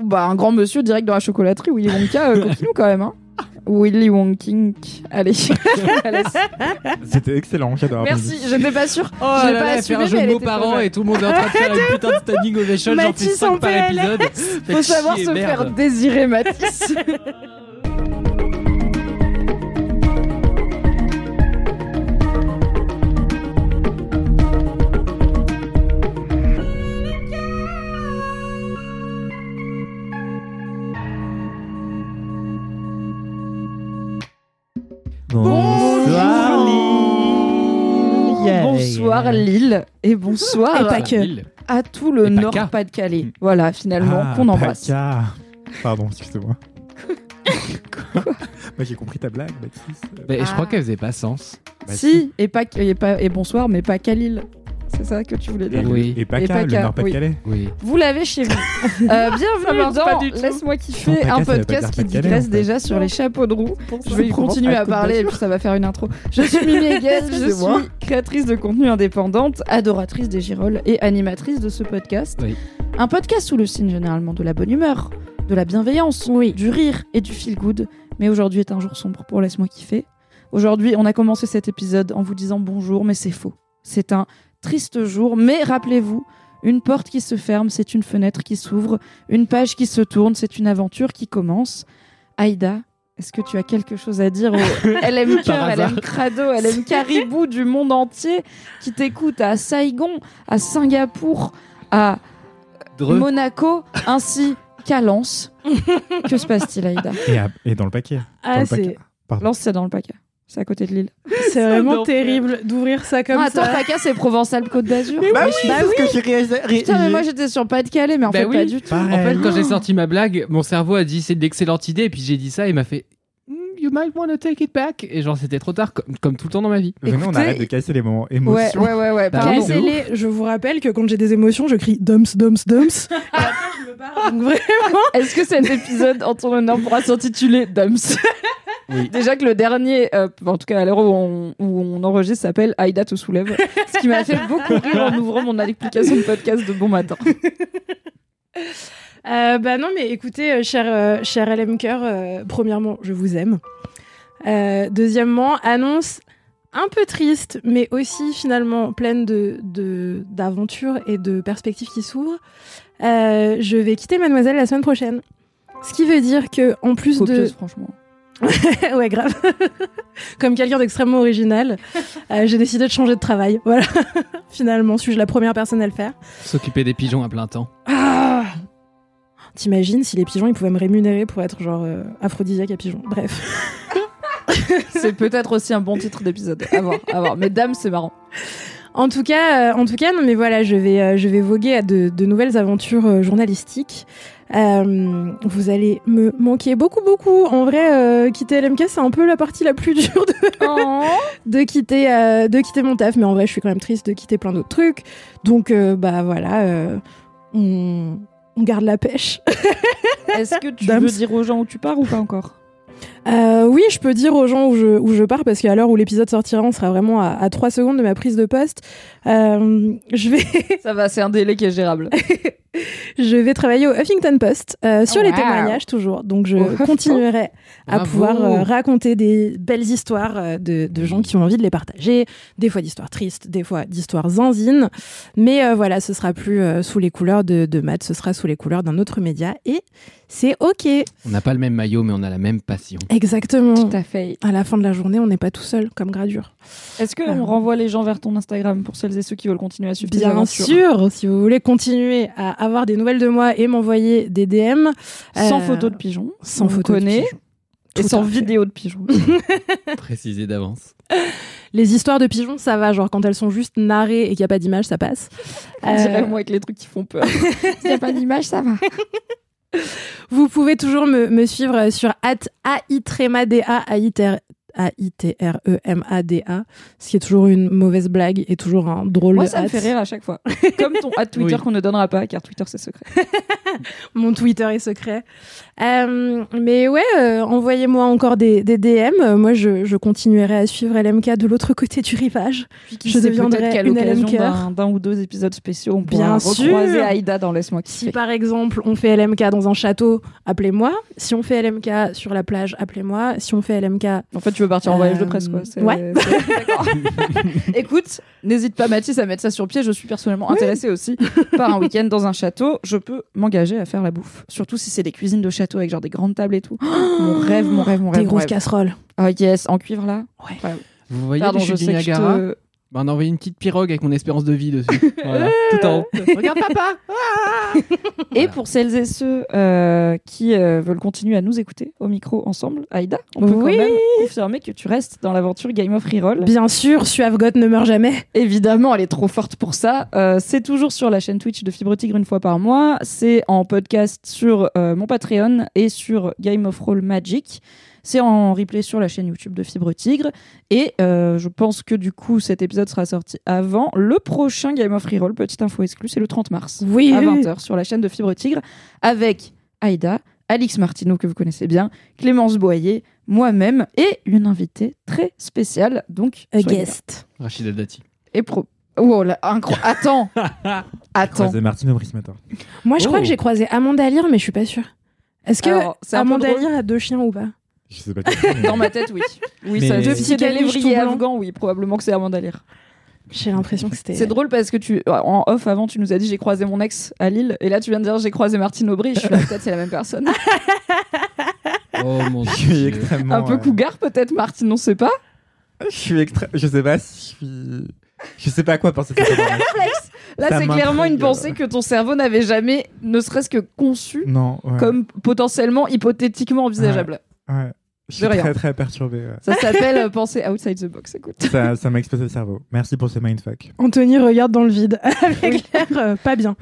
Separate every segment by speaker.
Speaker 1: Bah, un grand monsieur direct dans la chocolaterie, Willy Wonka, euh, coquinou quand même. Hein. Willy Wonkink. Allez, Alice.
Speaker 2: C'était excellent, j'adore.
Speaker 1: Merci, je n'étais pas sûre.
Speaker 3: Oh
Speaker 1: J'ai
Speaker 3: là
Speaker 1: pas
Speaker 3: là, elle fait
Speaker 1: assumé,
Speaker 3: un jeu
Speaker 1: mais
Speaker 3: de
Speaker 1: elle
Speaker 3: mots
Speaker 1: était
Speaker 3: par
Speaker 1: trop
Speaker 3: an
Speaker 1: belle.
Speaker 3: et tout le monde est en train de faire une putain de standing ovation, j'en fais
Speaker 1: Mathis
Speaker 3: 5
Speaker 1: en
Speaker 3: par
Speaker 1: PLS.
Speaker 3: épisode.
Speaker 1: Faut savoir se faire désirer, Mathis.
Speaker 4: Bonsoir Lille
Speaker 1: bonsoir Lille et bonsoir
Speaker 4: Et pas que.
Speaker 1: à tout le
Speaker 3: Et pas
Speaker 1: Nord
Speaker 3: qu'à.
Speaker 1: Pas-de-Calais. Voilà, finalement,
Speaker 5: Ah,
Speaker 1: qu'on embrasse.
Speaker 2: Ah, Pardon, excuse-moi. Moi j'ai compris ta blague, Baptiste.
Speaker 3: Mais je
Speaker 1: Ah.
Speaker 3: crois qu'elle faisait pas sens.
Speaker 2: Bah,
Speaker 1: Si, et pas, et pas et bonsoir, mais pas qu'à Lille. C'est ça que tu voulais
Speaker 2: Et,
Speaker 1: dire.
Speaker 3: Oui.
Speaker 2: et
Speaker 1: Et
Speaker 2: Paca,
Speaker 1: Paca,
Speaker 2: le Nord-Pas-de-Calais.
Speaker 3: Oui.
Speaker 1: Vous l'avez chez vous. Euh,
Speaker 4: Ça marche
Speaker 1: bienvenue
Speaker 4: pas
Speaker 1: dans
Speaker 4: du tout.
Speaker 1: Laisse-moi
Speaker 2: Non,
Speaker 1: kiffer,
Speaker 2: Paca,
Speaker 1: un
Speaker 2: ça veut pas
Speaker 1: podcast
Speaker 2: dire
Speaker 1: qui
Speaker 2: pas de galère,
Speaker 1: digresse
Speaker 2: en fait.
Speaker 1: déjà sur les chapeaux de roue. Je vais
Speaker 2: Provence,
Speaker 1: continuer à
Speaker 2: Côte
Speaker 1: parler et
Speaker 2: d'Azur.
Speaker 1: puis ça va faire une intro. Je suis Miguel, je
Speaker 2: Excusez-moi.
Speaker 1: suis créatrice de contenu indépendante, adoratrice des girolles et animatrice de ce podcast.
Speaker 3: Oui.
Speaker 1: Un podcast sous le signe généralement de la bonne humeur, de la bienveillance, du rire et du feel good. Mais aujourd'hui est un jour sombre pour Laisse-moi kiffer. Aujourd'hui, on a commencé cet épisode en vous disant bonjour, mais c'est faux. C'est un triste jour, mais rappelez-vous, une porte qui se ferme, c'est une fenêtre qui s'ouvre, une page qui se tourne, c'est une aventure qui commence. Aïda, est-ce que tu as quelque chose à dire aux LM
Speaker 3: Par
Speaker 1: Cœur,
Speaker 3: hasard.
Speaker 1: LM Crado, LM Caribou du monde entier qui t'écoute à Saigon, à Singapour, à
Speaker 3: Dreux.
Speaker 1: Monaco, ainsi qu'à Lens Que se passe-t-il, Aïda
Speaker 2: Et, à- et dans le paquet.
Speaker 4: Ah,
Speaker 2: le paquet.
Speaker 4: c'est
Speaker 1: Lens, c'est dans le PACA. C'est à côté de Lille.
Speaker 4: c'est vraiment terrible d'ouvrir ça comme
Speaker 1: non, attends,
Speaker 4: ça.
Speaker 1: PACA, c'est Provence-Alpes-Côte d'Azur.
Speaker 2: Bah oui,
Speaker 1: je suis-
Speaker 2: c'est ce que j'ai réalisé.
Speaker 1: Putain, mais moi j'étais sur Pas-de-Calais, mais en
Speaker 3: Bah
Speaker 1: fait
Speaker 3: oui.
Speaker 1: pas du tout.
Speaker 3: En fait,
Speaker 2: Pareil.
Speaker 3: quand j'ai sorti ma blague, mon cerveau a dit c'est une excellente idée, et puis j'ai dit ça, et il m'a fait Hmm, You might want to take it back. Et genre, c'était trop tard, comme, comme tout le temps dans ma vie.
Speaker 2: Venez, on
Speaker 1: Écoutez-
Speaker 2: arrête de casser les moments
Speaker 1: Ouais,
Speaker 2: émotions.
Speaker 1: ouais, ouais, ouais.
Speaker 3: Bah
Speaker 1: pardon.
Speaker 3: oui, de ouf.
Speaker 4: Cassez-les. Je vous rappelle que quand j'ai des émotions, je crie dums, dums, dums. Et après, je me barre. Donc, vraiment.
Speaker 1: Est-ce que cet épisode en ton honneur pourra s'intituler Dums Déjà que le dernier, euh, en tout cas à l'heure où on, où on enregistre, s'appelle Aïda te soulève. Ce qui m'a fait beaucoup rire en ouvrant mon application de podcast de bon matin.
Speaker 4: Euh, bah non, mais écoutez, euh, cher, euh, cher LM Cœur, euh, premièrement, je vous aime. Euh, deuxièmement, annonce un peu triste, mais aussi finalement pleine de de- d'aventures et de perspectives qui s'ouvrent. Euh, je vais quitter Mademoiselle la semaine prochaine. Ce qui veut dire que, en plus de,
Speaker 1: Copieuse, franchement.
Speaker 4: ouais, grave. Comme quelqu'un d'extrêmement original, euh, j'ai décidé de changer de travail. Voilà. Finalement, suis-je la première personne à le faire
Speaker 3: S'occuper des pigeons à plein temps.
Speaker 4: Ah T'imagines si les pigeons, ils pouvaient me rémunérer pour être genre euh, aphrodisiaque à pigeon. Bref.
Speaker 1: C'est peut-être aussi un bon titre d'épisode. À voir, à voir. Mais Dams, c'est marrant.
Speaker 4: En tout cas, euh, en tout cas, non mais voilà, je vais, euh, je vais voguer à de, de nouvelles aventures euh, journalistiques. Euh, vous allez me manquer beaucoup, beaucoup. En vrai, euh, quitter LMK, c'est un peu la partie la plus dure de
Speaker 1: Oh,
Speaker 4: de quitter euh, de quitter mon taf mais en vrai je suis quand même triste de quitter plein d'autres trucs donc euh, bah voilà euh, on, on garde la pêche
Speaker 1: Est-ce que tu
Speaker 4: Dams.
Speaker 1: veux dire aux gens où tu pars ou pas encore
Speaker 4: Euh, oui je peux dire aux gens où je, où je pars parce qu'à l'heure où l'épisode sortira on sera vraiment à, à 3 secondes de ma prise de poste Euh, je vais
Speaker 1: Ça va, c'est un délai qui est gérable.
Speaker 4: je vais travailler au Huffington Post euh, sur les
Speaker 1: Wow.
Speaker 4: témoignages toujours donc je
Speaker 1: Au Huffington.
Speaker 4: continuerai à
Speaker 3: Bravo.
Speaker 4: pouvoir euh, raconter des belles histoires euh, de, de gens qui ont envie de les partager, des fois d'histoires tristes, des fois d'histoires zinzines. Mais euh, voilà, ce sera plus euh, sous les couleurs de, de Matt, ce sera sous les couleurs d'un autre média et c'est OK.
Speaker 3: On n'a pas le même maillot, mais on a la même passion.
Speaker 4: Exactement.
Speaker 1: Tout à fait.
Speaker 4: À la fin de la journée, on n'est pas tout seul comme gradure.
Speaker 1: Est-ce qu'on
Speaker 4: Euh.
Speaker 1: renvoie les gens vers ton Instagram pour celles et ceux qui veulent continuer à suivre tes
Speaker 4: Bien
Speaker 1: aventures
Speaker 4: sûr, si vous voulez continuer à avoir des nouvelles de moi et m'envoyer des DM
Speaker 1: Sans
Speaker 4: Euh,
Speaker 1: photo de pigeon.
Speaker 4: sans
Speaker 1: On
Speaker 4: photo de
Speaker 1: connaît.
Speaker 4: pigeon.
Speaker 1: Et
Speaker 4: Tout
Speaker 1: sans
Speaker 4: à fait.
Speaker 1: vidéo de pigeons.
Speaker 3: Précisé d'avance.
Speaker 4: Les histoires de pigeons, ça va, genre quand elles sont juste narrées et qu'il n'y a pas d'image, ça passe.
Speaker 1: On dirait,
Speaker 4: Euh,
Speaker 1: moi, avec les trucs qui font peur. S'il n'y a pas d'image, ça va.
Speaker 4: Vous pouvez toujours me, me suivre euh, sur at E aitremada, E A-I-T-R-E-M-A-D-A, ce qui est toujours une mauvaise blague et toujours un drôle
Speaker 1: Moi,
Speaker 4: de
Speaker 1: ça me
Speaker 4: at.
Speaker 1: fait rire à chaque fois. Comme ton at Twitter
Speaker 3: Oui.
Speaker 1: qu'on ne donnera pas, car Twitter, c'est secret.
Speaker 4: Mon Twitter est secret. Euh, mais ouais, euh, envoyez-moi encore des, des DM. Euh, Moi, je, je continuerai à suivre LMK de l'autre côté du rivage.
Speaker 1: Qui
Speaker 4: Je
Speaker 1: sait,
Speaker 4: deviendrai
Speaker 1: peut-être qu'à
Speaker 4: une
Speaker 1: l'occasion
Speaker 4: LMK.
Speaker 1: d'un- d'un ou deux épisodes spéciaux, on pourra
Speaker 4: Bien
Speaker 1: recroiser
Speaker 4: sûr.
Speaker 1: Aïda dans Laisse-moi
Speaker 4: Si
Speaker 1: kiffer.
Speaker 4: par exemple on fait LMK dans un château, appelez-moi. Si on fait LMK sur la plage, appelez-moi. Si on fait LMK
Speaker 1: En fait, tu veux partir en voyage de
Speaker 4: Euh,
Speaker 1: presse, quoi. C'est-
Speaker 4: ouais.
Speaker 1: c'est- d'accord. Écoute, n'hésite pas, Mathis, à mettre ça sur pied. Je suis personnellement intéressée aussi par un week-end dans un château. Je peux m'engager à faire la bouffe. Surtout si c'est des cuisines de château avec genre des grandes tables et tout. mon rêve, mon rêve, mon rêve.
Speaker 4: des
Speaker 1: mon
Speaker 4: grosses
Speaker 1: rêve.
Speaker 4: casseroles.
Speaker 1: Ah yes, en cuivre là.
Speaker 3: Vous voyez
Speaker 1: Pardon,
Speaker 3: les
Speaker 1: je
Speaker 3: chutes du
Speaker 1: sais que je
Speaker 3: Niagara
Speaker 1: te-
Speaker 3: Bah, On a envoyé une petite pirogue avec mon espérance de vie dessus. Voilà, tout en haut. Regarde papa
Speaker 1: Et
Speaker 3: Voilà.
Speaker 1: pour celles et ceux euh, qui euh, veulent continuer à nous écouter au micro ensemble, Aïda, on peut
Speaker 4: Oui.
Speaker 1: quand même confirmer que tu restes dans l'aventure Game of Reroll.
Speaker 4: Bien sûr, Suave God ne meurt jamais.
Speaker 1: Évidemment, elle est trop forte pour ça. Euh, c'est toujours sur la chaîne Twitch de Fibre Tigre une fois par mois. C'est en podcast sur euh, mon Patreon et sur Game of Roll Magic. C'est en replay sur la chaîne YouTube de Fibre Tigre. Et euh, je pense que du coup, cet épisode sera sorti avant le prochain Game of Reroll. Petite info exclue, c'est le 30 mars
Speaker 4: Oui.
Speaker 1: à 20h sur la chaîne de Fibre Tigre avec Aïda, Alix Martineau que vous connaissez bien, Clémence Boyer, moi-même et une invitée très spéciale. Donc,
Speaker 4: A
Speaker 1: soyez là.
Speaker 4: guest.
Speaker 3: Rachida Dati.
Speaker 1: Et pro. Oh là, incro- Attends Attends
Speaker 2: Croisé Martine Aubry ce matin.
Speaker 4: Moi, je
Speaker 3: Oh.
Speaker 4: crois que j'ai croisé Amanda Lear, mais je suis pas sûre. Est-ce que
Speaker 1: Alors, c'est un peu
Speaker 4: Amanda
Speaker 1: drôle.
Speaker 4: Lear a deux chiens ou pas
Speaker 2: Je sais pas. du tout, mais-
Speaker 1: Dans ma tête, oui. Oui,
Speaker 3: Mais-
Speaker 1: ça
Speaker 3: Deux
Speaker 1: deux
Speaker 4: petits
Speaker 1: petits
Speaker 4: caniches tout
Speaker 1: calivriers
Speaker 4: blancs.
Speaker 1: afghans, oui, probablement que c'est Amanda Lear.
Speaker 4: J'ai l'impression que c'était.
Speaker 1: C'est drôle parce que tu en off avant tu nous as dit j'ai croisé mon ex à Lille et là tu viens de dire j'ai croisé Martine Aubry, je suis là peut-être c'est la même personne.
Speaker 3: Oh mon
Speaker 2: Je suis
Speaker 3: dieu.
Speaker 2: extrêmement.
Speaker 1: Un peu
Speaker 2: euh,
Speaker 1: cougar peut-être Martine, on sait pas.
Speaker 2: Je suis extra... Je sais pas si je suis. Je sais pas à quoi penser. cette information.
Speaker 1: Là,
Speaker 2: Ça
Speaker 1: c'est clairement
Speaker 2: m'intrigue,
Speaker 1: une pensée
Speaker 2: euh.
Speaker 1: que ton cerveau n'avait jamais ne serait-ce que conçue
Speaker 2: non. Ouais.
Speaker 1: comme potentiellement hypothétiquement envisageable.
Speaker 2: Ouais. Je suis
Speaker 1: De rien.
Speaker 2: très très perturbé. ouais.
Speaker 1: Ça s'appelle euh, penser outside the box, écoute.
Speaker 2: Ça, ça m'a explosé le cerveau. Merci pour ce mindfuck.
Speaker 4: Anthony regarde dans le vide avec l'air euh, pas bien.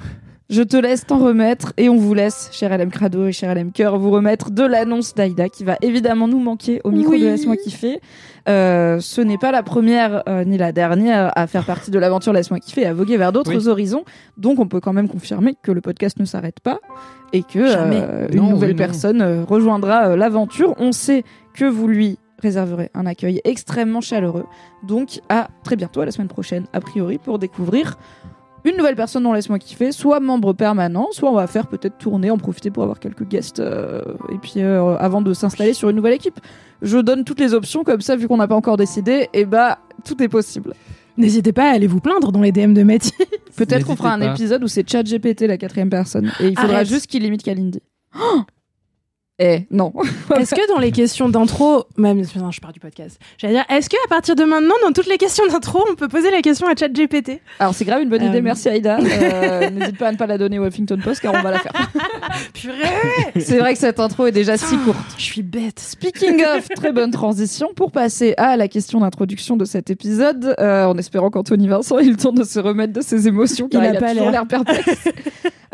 Speaker 1: Je te laisse t'en remettre et on vous laisse, cher LM Crado et cher LM Cœur, vous remettre de l'annonce d'Aïda qui va évidemment nous manquer au micro
Speaker 4: Oui.
Speaker 1: de Laisse-moi kiffer. Euh, ce n'est pas la première euh, ni la dernière à faire partie de l'aventure Laisse-moi kiffer et à voguer vers d'autres
Speaker 3: Oui.
Speaker 1: horizons. Donc on peut quand même confirmer que le podcast ne s'arrête pas et que
Speaker 4: Jamais.
Speaker 1: euh, une
Speaker 3: Non,
Speaker 1: nouvelle
Speaker 3: oui, non.
Speaker 1: personne euh, rejoindra euh, l'aventure. On sait que vous lui réserverez un accueil extrêmement chaleureux. Donc à très bientôt, à la semaine prochaine, a priori, pour découvrir une nouvelle personne dont laisse-moi kiffer, soit membre permanent, soit on va faire peut-être tourner, en profiter pour avoir quelques guests, euh, et puis euh, avant de s'installer sur une nouvelle équipe. Je donne toutes les options, comme ça, vu qu'on n'a pas encore décidé, et bah tout est possible.
Speaker 4: N'hésitez pas à aller vous plaindre dans les DM de Mathis.
Speaker 1: Peut-être qu'on
Speaker 3: N'hésitez
Speaker 1: fera un
Speaker 3: pas.
Speaker 1: épisode où c'est ChatGPT la quatrième personne, et il faudra
Speaker 4: Arrête.
Speaker 1: juste qu'il imite Kalindi. Oh eh, non.
Speaker 4: Est-ce que dans les questions d'intro, même non, je pars du podcast. J'allais dire, est-ce que à partir de maintenant, dans toutes les questions d'intro, on peut poser la question à ChatGPT
Speaker 1: Alors c'est grave une bonne idée,
Speaker 4: Euh.
Speaker 1: merci Aïda. Euh, N'hésite pas à ne pas la donner au Huffington Post, car on va la faire.
Speaker 4: Purée,
Speaker 1: C'est vrai que cette intro est déjà si courte.
Speaker 4: je suis bête.
Speaker 1: Speaking of, très bonne transition pour passer à la question d'introduction de cet épisode, euh, en espérant qu'Anthony Vincent ait eu le temps de se remettre de ses émotions, car
Speaker 4: Il
Speaker 1: il,
Speaker 4: a
Speaker 1: a
Speaker 4: pas
Speaker 1: toujours
Speaker 4: l'air.
Speaker 1: l'air perplexe.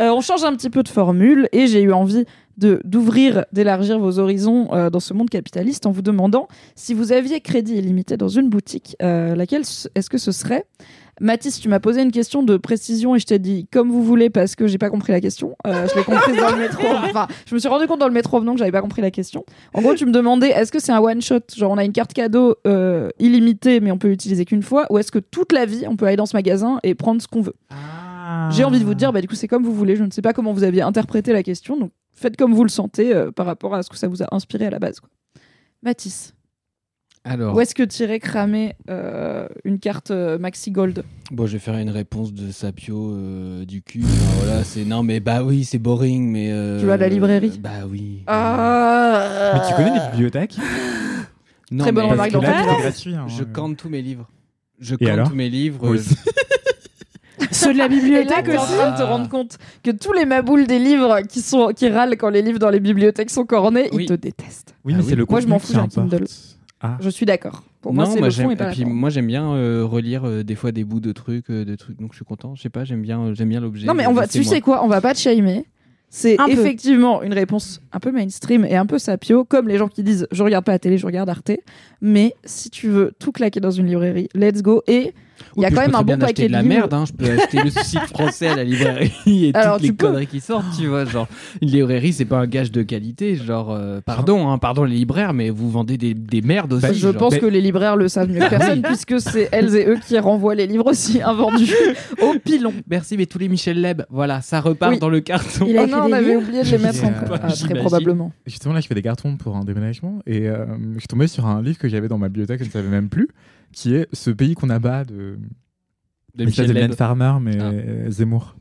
Speaker 1: Euh, on change un petit peu de formule et j'ai eu envie de d'ouvrir, d'élargir vos horizons euh, dans ce monde capitaliste en vous demandant si vous aviez crédit illimité dans une boutique, euh, laquelle s- est-ce que ce serait Mathis, tu m'as posé une question de précision et je t'ai dit comme vous voulez parce que j'ai pas compris la question. Euh, je l'ai comprise dans le métro. Enfin, je me suis rendu compte dans le métro venant que j'avais pas compris la question. En gros, tu me demandais est-ce que c'est un one shot, genre on a une carte cadeau euh, illimitée mais on peut l'utiliser qu'une fois, ou est-ce que toute la vie on peut aller dans ce magasin et prendre ce qu'on veut j'ai envie de vous dire, bah, du coup, c'est comme vous voulez. Je ne sais pas comment vous aviez interprété la question, donc faites comme vous le sentez euh, par rapport à ce que ça vous a inspiré à la base. quoi. Mathis,
Speaker 3: Alors,
Speaker 1: où est-ce que t'irais cramer euh, une carte euh, Maxi Gold
Speaker 3: bon, je vais faire une réponse de Sapio euh, du cul. Enfin, voilà, c'est non, mais bah oui, c'est boring, mais. euh,
Speaker 1: Tu vas à la librairie Ah,
Speaker 3: Bah oui.
Speaker 5: Ah.
Speaker 2: Mais tu connais
Speaker 1: euh,
Speaker 2: les bibliothèques
Speaker 3: Non,
Speaker 1: Très bonne
Speaker 3: mais-
Speaker 1: remarque
Speaker 2: Parce que
Speaker 1: dans
Speaker 2: là,
Speaker 1: ta
Speaker 2: tout est gratuit. hein.
Speaker 3: Je campe tous mes livres. Je
Speaker 2: alors
Speaker 3: campe tous mes livres.
Speaker 2: Moi
Speaker 3: euh,
Speaker 2: aussi.
Speaker 1: ceux de la bibliothèque aussi. en train de te rendre compte que tous les maboules des livres qui, sont, qui râlent quand les livres dans les bibliothèques sont cornés,
Speaker 3: Oui.
Speaker 1: ils te détestent.
Speaker 2: Oui, mais
Speaker 3: Ah
Speaker 2: c'est
Speaker 3: oui.
Speaker 2: le
Speaker 1: Moi, je m'en
Speaker 2: contenu
Speaker 1: fous,
Speaker 2: qui
Speaker 1: j'ai un
Speaker 2: importe.
Speaker 1: Kindle.
Speaker 2: Ah.
Speaker 1: Je suis d'accord. Pour moi, c'est le fond
Speaker 3: j'aime
Speaker 1: et pas
Speaker 3: et
Speaker 1: la
Speaker 3: puis
Speaker 1: forme.
Speaker 3: moi j'aime bien euh, relire euh, des fois des bouts de trucs euh, de trucs donc je suis content je sais pas j'aime bien euh, j'aime bien l'objet
Speaker 1: Non, mais
Speaker 3: euh,
Speaker 1: on va,
Speaker 3: c'est
Speaker 1: tu
Speaker 3: moi.
Speaker 1: sais quoi, on va pas te shamer. C'est
Speaker 4: Un peu.
Speaker 1: effectivement une réponse un peu mainstream et un peu sapio, comme les gens qui disent je regarde pas la télé, je regarde Arte. Mais si tu veux tout claquer dans une librairie, let's go. Et il y
Speaker 3: Ou
Speaker 1: a
Speaker 3: puis
Speaker 1: quand
Speaker 3: je
Speaker 1: même
Speaker 3: peux
Speaker 1: un
Speaker 3: très
Speaker 1: bon
Speaker 3: bien acheter
Speaker 1: paquet
Speaker 3: de
Speaker 1: de
Speaker 3: la
Speaker 1: livres.
Speaker 3: merde hein, je peux acheter le site français à la librairie et
Speaker 1: Alors,
Speaker 3: toutes les
Speaker 1: tu peux.
Speaker 3: conneries qui sortent tu vois genre une librairie c'est pas un gage de qualité genre euh, pardon hein, pardon les libraires mais vous vendez des, des merdes aussi
Speaker 2: Bah,
Speaker 1: Je
Speaker 3: genre.
Speaker 1: pense
Speaker 2: mais-
Speaker 1: que les libraires le savent mieux que personne, puisque c'est elles et eux qui renvoient les livres aussi invendus au pilon.
Speaker 3: merci mais tous les Michel Leb voilà ça repart
Speaker 1: Oui.
Speaker 3: dans le carton
Speaker 4: Il a
Speaker 1: Ah
Speaker 4: écrit
Speaker 1: non, on
Speaker 4: des
Speaker 1: avait
Speaker 4: livres
Speaker 1: oublié de les mettre en
Speaker 2: J'imagine.
Speaker 1: Ah, très
Speaker 3: J'imagine.
Speaker 1: probablement.
Speaker 2: Justement, là, je fais des cartons pour un déménagement et euh, je suis tombé sur un livre que j'avais dans ma bibliothèque, je ne savais même plus, qui est Ce pays qu'on abat de.
Speaker 3: De
Speaker 2: Mais ça,
Speaker 3: Michel
Speaker 2: c'est
Speaker 3: Leb.
Speaker 2: Mylène Farmer, mais
Speaker 3: Ah.
Speaker 2: euh, Zemmour.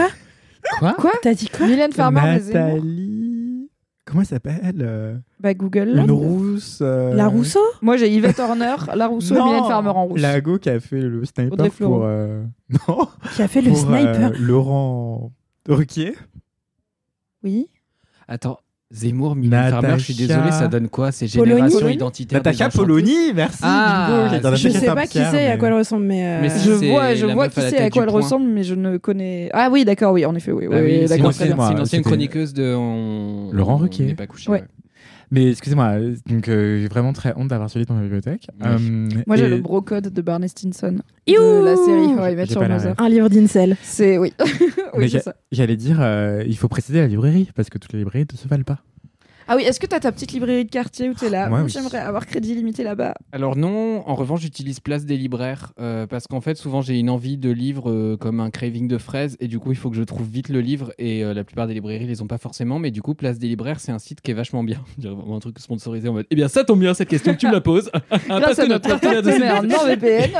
Speaker 3: quoi
Speaker 4: Quoi T'as dit quoi
Speaker 1: Mylène Farmer, mais Zemmour.
Speaker 2: Nathalie. Comment elle s'appelle euh,
Speaker 1: Bah Google.
Speaker 2: Une rousse. euh,
Speaker 4: La Rousseau
Speaker 1: Moi j'ai Yvette Horner, La Rousseau et
Speaker 2: Non,
Speaker 1: Mylène Farmer en rousse.
Speaker 2: La go qui a fait le
Speaker 1: Audrey
Speaker 2: sniper
Speaker 1: Fleurot.
Speaker 2: pour. euh, Non
Speaker 4: qui a fait le
Speaker 2: pour, euh,
Speaker 4: sniper.
Speaker 2: Laurent Ruquier.
Speaker 1: Oui.
Speaker 3: attends Zemmour Mylène
Speaker 2: Natacha-
Speaker 3: Farmer je suis désolé ça donne quoi c'est
Speaker 4: Polony.
Speaker 3: génération
Speaker 4: Polony.
Speaker 3: identitaire des
Speaker 2: Natacha
Speaker 3: enchantées.
Speaker 2: Polony, merci.
Speaker 3: Ah,
Speaker 2: bingo, j'étais dans la
Speaker 4: Je
Speaker 2: Natacha
Speaker 4: sais pas qui
Speaker 2: Saint-Pierre,
Speaker 4: c'est et à
Speaker 2: mais-
Speaker 4: quoi elle ressemble, mais. euh,
Speaker 3: Mais
Speaker 1: Je
Speaker 3: C'est
Speaker 1: vois, je
Speaker 3: la
Speaker 1: vois
Speaker 3: meuf
Speaker 1: qui
Speaker 3: à la
Speaker 1: c'est, à
Speaker 3: tête
Speaker 1: quoi
Speaker 3: du
Speaker 1: elle
Speaker 3: point.
Speaker 1: ressemble, mais je ne connais. Ah oui, d'accord, oui, en effet, oui,
Speaker 3: Ah
Speaker 1: oui,
Speaker 3: oui, c'est une
Speaker 1: d'accord.
Speaker 2: c'est
Speaker 1: très bien.
Speaker 3: ancienne,
Speaker 2: moi,
Speaker 3: c'est une ancienne
Speaker 2: c'était-
Speaker 3: chroniqueuse de. On...
Speaker 2: Laurent
Speaker 3: on
Speaker 2: Ruquier.
Speaker 3: n'est pas couché.
Speaker 1: Ouais.
Speaker 2: Mais excusez-moi, donc euh, j'ai vraiment très honte d'avoir ce livre dans ma bibliothèque.
Speaker 3: Oui.
Speaker 2: Euh,
Speaker 1: Moi j'ai
Speaker 2: et-
Speaker 1: le brocode de Barney Stinson
Speaker 4: Youhou
Speaker 1: de la série How I Met
Speaker 2: J'ai
Speaker 1: Your
Speaker 2: pas la
Speaker 1: Mother.
Speaker 2: ref.
Speaker 4: Un livre d'incel.
Speaker 1: C'est oui,
Speaker 2: Mais
Speaker 1: oui c'est
Speaker 2: j'ai-
Speaker 1: ça.
Speaker 2: J'allais dire, euh, il faut préciser la librairie, parce que toutes les librairies ne se valent pas.
Speaker 1: Ah oui, est-ce que t'as ta petite librairie de quartier où t'es là
Speaker 2: Moi,
Speaker 1: Moi,
Speaker 2: oui.
Speaker 1: J'aimerais avoir crédit limité là-bas.
Speaker 3: Alors non, en revanche, j'utilise place des libraires euh, parce qu'en fait, souvent, j'ai une envie de livre euh, comme un craving de fraises et du coup, il faut que je trouve vite le livre et euh, la plupart des librairies les ont pas forcément, mais du coup, place des libraires, c'est un site qui est vachement bien. On dirait vraiment un truc sponsorisé en mode. Eh bien, ça tombe bien cette question, tu me la poses.
Speaker 1: Grâce à notre partenaire non VPN.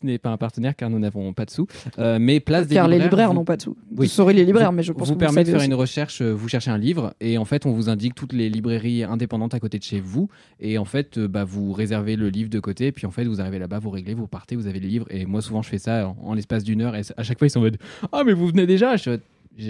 Speaker 3: Ce n'est pas un partenaire car nous n'avons pas de sous, Euh, mais place des
Speaker 1: Car les libraires
Speaker 3: vous-
Speaker 1: n'ont pas tout.
Speaker 3: Oui.
Speaker 1: Vous saurez les libraires, mais je pense
Speaker 3: vous
Speaker 1: que
Speaker 3: permet de
Speaker 1: savez
Speaker 3: faire
Speaker 1: aussi.
Speaker 3: une recherche, euh, vous cherchez un livre et en fait on vous indique toutes les librairies indépendantes à côté de chez vous et en fait euh, bah, vous réservez le livre de côté puis en fait vous arrivez là-bas, vous réglez, vous partez, vous avez les livres et moi souvent je fais ça en, en l'espace d'une heure et à chaque fois ils sont en mode ah mais vous venez déjà Je- je-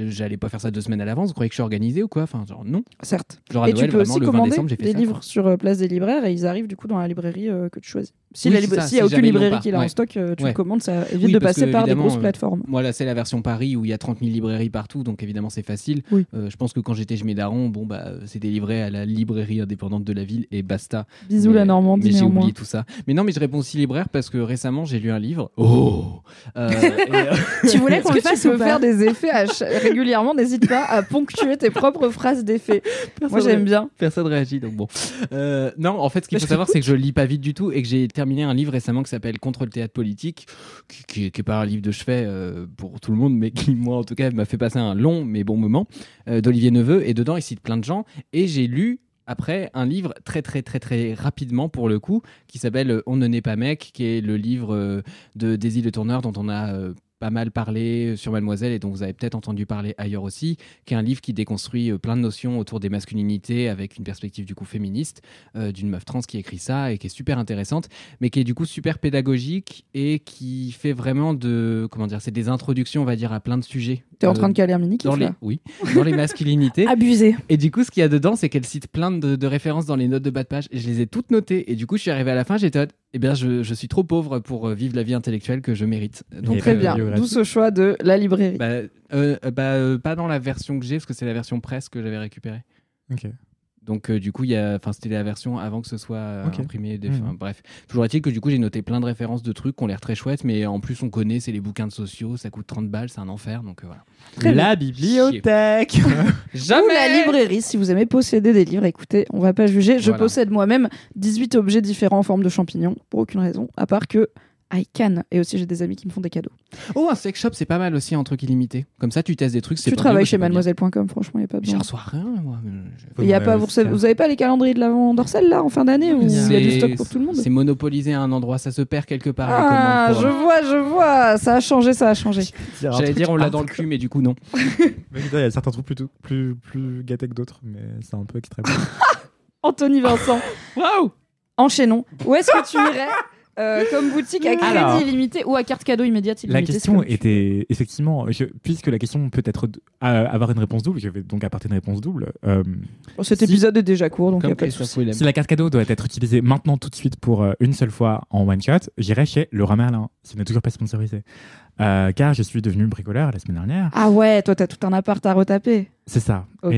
Speaker 3: J'allais pas faire ça deux semaines à l'avance, vous croyez que je suis organisé ou quoi Enfin, genre non.
Speaker 1: Certes.
Speaker 3: Genre à
Speaker 1: et
Speaker 3: Noël,
Speaker 1: tu peux
Speaker 3: vraiment,
Speaker 1: aussi
Speaker 3: le 20
Speaker 1: commander
Speaker 3: décembre, j'ai fait
Speaker 1: des
Speaker 3: ça,
Speaker 1: livres sur euh, place des libraires et ils arrivent du coup dans la librairie euh, que tu choisis. Si
Speaker 3: Oui,
Speaker 1: la
Speaker 3: c'est
Speaker 1: libra-
Speaker 3: ça,
Speaker 1: s'il y a
Speaker 3: si
Speaker 1: aucune
Speaker 3: jamais ils l'ont
Speaker 1: librairie
Speaker 3: pas,
Speaker 1: qui l'a en
Speaker 3: ouais.
Speaker 1: stock, euh, tu
Speaker 3: Ouais.
Speaker 1: le commandes, ça évite
Speaker 3: Oui,
Speaker 1: de
Speaker 3: parce
Speaker 1: passer
Speaker 3: que,
Speaker 1: par des
Speaker 3: évidemment,
Speaker 1: grosses
Speaker 3: euh,
Speaker 1: plateformes.
Speaker 3: Moi, là, c'est la version Paris où il y a 30 000 librairies partout, donc évidemment, c'est facile.
Speaker 1: Oui.
Speaker 3: Euh, je pense que quand j'étais chez mes darons, bon, bah, euh, c'était livré à la librairie indépendante de la ville et basta.
Speaker 1: Bisous
Speaker 3: Mais-
Speaker 1: la Normandie
Speaker 3: Mais j'ai
Speaker 1: néanmoins.
Speaker 3: oublié tout ça. Mais non, mais je réponds aussi libraire parce que récemment j'ai lu un livre. Oh Euh, et, euh,
Speaker 4: Tu voulais qu'on
Speaker 1: Est-ce que
Speaker 4: le
Speaker 1: tu
Speaker 4: fasse
Speaker 1: peux
Speaker 4: ou pas
Speaker 1: faire des effets à ch- régulièrement N'hésite pas à ponctuer tes propres phrases d'effets. Moi j'aime bien.
Speaker 3: Personne réagit donc bon. Euh, non, en fait, ce qu'il
Speaker 1: Mais
Speaker 3: faut
Speaker 1: je
Speaker 3: savoir, c'est que je lis pas vite du tout et que j'ai terminé un livre récemment qui s'appelle Contre le théâtre politique, qui, qui, est- qui est pas un livre de chevet euh, pour tout le monde, mais qui, moi en tout cas, m'a fait passer un long mais bon moment euh, d'Olivier Neveu. Et dedans, il cite plein de gens. Et j'ai lu. Après, un livre très très très très rapidement pour le coup, qui s'appelle euh, On ne naît pas mec, qui est le livre euh, de Daisy Le Tourneur dont on a euh, pas mal parlé euh, sur Mademoiselle et dont vous avez peut-être entendu parler ailleurs aussi, qui est un livre qui déconstruit euh, plein de notions autour des masculinités avec une perspective du coup féministe euh, d'une meuf trans qui écrit ça et qui est super intéressante, mais qui est du coup super pédagogique et qui fait vraiment de comment dire, c'est des introductions on va dire à plein de sujets.
Speaker 1: T'es en
Speaker 3: Euh,
Speaker 1: train de caler un mini
Speaker 3: dans les, oui, dans les masculinités.
Speaker 1: Ah.
Speaker 4: Abusé.
Speaker 3: Et du coup, ce qu'il y a dedans, c'est qu'elle cite plein de, de références dans les notes de bas de page. Et je les ai toutes notées. Et du coup, je suis arrivé à la fin, j'étais en mode, eh bien, je, je suis trop pauvre pour euh, vivre la vie intellectuelle que je mérite. Donc,
Speaker 1: Très
Speaker 3: euh,
Speaker 1: bien.
Speaker 2: biographie.
Speaker 1: D'où ce choix de la librairie.
Speaker 3: bah, euh, euh, bah, euh, pas dans la version que j'ai, parce que c'est la version presse que j'avais récupérée.
Speaker 2: Ok.
Speaker 3: Donc euh, du coup, il y a, enfin c'était la version avant que ce soit euh,
Speaker 2: Ok.
Speaker 3: imprimé. Des,
Speaker 2: Mhm.
Speaker 3: enfin, bref, toujours est-il que du coup j'ai noté plein de références de trucs qui ont l'air très chouettes, mais en plus on connaît, c'est les bouquins de sociaux, ça coûte 30 balles, c'est un enfer, donc euh, voilà.
Speaker 1: Très
Speaker 2: la bibliothèque
Speaker 3: Jamais.
Speaker 1: Ou la librairie, si vous aimez posséder des livres, écoutez, on va pas juger. Je
Speaker 3: Voilà.
Speaker 1: possède moi-même 18 objets différents en forme de champignons, pour aucune raison, à part que I can. Et aussi, j'ai des amis qui me font des cadeaux.
Speaker 3: Oh, un sex shop, c'est pas mal aussi un truc illimité. Comme ça, tu testes des trucs. c'est
Speaker 1: Tu
Speaker 3: pas
Speaker 1: travailles
Speaker 3: mieux,
Speaker 1: chez
Speaker 3: c'est pas
Speaker 1: mademoiselle.com, franchement, il n'y a pas
Speaker 3: bien. Mais J'en
Speaker 1: besoin.
Speaker 3: reçois rien, moi. Je-
Speaker 1: Et y a pas, vous, recevez- vous avez pas les calendriers de l'avant d'Orsel, là, en fin d'année, où il y a du
Speaker 3: C'est-
Speaker 1: stock pour tout le monde
Speaker 3: C'est monopolisé à un endroit, ça se perd quelque part. les
Speaker 1: Ah,
Speaker 3: commandes
Speaker 1: je
Speaker 3: pour-
Speaker 1: vois, je vois. Ça a changé, ça a changé.
Speaker 3: J'allais dire on l'a dans le cul, mais du coup non.
Speaker 2: Mais putain, Il y a certains trucs plutôt plus, plus gâtés que d'autres, mais c'est un peu extrême.
Speaker 1: Anthony Vincent,
Speaker 3: Waouh
Speaker 1: enchaînons. Où est-ce que tu irais euh, comme boutique à crédit
Speaker 2: Alors,
Speaker 1: illimité ou à carte cadeau immédiate illimitée.
Speaker 5: La question
Speaker 1: c'est comme-
Speaker 5: était effectivement, je- puisque la question peut être euh, avoir une réponse double, je vais donc apporter une réponse double. Euh,
Speaker 1: Bon, Cet épisode est déjà court, donc il
Speaker 3: Comme
Speaker 1: a pas de
Speaker 3: Christophe
Speaker 1: souci.
Speaker 3: Willem.
Speaker 5: si la carte cadeau doit être utilisée maintenant tout de suite pour euh, une seule fois en one shot, j'irai chez Leroy Merlin. Ce n'est toujours pas sponsorisé, Euh, car je suis devenu bricoleur la semaine dernière.
Speaker 1: Ah ouais, toi, t'as tout un appart à retaper.
Speaker 5: C'est ça.
Speaker 1: Ok,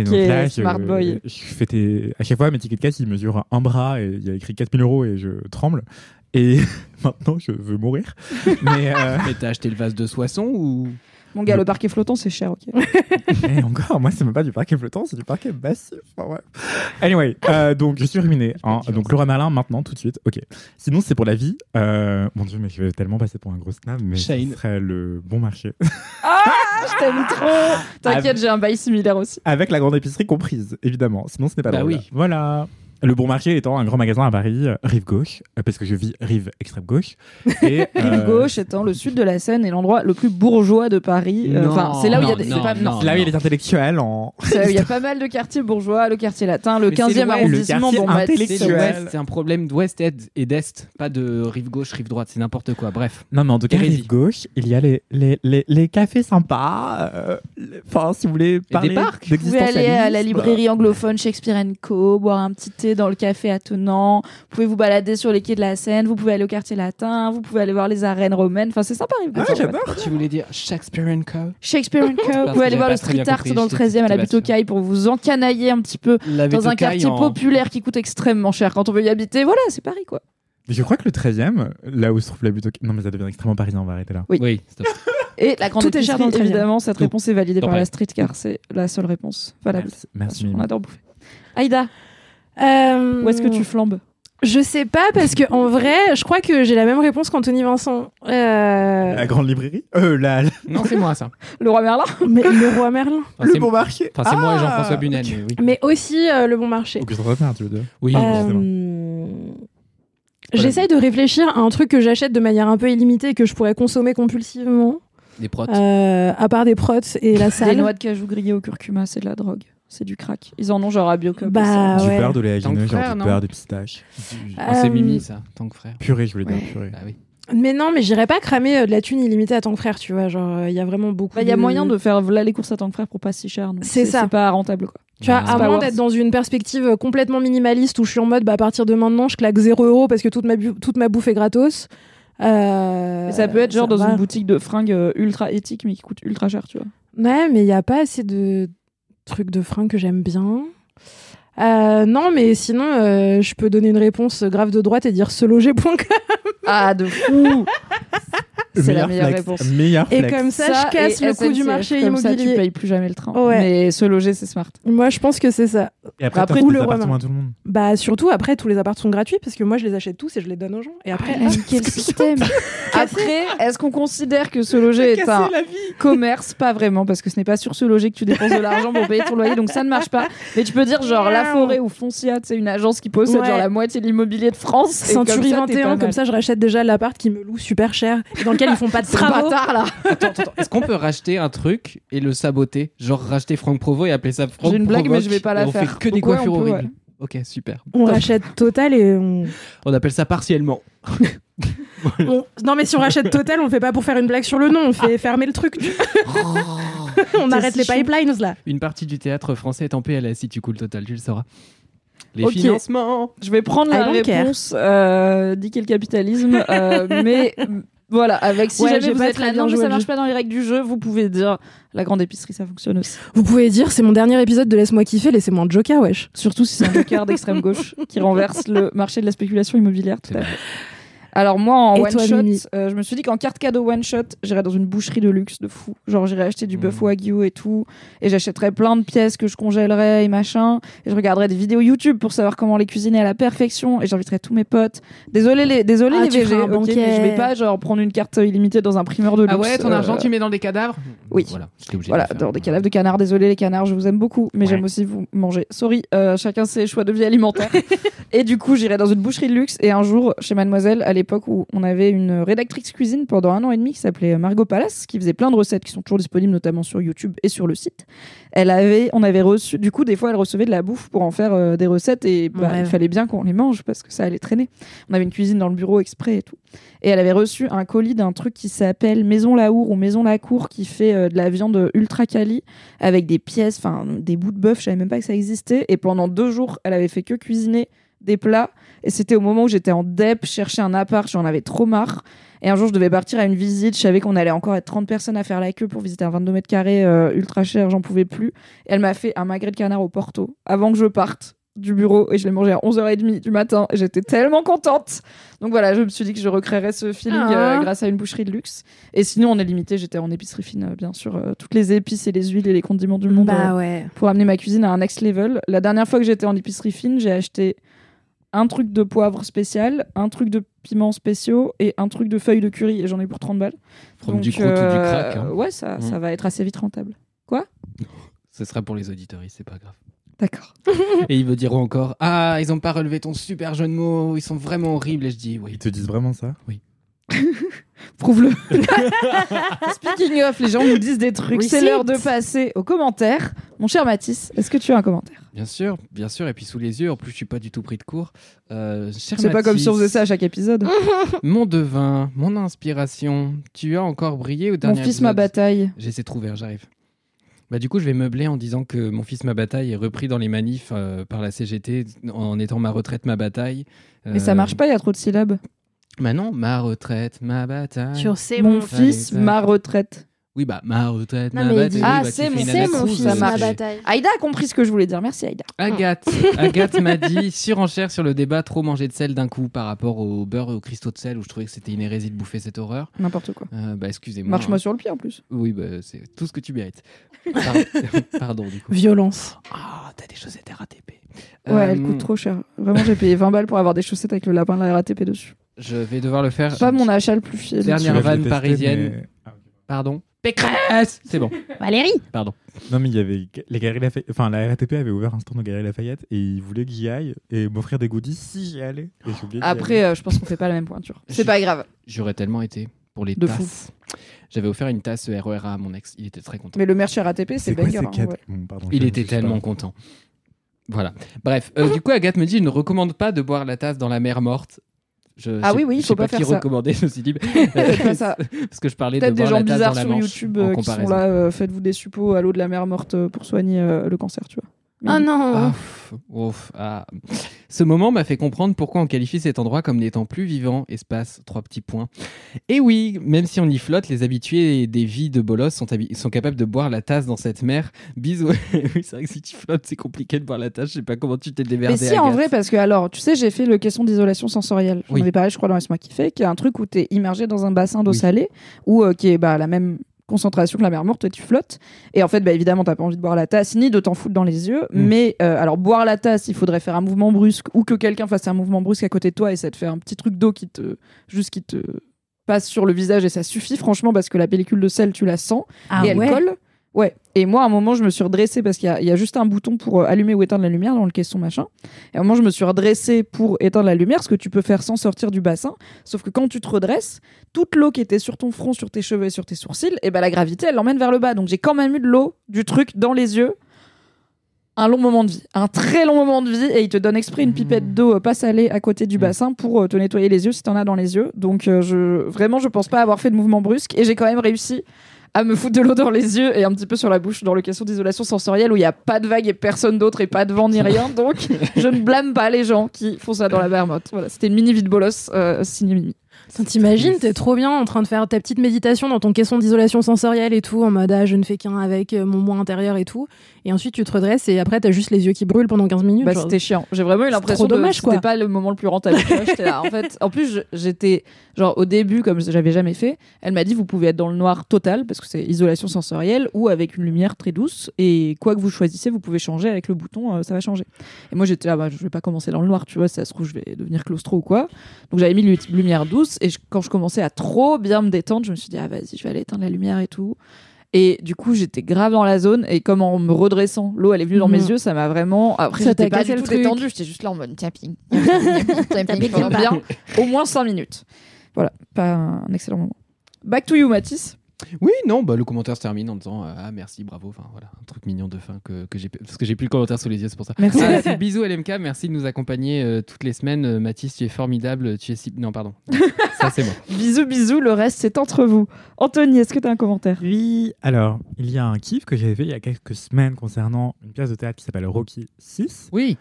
Speaker 1: smart
Speaker 5: je,
Speaker 1: boy.
Speaker 5: je fais tes- à chaque fois, mes tickets de caisse, ils mesurent un bras et il y a écrit 4000 euros et je tremble. Et maintenant, je veux mourir. Mais euh,
Speaker 3: Mais t'as acheté le vase de Soissons ou
Speaker 1: Mon gars,
Speaker 5: Le-
Speaker 1: le parquet flottant, c'est cher, ok.
Speaker 5: et encore, moi, c'est même pas du parquet flottant, c'est du parquet massif. Enfin, ouais. Anyway, euh, donc je suis ruiné. hein. Donc Laura Merlin, maintenant, tout de suite. Ok. Sinon, c'est pour la vie. Euh, mon Dieu, mais je vais tellement passer pour un gros snob, mais ce
Speaker 3: Shane.
Speaker 5: serait le bon marché.
Speaker 1: Ah, Je t'aime trop T'inquiète, j'ai un bail similaire aussi.
Speaker 5: Avec la grande épicerie comprise, évidemment. Sinon, ce n'est pas
Speaker 3: Bah
Speaker 5: drôle.
Speaker 3: oui.
Speaker 5: Voilà. Le Bon Marché étant un grand magasin à Paris, euh, rive gauche, euh, parce que je vis rive extrême gauche. Et,
Speaker 1: Rive
Speaker 5: euh,
Speaker 1: gauche étant le sud de la Seine et l'endroit le plus bourgeois de Paris. Euh,
Speaker 3: Non,
Speaker 1: Enfin, c'est là où il y a
Speaker 3: non,
Speaker 1: des- c'est
Speaker 3: non,
Speaker 1: pas-
Speaker 3: non.
Speaker 5: Là où il y a les intellectuels en.
Speaker 1: c'est là où il y a pas mal de quartiers bourgeois, le quartier latin, le
Speaker 3: Mais c'est
Speaker 1: 15e
Speaker 3: le Ouest,
Speaker 1: arrondissement
Speaker 5: le quartier
Speaker 1: dont Mathis-
Speaker 3: C'est
Speaker 5: intellectuel.
Speaker 3: le
Speaker 5: Sexuel.
Speaker 3: Ouest, c'est un problème d'Ouest et et d'Est, pas de rive gauche, rive droite, c'est n'importe quoi. Bref,
Speaker 5: Non, mais en tout cas,
Speaker 3: Hérésie.
Speaker 5: rive gauche, il y a les, les, les, les cafés sympas. euh, les- Enfin, si vous voulez parler
Speaker 3: parcs.
Speaker 1: Vous pouvez aller à la
Speaker 5: d'existentialisme.
Speaker 1: librairie anglophone Shakespeare Co, boire un petit thé dans le café attenant, vous pouvez vous balader sur les quais de la Seine, vous pouvez aller au quartier latin, vous pouvez aller voir les arènes romaines, enfin c'est sympa Rive
Speaker 5: Ah,
Speaker 1: gauche.
Speaker 5: j'adore.
Speaker 3: tu voulais dire Shakespeare and Co.
Speaker 1: Shakespeare Co, vous
Speaker 3: Parce
Speaker 1: pouvez
Speaker 3: que
Speaker 1: aller
Speaker 3: j'avais
Speaker 1: voir
Speaker 3: pas
Speaker 1: le
Speaker 3: très bien
Speaker 1: street art
Speaker 3: compris,
Speaker 1: dans le
Speaker 3: j'étais-
Speaker 1: 13e à la
Speaker 3: j'étais
Speaker 1: butte aux
Speaker 3: là-dessus.
Speaker 1: cailles pour vous encanailler un petit peu dans un quartier populaire qui coûte extrêmement cher. Quand on veut y habiter, voilà, c'est Paris quoi.
Speaker 5: Je crois que le 13 e là où se trouve la butte. au- Non, mais ça devient extrêmement parisien, on va arrêter là.
Speaker 3: Oui, stop.
Speaker 1: Et la grande
Speaker 4: Tout est cher dans le
Speaker 1: épicerie,
Speaker 4: 13e.
Speaker 1: évidemment, cette
Speaker 3: Tout.
Speaker 1: réponse est validée
Speaker 3: Dans
Speaker 1: par la
Speaker 3: Paris.
Speaker 1: street car c'est la seule réponse valable.
Speaker 5: Merci, merci Mimi.
Speaker 1: On adore bouffer. Aïda,
Speaker 4: Euh,
Speaker 1: où est-ce que tu flambes
Speaker 4: Je sais pas parce que en vrai, je crois que j'ai la même réponse qu'Anthony Vincent. Euh,
Speaker 5: La grande librairie Euh, la, la-
Speaker 3: Non, c'est moi ça.
Speaker 1: Le roi Merlin
Speaker 4: Mais le roi Merlin.
Speaker 3: Enfin,
Speaker 5: le
Speaker 3: c'est
Speaker 5: bon marché.
Speaker 3: enfin, c'est moi et
Speaker 5: Ah Oh,
Speaker 3: Jean-François Bunel. mais Oui,
Speaker 4: Mais aussi euh, le bon marché.
Speaker 5: Au Christophe Robert, tu veux dire
Speaker 3: oui.
Speaker 5: Ah,
Speaker 4: Euh,
Speaker 5: la
Speaker 4: J'essaye de réfléchir à un truc que j'achète de manière un peu illimitée et que je pourrais consommer compulsivement,
Speaker 3: des protes.
Speaker 4: euh, à part des protes et la
Speaker 1: Des
Speaker 4: salle.
Speaker 1: noix de cajou grillées au curcuma, c'est de la drogue. C'est du crack. Ils en ont genre à Biocop. hein.
Speaker 4: Bah,
Speaker 5: Du
Speaker 4: ouais.
Speaker 5: beurre, de
Speaker 3: Tant
Speaker 5: l'éagineux,
Speaker 3: que
Speaker 5: genre
Speaker 3: frère,
Speaker 5: du
Speaker 3: non
Speaker 5: beurre, de pistache.
Speaker 3: Ah, c'est
Speaker 4: euh,
Speaker 3: Mimi ça, tant que frère.
Speaker 5: Purée, je voulais dire
Speaker 4: Ouais.
Speaker 5: purée.
Speaker 3: Bah oui.
Speaker 4: Mais non, mais j'irais pas cramer euh, de la thune illimitée à ton frère, tu vois. Genre, il y a vraiment beaucoup.
Speaker 1: Bah, Il y a
Speaker 4: de-
Speaker 1: moyen de faire là, les courses à tant que frère pour pas si cher. non.
Speaker 4: C'est ça.
Speaker 1: C'est pas rentable quoi.
Speaker 4: Tu vois,
Speaker 3: Ah.
Speaker 4: à
Speaker 1: Pas
Speaker 4: moins
Speaker 1: worth.
Speaker 4: d'être dans une perspective complètement minimaliste où je suis en mode, bah, à partir de maintenant, je claque 0 euros parce que toute ma, bu- toute ma bouffe est gratos. Euh,
Speaker 1: Mais ça peut être genre dans
Speaker 4: va.
Speaker 1: une boutique de fringues euh, ultra éthique mais qui coûte ultra cher, tu vois.
Speaker 4: Ouais, mais il n'y a pas assez de trucs de fringues que j'aime bien. Euh, non, mais sinon, euh, je peux donner une réponse grave de droite et dire se loger.com.
Speaker 1: Ah, de fou C'est la meilleure réponse.
Speaker 5: Meilleur
Speaker 4: Et
Speaker 5: flex.
Speaker 4: comme ça, je casse
Speaker 1: et
Speaker 4: le coût du
Speaker 1: SNCF,
Speaker 4: marché
Speaker 1: comme
Speaker 4: immobilier.
Speaker 1: Ça, tu payes plus jamais le train.
Speaker 4: Ouais.
Speaker 1: Mais se loger, c'est smart.
Speaker 4: Moi, je pense que c'est ça.
Speaker 5: Et après,
Speaker 4: Après,
Speaker 5: après
Speaker 4: ou
Speaker 5: des
Speaker 4: le roi
Speaker 5: appartements à tout le monde.
Speaker 4: Bah, surtout, après, tous les appartements sont gratuits parce que moi, je les achète tous et je les donne aux gens. Et après, ah,
Speaker 1: quel système Après, est-ce qu'on considère que se loger est un commerce Pas vraiment, parce que ce n'est pas sur se loger que tu dépenses de l'argent pour payer ton loyer, donc ça ne marche pas. Mais tu peux dire genre La Forêt ou Foncia, c'est une agence qui possède
Speaker 4: Ouais.
Speaker 1: genre la moitié de l'immobilier de France.
Speaker 4: Century
Speaker 1: et comme ça, t'es pas
Speaker 4: 21,
Speaker 1: mal.
Speaker 4: comme ça, je rachète déjà l'appart qui me loue super cher et dans lequel ils font pas de
Speaker 1: C'est
Speaker 4: travaux.
Speaker 1: bâtard là
Speaker 3: Attends, attends, attends. Est-ce qu'on peut racheter un truc et le saboter Genre racheter Franck Provo et appeler ça Franck
Speaker 1: J'ai une blague,
Speaker 3: Provoque
Speaker 1: mais je vais pas la
Speaker 3: et on
Speaker 1: faire.
Speaker 3: fait que des
Speaker 1: Donc ouais,
Speaker 3: coiffures
Speaker 1: on peut,
Speaker 3: horribles. Ok, super.
Speaker 4: On rachète Total et on...
Speaker 3: On appelle ça partiellement.
Speaker 4: on- Non, mais si on rachète Total, on le fait pas pour faire une blague sur le nom, on fait fermer le truc. on
Speaker 1: T'es
Speaker 4: arrête
Speaker 1: si
Speaker 4: les
Speaker 1: chaud.
Speaker 4: pipelines là.
Speaker 3: Une partie du théâtre français est en PLS si tu coules total, tu le sauras. Les
Speaker 1: Ok.
Speaker 3: financements
Speaker 1: Je vais prendre la
Speaker 4: I don't care.
Speaker 1: réponse euh, dit quel capitalisme, euh, mais euh, voilà, avec si
Speaker 4: Ouais, j'ai
Speaker 1: jamais vous
Speaker 4: pas
Speaker 1: êtes
Speaker 4: très
Speaker 1: là,
Speaker 4: bien
Speaker 1: non mais
Speaker 4: joué
Speaker 1: ça
Speaker 4: le
Speaker 1: marche
Speaker 4: jeu.
Speaker 1: pas dans les règles du jeu, vous pouvez dire la grande épicerie ça fonctionne aussi.
Speaker 4: Vous pouvez dire, c'est mon dernier épisode de Laisse-moi kiffer, laissez-moi un joker, wesh.
Speaker 1: Surtout si c'est un joker d'extrême gauche qui renverse le marché de la spéculation immobilière. Tout à fait. Alors moi en
Speaker 4: Et
Speaker 1: one
Speaker 4: toi,
Speaker 1: shot,
Speaker 4: Mimi
Speaker 1: euh, je me suis dit qu'en carte cadeau one shot, j'irais dans une boucherie de luxe de fou. Genre j'irais acheter du bœuf
Speaker 3: Mhm.
Speaker 1: wagyu et tout, et j'achèterais plein de pièces que je congèlerais et machin, et je regarderais des vidéos YouTube pour savoir comment les cuisiner à la perfection, et j'inviterais tous mes potes. Désolé les, désolé
Speaker 4: Ah,
Speaker 1: les
Speaker 4: tu
Speaker 1: VG,
Speaker 4: feras un
Speaker 1: ok,
Speaker 4: banquet.
Speaker 1: mais je vais pas genre prendre une carte illimitée dans un primeur de luxe.
Speaker 3: Ah ouais, ton
Speaker 1: euh,
Speaker 3: argent, tu mets dans des cadavres
Speaker 1: oui.
Speaker 3: euh, Voilà, j'étais obligé de
Speaker 1: voilà,
Speaker 3: le faire.
Speaker 1: dans des cadavres de canards, désolé les canards, je vous aime beaucoup, mais j'aime aussi vous manger. Sorry, euh, chacun ses choix de vie alimentaire. Et du coup, j'irai dans une boucherie de luxe. Et un jour, chez Mademoiselle, à l'époque où on avait une rédactrice cuisine pendant un an et demi qui s'appelait Margot Palace, qui faisait plein de recettes qui sont toujours disponibles, notamment sur YouTube et sur le site. Elle avait, on avait reçu, du coup, des fois, elle recevait de la bouffe pour en faire euh, des recettes et bah,
Speaker 4: rêve.
Speaker 1: il fallait bien qu'on les mange parce que ça allait traîner. On avait une cuisine dans le bureau exprès et tout. Et elle avait reçu un colis d'un truc qui s'appelle Maison Laour ou Maison Lacour qui fait euh, de la viande ultra quali avec des pièces, enfin des bouts de bœuf, je savais même pas que ça existait. Et pendant deux jours, elle avait fait que cuisiner des plats. Et c'était au moment où j'étais en dep, cherchais un appart, j'en avais trop marre. Et un jour, je devais partir à une visite. Je savais qu'on allait encore être 30 personnes à faire la queue pour visiter un 22 mètres carrés euh, ultra cher, j'en pouvais plus. Et elle m'a fait un magret de canard au Porto avant que je parte du bureau et je l'ai mangé à 11h30 du matin et j'étais tellement contente. Donc voilà, je me suis dit que je recréerais ce feeling
Speaker 4: Ah.
Speaker 1: euh, grâce à une boucherie de luxe. Et sinon, on est limité, j'étais en épicerie fine, euh, bien sûr, euh, toutes les épices et les huiles et les condiments du monde. euh,
Speaker 4: Bah ouais.
Speaker 1: pour amener ma cuisine à un next level. La dernière fois que j'étais en épicerie fine, j'ai acheté un truc de poivre spécial, un truc de piment spéciaux et un truc de feuilles de curry et j'en ai pour 30 balles. euh,
Speaker 3: From du croûte ou du crack, hein.
Speaker 1: Ouais, ça,
Speaker 3: Mm.
Speaker 1: ça va être assez vite rentable.
Speaker 3: Ce sera pour les auditeurs, c'est pas grave.
Speaker 1: D'accord.
Speaker 3: Et ils me diront encore Ah, ils ont pas relevé ton super jeu de mots, ils sont vraiment horribles. Et je dis Oui.
Speaker 5: Ils te disent vraiment ça
Speaker 1: Prouve-le. Speaking of, les gens nous disent des trucs.
Speaker 4: Oui,
Speaker 1: C'est
Speaker 4: si.
Speaker 1: l'heure de passer aux commentaires. Mon cher Mathis, est-ce que tu as un commentaire
Speaker 3: Bien sûr, bien sûr. Et puis sous les yeux, en plus, je suis pas du tout pris de court. Euh, cher
Speaker 1: C'est pas
Speaker 3: Mathis, Mmh.
Speaker 1: comme si on faisait ça à chaque épisode.
Speaker 3: Mon devin, mon inspiration, tu as encore brillé au
Speaker 1: Mon
Speaker 3: dernier
Speaker 1: fils, ma
Speaker 3: épisode.
Speaker 1: bataille.
Speaker 3: J'essaie de trouver, hein, j'arrive. Bah, du coup, je vais meubler en disant que mon fils ma bataille est repris dans les manifs euh, par la CGT en étant ma retraite ma bataille. Euh,
Speaker 1: Mais ça marche pas, il y a trop de syllabes.
Speaker 3: Bah non, ma retraite ma bataille.
Speaker 4: Sur ces
Speaker 1: Mon
Speaker 4: bons-
Speaker 1: fils,
Speaker 3: Allez,
Speaker 1: ma retraite.
Speaker 3: Oui bah ma retraite
Speaker 4: Non,
Speaker 3: ma
Speaker 4: mais il
Speaker 3: bataille.
Speaker 4: dit-
Speaker 3: oui,
Speaker 1: Ah,
Speaker 3: bah, tu
Speaker 1: c'est
Speaker 3: fais
Speaker 1: mon-
Speaker 3: une
Speaker 1: c'est mon
Speaker 3: anacrouse,
Speaker 1: fils,
Speaker 3: euh,
Speaker 1: ma
Speaker 4: ma
Speaker 3: j'ai-
Speaker 4: bataille.
Speaker 1: Aïda a compris ce que je voulais dire. Merci Aïda.
Speaker 3: Agathe, Agathe m'a dit surenchère sur le débat trop manger de sel d'un coup par rapport au beurre et au cristaux de sel où je trouvais que c'était une hérésie de bouffer cette horreur.
Speaker 1: N'importe quoi.
Speaker 3: Euh, bah excusez-moi.
Speaker 1: Marche-moi
Speaker 3: hein.
Speaker 1: sur le pied en plus.
Speaker 3: Oui bah c'est tout ce que tu mérites. Par- Pardon du coup.
Speaker 4: Violence.
Speaker 3: Ah t'as des chaussettes RATP.
Speaker 1: Ouais,
Speaker 3: Euh,
Speaker 1: elle coûte trop cher. Vraiment, j'ai payé 20 balles pour avoir des chaussettes avec le lapin de la RATP dessus.
Speaker 3: Je vais devoir le faire.
Speaker 1: Pas mon achat le plus fier.
Speaker 3: Dernière-
Speaker 5: Tu vas le
Speaker 3: vanne
Speaker 5: détester,
Speaker 3: parisienne.
Speaker 5: mais-
Speaker 3: Pardon. Pécresse C'est bon.
Speaker 4: Valérie
Speaker 3: Pardon.
Speaker 5: Non, mais il y avait les Galeries Lafayette. Enfin, la RATP avait ouvert un stand aux Galeries Lafayette et ils voulaient que j'y aille et m'offrir des goodies si j'y allais. Et j'ai oublié d'y aller.
Speaker 1: Après, euh, je pense qu'on fait pas la même pointure.
Speaker 3: Je-
Speaker 1: C'est pas grave.
Speaker 3: J'aurais tellement été pour les
Speaker 1: De
Speaker 5: Ah,
Speaker 1: fou.
Speaker 3: tasses. J'avais offert une tasse E RERA à mon ex. Il était très content.
Speaker 1: Mais le merch RATP, c'est
Speaker 5: c'est quoi
Speaker 1: banger.
Speaker 5: ces
Speaker 1: hein,
Speaker 5: quatre
Speaker 1: ouais.
Speaker 5: Bon, pardon,
Speaker 3: Il
Speaker 5: je-
Speaker 3: était
Speaker 5: euh, je sais pas.
Speaker 3: tellement content. Voilà. Bref, euh, du coup, Agathe me dit je ne recommande pas de boire la tasse dans la mer morte. Je,
Speaker 1: Ah
Speaker 3: sais-
Speaker 1: oui, oui,
Speaker 3: je
Speaker 1: faut
Speaker 3: sais
Speaker 1: pas
Speaker 3: pas, qui
Speaker 1: faire ça.
Speaker 3: recommandait, je me suis dit.
Speaker 1: Faites pas ça.
Speaker 3: Parce que je parlais de
Speaker 1: Peut-être des
Speaker 3: boire
Speaker 1: gens
Speaker 3: la tasse
Speaker 1: bizarres
Speaker 3: dans la
Speaker 1: sur
Speaker 3: Manche,
Speaker 1: YouTube
Speaker 3: en
Speaker 1: euh, qui sont
Speaker 3: comparaison.
Speaker 1: là. euh, Faites-vous des suppos à l'eau de la mer morte euh, pour soigner euh, le cancer, tu vois.
Speaker 4: Ah non
Speaker 3: Ah, pff, ouf, ah. Ce moment m'a fait comprendre pourquoi on qualifie cet endroit comme n'étant plus vivant, espace, trois petits points. Et oui, même si on y flotte, les habitués des vies de bolos sont, habi- sont capables de boire la tasse dans cette mer. Bisous. oui, c'est vrai que si tu flottes, c'est compliqué de boire la tasse. Je sais pas comment tu t'es démerdé.
Speaker 1: Mais si, en
Speaker 3: Agathe.
Speaker 1: vrai, parce que alors, tu sais, j'ai fait le question d'isolation sensorielle. J'en
Speaker 3: Oui.
Speaker 1: avais parlé, je crois, dans Laisse-moi kiffer, qui est un truc où t'es immergé dans un bassin d'eau
Speaker 3: Oui.
Speaker 1: salée, où, euh, qui est bah, la même concentration que la mer morte et tu flottes. Et en fait, bah, évidemment, t'as pas envie de boire la tasse, ni de t'en foutre dans les yeux.
Speaker 3: Mm.
Speaker 1: Mais euh, alors, boire la tasse, il faudrait faire un mouvement brusque ou que quelqu'un fasse un mouvement brusque à côté de toi et ça te fait un petit truc d'eau qui te. juste qui te passe sur le visage et ça suffit, franchement, parce que la pellicule de sel, tu la sens
Speaker 4: Ah
Speaker 1: et elle colle. Ouais. Et moi, à un moment, je me suis redressée parce qu'il y a- il y, a juste un bouton pour euh, allumer ou éteindre la lumière dans le caisson machin. Et à un moment, je me suis redressée pour éteindre la lumière, ce que tu peux faire sans sortir du bassin. Sauf que quand tu te redresses, toute l'eau qui était sur ton front, sur tes cheveux et sur tes sourcils, et ben la gravité, elle l'emmène vers le bas. Donc j'ai quand même eu de l'eau, du truc dans les yeux. Un long moment de vie, un très long moment de vie, et il te donne exprès une pipette d'eau euh, pas salée à côté du
Speaker 3: Mmh.
Speaker 1: bassin pour euh, te nettoyer les yeux si t'en as dans les yeux. Donc euh, je vraiment, je pense pas avoir fait de mouvement brusque, et j'ai quand même réussi à me foutre de l'eau dans les yeux et un petit peu sur la bouche dans l'occasion d'isolation sensorielle où il n'y a pas de vague et personne d'autre et pas de vent ni rien. Donc, je ne blâme pas les gens qui font ça dans la bermotte. Voilà, c'était une mini vie de bolos euh, signée Mimi.
Speaker 4: Putain, T'imagines, t'es trop bien en train de faire ta petite méditation dans ton caisson d'isolation sensorielle et tout, en mode ah, je ne fais qu'un avec euh, mon moi intérieur et tout. Et ensuite tu te redresses et après t'as juste les yeux qui brûlent pendant 15 minutes.
Speaker 1: Bah,
Speaker 4: genre.
Speaker 1: c'était chiant. J'ai vraiment eu
Speaker 4: C'est
Speaker 1: l'impression
Speaker 4: trop
Speaker 1: de-
Speaker 4: dommage,
Speaker 1: que
Speaker 4: quoi.
Speaker 1: c'était pas le moment le plus rentable. Tu vois, j'étais là. En fait, en plus, je- j'étais genre au début, comme j'avais jamais fait, elle m'a dit vous pouvez être dans le noir total parce que c'est isolation sensorielle ou avec une lumière très douce et quoi que vous choisissez, vous pouvez changer avec le bouton, euh, ça va changer. Et moi j'étais là, bah, je vais pas commencer dans le noir, tu vois, si ça se trouve je vais devenir claustro ou quoi. Donc j'avais mis une lumière douce et je- quand je commençais à trop bien me détendre, je me suis dit ah vas-y, je vais aller éteindre la lumière et tout. Et du coup, j'étais grave dans la zone. Et comme en me redressant, l'eau, elle est venue dans mes
Speaker 4: Mhm.
Speaker 1: yeux, ça m'a vraiment. ah, Après,
Speaker 4: Ça
Speaker 1: j'étais
Speaker 4: t'a
Speaker 1: pas
Speaker 4: cassé
Speaker 1: du
Speaker 4: le
Speaker 1: tout
Speaker 4: truc.
Speaker 1: détendue, j'étais juste là en mode tapping. tapping pendant bien au moins 5 minutes. Voilà, pas un excellent moment. Back to you, Mathis.
Speaker 3: Oui, non, bah, le commentaire se termine en disant euh, Ah, merci, bravo. Enfin, voilà, un truc mignon de fin que, que j'ai. Parce que j'ai plus le commentaire sous les yeux, c'est pour ça.
Speaker 1: Merci.
Speaker 3: Ah, c'est- bisous, LMK. Merci de nous accompagner euh, toutes les semaines. Euh, Mathis, tu es formidable. Tu es si. Non, pardon. ça, c'est moi.
Speaker 1: Bisous, bisous, le reste c'est entre vous. Anthony, est-ce que t'as un commentaire
Speaker 5: Oui, alors, il y a un kiff que j'avais fait il y a quelques semaines concernant une pièce de théâtre qui s'appelle Rocky 6.
Speaker 3: Oui.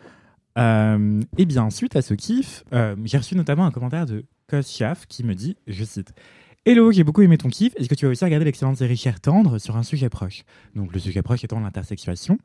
Speaker 5: Euh, et bien, suite à ce kiff, euh, j'ai reçu notamment un commentaire de Koschiaf qui me dit, je cite, Hello, j'ai beaucoup aimé ton kiff. Est-ce que tu as aussi regardé l'excellente série Cher Tendre sur un sujet proche Donc, le sujet proche étant l'intersexuation.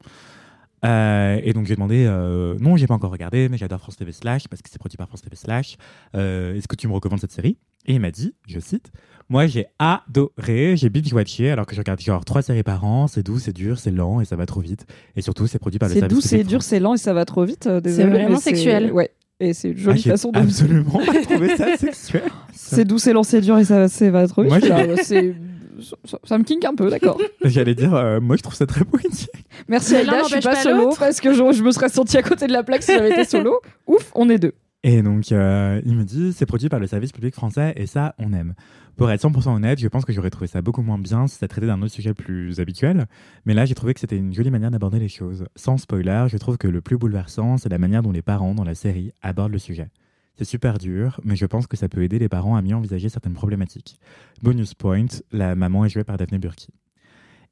Speaker 5: Euh, et donc, j'ai demandé, euh, non, j'ai pas encore regardé, mais j'adore France TV Slash parce que c'est produit par France TV Slash. Euh, Est-ce que tu me recommandes cette série Et il m'a dit, je cite, Moi, j'ai adoré, j'ai binge-watché alors que je regarde genre trois séries par an. C'est doux, c'est dur, c'est lent et ça va trop vite. Et surtout, Ah, c'est produit par le
Speaker 1: C'est
Speaker 5: service
Speaker 1: doux, c'est
Speaker 5: public
Speaker 1: dur, c'est lent et ça va trop vite. euh, désolé,
Speaker 4: vraiment
Speaker 1: mais c'est-
Speaker 4: sexuel.
Speaker 1: Ouais, et c'est une jolie
Speaker 5: Ah, j'ai
Speaker 1: façon de.
Speaker 5: Absolument pas trouvé ça sexuel.
Speaker 1: C'est doux, c'est lent, c'est dur et ça, c'est va trop vite.
Speaker 5: Moi,
Speaker 1: Je suis là, ouais, c'est- ça- ça- ça me kink un peu, d'accord.
Speaker 5: J'allais dire, euh, moi je trouve ça très poétique.
Speaker 1: Merci
Speaker 4: Mais
Speaker 1: Aïda,
Speaker 4: l'un
Speaker 1: je suis
Speaker 4: n'empêche
Speaker 1: pas
Speaker 4: pas
Speaker 1: solo
Speaker 4: l'autre.
Speaker 1: parce que je, je me serais sentie à côté de la plaque si j'avais été solo. Ouf, on est deux.
Speaker 5: Et donc, euh, il me dit, c'est produit par le service public français et ça, on aime. Pour être 100% honnête, je pense que j'aurais trouvé ça beaucoup moins bien si ça traitait d'un autre sujet plus habituel. Mais là, j'ai trouvé que c'était une jolie manière d'aborder les choses. Sans spoiler, je trouve que le plus bouleversant, c'est la manière dont les parents dans la série abordent le sujet. C'est super dur, mais je pense que ça peut aider les parents à mieux envisager certaines problématiques. Bonus point, la maman est jouée par Daphné Burki.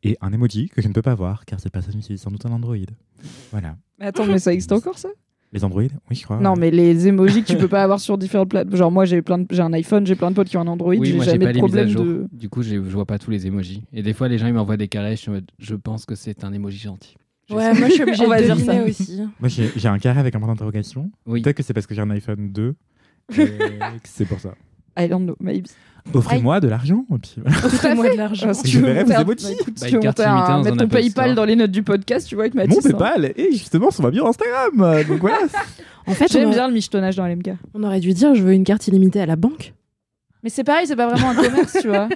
Speaker 5: Et un emoji que je ne peux pas voir, car cette personne utilise sans doute un Android. Voilà.
Speaker 1: Mais attends, mais ça existe encore ça
Speaker 5: Les Android Oui,
Speaker 3: Ah.
Speaker 5: je crois.
Speaker 1: Non, mais les emojis que tu peux pas avoir sur différentes plateformes. Genre, moi j'ai plein de- j'ai un iPhone, j'ai plein de potes qui ont un Android,
Speaker 3: oui,
Speaker 1: j'ai
Speaker 3: moi, j'ai
Speaker 1: jamais
Speaker 3: pas
Speaker 1: de
Speaker 3: les mises à
Speaker 1: problème
Speaker 3: jour.
Speaker 1: de.
Speaker 3: Du coup, j'ai- je vois pas tous les emojis. Et des fois, les gens, ils m'envoient des carrés. Je, suis en mode, je pense que c'est un emoji gentil. Je
Speaker 4: Ouais,
Speaker 3: sais.
Speaker 4: moi je suis obligée
Speaker 1: On va
Speaker 4: de
Speaker 1: dire
Speaker 4: deviner
Speaker 1: ça.
Speaker 4: aussi.
Speaker 5: Moi, j'ai j'ai un carré avec un point d'interrogation.
Speaker 3: Oui.
Speaker 5: Peut-être que c'est parce que j'ai un iPhone 2. et que c'est pour ça.
Speaker 1: I don't know, maybe.
Speaker 5: Offrez-moi de l'argent. et puis voilà.
Speaker 4: Offrez-moi de l'argent.
Speaker 1: Ah, si
Speaker 5: Je
Speaker 1: tu veux
Speaker 5: verrai
Speaker 1: monter
Speaker 5: vos
Speaker 1: un-
Speaker 5: emojis.
Speaker 1: bah, écoute, si
Speaker 3: Bah,
Speaker 1: tu veux
Speaker 3: une carte
Speaker 1: monter un-
Speaker 3: limitée dans
Speaker 1: mettre
Speaker 3: un
Speaker 1: ton
Speaker 3: Apple
Speaker 1: PayPal
Speaker 3: Store.
Speaker 1: dans les notes du podcast, tu vois, avec Mathis.
Speaker 5: Mon
Speaker 1: hein.
Speaker 5: PayPal. Et justement, ça va bien Instagram. euh, Donc voilà.
Speaker 4: En fait, on
Speaker 1: J'aime
Speaker 4: aurait-
Speaker 1: bien le michetonnage dans LMK.
Speaker 4: on aurait dû dire je veux une carte illimitée à la banque.
Speaker 1: Mais c'est pareil, c'est pas vraiment un commerce, tu vois.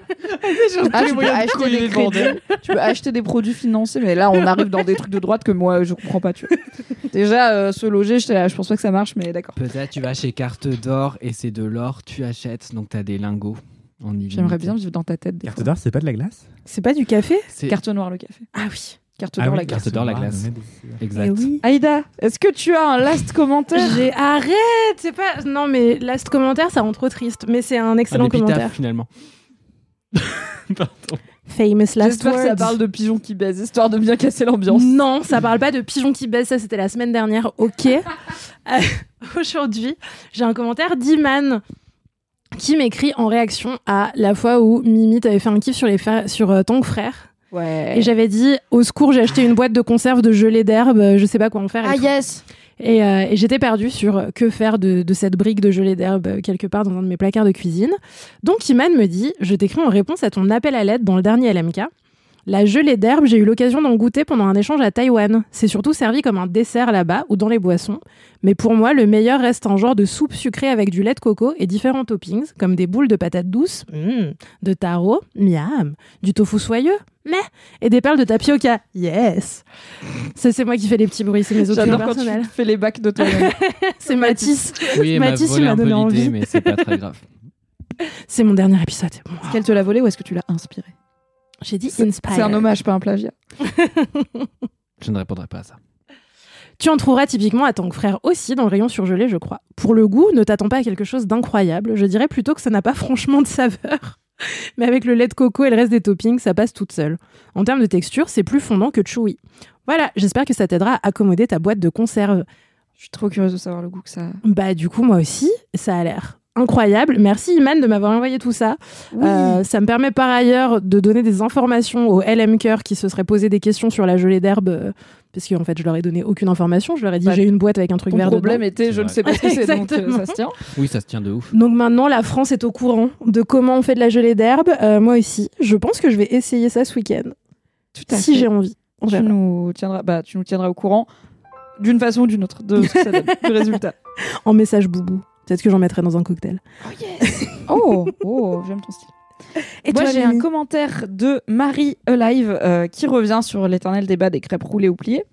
Speaker 1: Ah, tu, peux acheter des crédits, tu peux acheter des produits financiers, mais là, on arrive dans des trucs de droite que moi, je comprends pas, tu vois. Déjà, euh, se loger, j'étais là, je pense pas que ça marche, mais d'accord.
Speaker 3: Peut-être tu vas chez Carte d'Or et c'est de l'or. Tu achètes, donc t'as des lingots. en illimité.
Speaker 1: J'aimerais bien vivre dans ta tête des
Speaker 5: Carte
Speaker 1: fois.
Speaker 5: d'or, c'est pas de la glace
Speaker 4: C'est pas du café
Speaker 3: C'est-
Speaker 1: Carte noire, le café.
Speaker 4: Ah oui.
Speaker 1: Carte d'or,
Speaker 5: oui,
Speaker 1: la glace.
Speaker 3: carte d'or, la
Speaker 5: noire,
Speaker 3: glace.
Speaker 5: on met des-
Speaker 3: Exact.
Speaker 4: Eh oui.
Speaker 1: Aïda, est-ce que tu as un last commentaire
Speaker 4: J'ai arrête, c'est pas non mais last commentaire ça rend trop triste mais c'est un
Speaker 3: Un
Speaker 4: excellent
Speaker 3: épitaphe,
Speaker 4: commentaire.
Speaker 3: finalement. Pardon.
Speaker 4: Famous last
Speaker 1: J'espère que ça
Speaker 4: words.
Speaker 1: parle de pigeons qui baisent, histoire de bien casser l'ambiance.
Speaker 4: Non, ça parle pas de pigeon qui baisse, ça c'était la semaine dernière, ok. Euh, Aujourd'hui, j'ai un commentaire d'Iman qui m'écrit en réaction à la fois où Mimi t'avait fait un kiff sur, les frères- sur euh, Ton Frère.
Speaker 1: Ouais.
Speaker 4: Et j'avais dit, au secours, j'ai acheté une boîte de conserve de gelée d'herbe, euh, je sais pas quoi en faire. et
Speaker 1: Ah
Speaker 4: tout.
Speaker 1: yes
Speaker 4: Et, euh, et j'étais perdue sur euh, que faire de, de cette brique de gelée d'herbe euh, quelque part dans un de mes placards de cuisine. Donc Iman me dit Je t'écris en réponse à ton appel à l'aide dans le dernier LMK. La gelée d'herbe, j'ai eu l'occasion d'en goûter pendant un échange à Taïwan. C'est surtout servi comme un dessert là-bas ou dans les boissons. Mais pour moi, le meilleur reste un genre de soupe sucrée avec du lait de coco et différents toppings, comme des boules de patates douces, mm, de taro, miam, du tofu soyeux, mais, et des perles de tapioca, yes. Ça, c'est moi qui fais les petits bruits, c'est mes opinions
Speaker 1: J'adore quand
Speaker 4: personnelles.
Speaker 1: tu fais les bacs de toi-même.
Speaker 4: C'est Mathis.
Speaker 3: Oui, elle m'a
Speaker 4: Mathis, il
Speaker 3: volé
Speaker 4: m'a
Speaker 3: un peu
Speaker 4: donné
Speaker 3: l'idée,
Speaker 4: envie.
Speaker 3: mais c'est pas très grave.
Speaker 4: C'est mon dernier épisode. Bon,
Speaker 1: Est-ce qu'elle te l'a volé ou est-ce que tu l'as inspiré
Speaker 4: J'ai dit
Speaker 1: C'est
Speaker 4: inspire.
Speaker 1: c'est un hommage, pas un plagiat.
Speaker 3: Je ne répondrai pas à ça.
Speaker 4: Tu en trouveras typiquement à Tank Frère aussi dans le rayon surgelé, je crois. Pour le goût, ne t'attends pas à quelque chose d'incroyable. Je dirais plutôt que ça n'a pas franchement de saveur. Mais avec le lait de coco et le reste des toppings, ça passe toute seule. En termes de texture, c'est plus fondant que chewy. Voilà, j'espère que ça t'aidera à accommoder ta boîte de conserve.
Speaker 1: Je suis trop curieuse de savoir le goût que ça a.
Speaker 4: Bah du coup, moi aussi, ça a l'air incroyable. Merci Iman de m'avoir envoyé tout ça. Euh, ça me permet par ailleurs de donner des informations aux LM Cœur qui se seraient posé des questions sur la gelée d'herbe, euh, parce qu'en fait, je leur ai donné aucune information. Je leur ai dit
Speaker 1: Bah,
Speaker 4: j'ai une boîte avec un truc
Speaker 1: Ton
Speaker 4: vert
Speaker 1: problème
Speaker 4: dedans.
Speaker 1: était, je ne sais pas ce que c'est, donc euh,
Speaker 4: Exactement.
Speaker 1: ça se tient.
Speaker 3: Oui, ça se tient de ouf.
Speaker 4: Donc maintenant, la France est au courant de comment on fait de la gelée d'herbe. Euh, moi aussi, je pense que je vais essayer ça ce week-end,
Speaker 1: Tout à
Speaker 4: si
Speaker 1: fait.
Speaker 4: j'ai envie. On
Speaker 1: tu
Speaker 4: verra.
Speaker 1: nous tiendras, bah, tu nous tiendras au courant d'une façon ou d'une autre de ce que ça donne, du résultat.
Speaker 4: En message boubou. Peut-être que j'en mettrai dans un cocktail.
Speaker 1: Oh, oh, j'aime ton style.
Speaker 4: Et
Speaker 1: Moi,
Speaker 4: toi,
Speaker 1: j'ai un
Speaker 4: Mimi
Speaker 1: commentaire de Marie Alive euh, qui revient sur l'éternel débat des crêpes roulées ou pliées.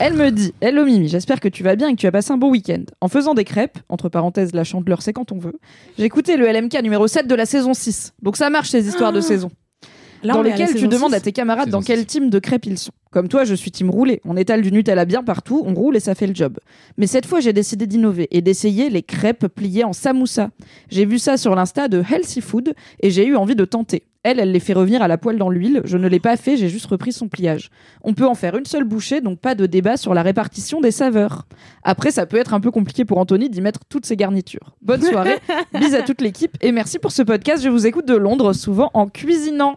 Speaker 1: Elle me dit Hello Mimi, j'espère que tu vas bien et que tu as passé un bon week-end. En faisant des crêpes, entre parenthèses, la chandeleur, c'est quand on veut, j'ai écouté le LMK numéro 7 de la saison 6. Donc ça marche ces histoires
Speaker 4: Ah.
Speaker 1: de saison.
Speaker 4: Là,
Speaker 1: dans
Speaker 4: on est à la
Speaker 1: lequel tu
Speaker 4: saison
Speaker 1: demandes
Speaker 4: six.
Speaker 1: à tes camarades dans
Speaker 3: Saison
Speaker 1: quel
Speaker 3: six.
Speaker 1: team de crêpes ils sont. Comme toi, je suis team roulé. On étale du Nutella bien partout, on roule et ça fait le job. Mais cette fois, j'ai décidé d'innover et d'essayer les crêpes pliées en samoussa. J'ai vu ça sur l'insta de Healthy Food et j'ai eu envie de tenter. Elle, elle les fait revenir à la poêle dans l'huile. Je ne l'ai pas fait, j'ai juste repris son pliage. On peut en faire une seule bouchée, donc pas de débat sur la répartition des saveurs. Après, ça peut être un peu compliqué pour Anthony d'y mettre toutes ses garnitures. Bonne soirée, bis à toute l'équipe et merci pour ce podcast. Je vous écoute de Londres, souvent en cuisinant.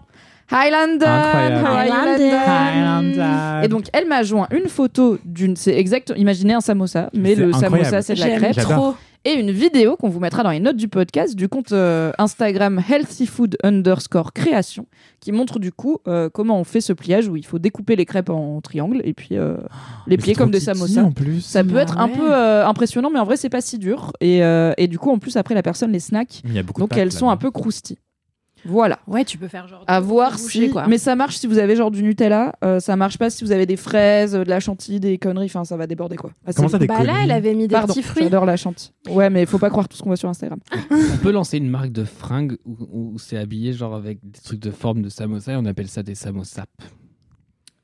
Speaker 1: Highlander,
Speaker 5: Incroyable.
Speaker 1: Highlander.
Speaker 5: Highlander.
Speaker 1: Et donc, elle m'a joint une photo d'une. C'est exact. Imaginez un samosa, mais
Speaker 5: C'est
Speaker 1: le
Speaker 5: incroyable.
Speaker 1: samosa, c'est de la
Speaker 4: J'aime
Speaker 1: crêpe.
Speaker 5: J'adore.
Speaker 4: trop.
Speaker 1: Et une vidéo qu'on vous mettra dans les notes du podcast du compte euh, Instagram healthyfood underscore création qui montre du coup euh, comment on fait ce pliage où il faut découper les crêpes en triangle et puis euh, les plier comme des samosas.
Speaker 5: En plus.
Speaker 1: Ça peut
Speaker 4: Ah
Speaker 1: être un
Speaker 4: ouais.
Speaker 1: peu euh, impressionnant, mais en vrai, c'est pas si dur. Et, euh, et du coup, en plus, après, la personne les snack.
Speaker 5: Il y a beaucoup de
Speaker 1: Donc,
Speaker 5: pâtes,
Speaker 1: elles
Speaker 5: là,
Speaker 1: sont
Speaker 5: non
Speaker 1: un peu croustilles. Voilà.
Speaker 4: Ouais, tu peux faire genre.
Speaker 1: À
Speaker 4: deux
Speaker 1: voir
Speaker 4: bouchées,
Speaker 1: si.
Speaker 4: quoi.
Speaker 1: Mais ça marche si vous avez genre du Nutella. euh, ça marche pas si vous avez des fraises, euh, de la chantilly, des conneries. Enfin, ça va déborder quoi. Ah,
Speaker 5: Comment
Speaker 1: c'est-
Speaker 5: ça des
Speaker 4: Bah là,
Speaker 5: conneries
Speaker 4: elle avait mis des
Speaker 1: Pardon,
Speaker 4: petits fruits.
Speaker 1: j'adore la chantilly. Ouais, mais faut pas croire tout ce qu'on voit sur Instagram.
Speaker 3: On peut lancer une marque de fringues où, où c'est habillé genre avec des trucs de forme de samosa et on appelle ça des samosas.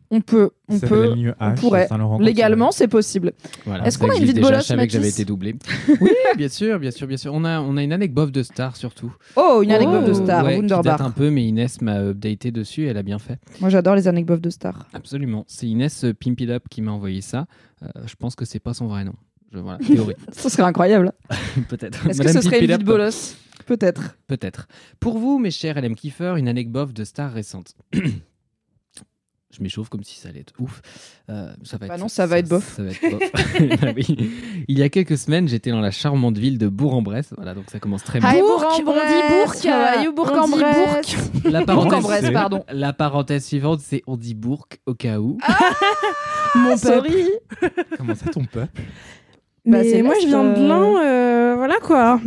Speaker 1: On peut, on peut.
Speaker 5: Ça s'appelle la ligne
Speaker 1: on
Speaker 5: H,
Speaker 1: pourrait.
Speaker 5: Saint-Laurent.
Speaker 1: Légalement, c'est possible.
Speaker 3: Voilà,
Speaker 1: Est-ce
Speaker 3: ça
Speaker 1: qu'on a une
Speaker 3: existe
Speaker 1: vie de
Speaker 3: déjà,
Speaker 1: bolosse,
Speaker 3: Je savais que j'avais
Speaker 1: Mathis
Speaker 3: été doublé. Oui, bien sûr, bien sûr, bien sûr. On a, on a une anecdote de star surtout.
Speaker 1: Oh, une anecdote
Speaker 4: Oh.
Speaker 1: de star,
Speaker 3: Ouais, qui
Speaker 1: Wunderbar.
Speaker 3: date un peu, mais Inès m'a updaté dessus et elle a bien fait.
Speaker 1: Moi, j'adore les anecdotes de star.
Speaker 3: Absolument. C'est Inès euh, Pimp It Up qui m'a envoyé ça. Euh, je pense que c'est pas son vrai nom. Je, voilà, théorie.
Speaker 1: Ce serait incroyable.
Speaker 3: Peut-être.
Speaker 1: Est-ce que
Speaker 3: Madame
Speaker 1: ce serait une
Speaker 3: Pimp It
Speaker 1: vie
Speaker 3: Up,
Speaker 1: de bolos Peut-être.
Speaker 3: Peut-être. Pour vous, mes chers LM Kiefer, une anecdote de star récente. Je m'échauffe comme si ça allait être ouf. Euh, ça va
Speaker 1: Bah non, ça va être bof.
Speaker 3: ça va être bof. Bah oui. Il y a quelques semaines, j'étais dans la charmante ville de Bourg-en-Bresse. Voilà, donc ça commence très bien.
Speaker 4: Hi,
Speaker 1: Bourg,
Speaker 4: Bourg,
Speaker 1: on dit Bourg,
Speaker 4: euh,
Speaker 1: Bourg, Bah,
Speaker 4: on dit
Speaker 1: Bourg.
Speaker 3: La
Speaker 1: Ah, Bourg-en-Bresse,
Speaker 3: parenthèse-
Speaker 1: pardon. Ah.
Speaker 3: La parenthèse suivante, c'est on dit Bourg au cas où.
Speaker 1: Mon
Speaker 4: sorry.
Speaker 1: sorry.
Speaker 5: Comment ça, ton peuple
Speaker 1: Bah,
Speaker 4: Mais
Speaker 1: c'est
Speaker 4: moi,
Speaker 1: l'Est,
Speaker 4: je viens de
Speaker 1: euh,
Speaker 4: l'un, euh, voilà quoi.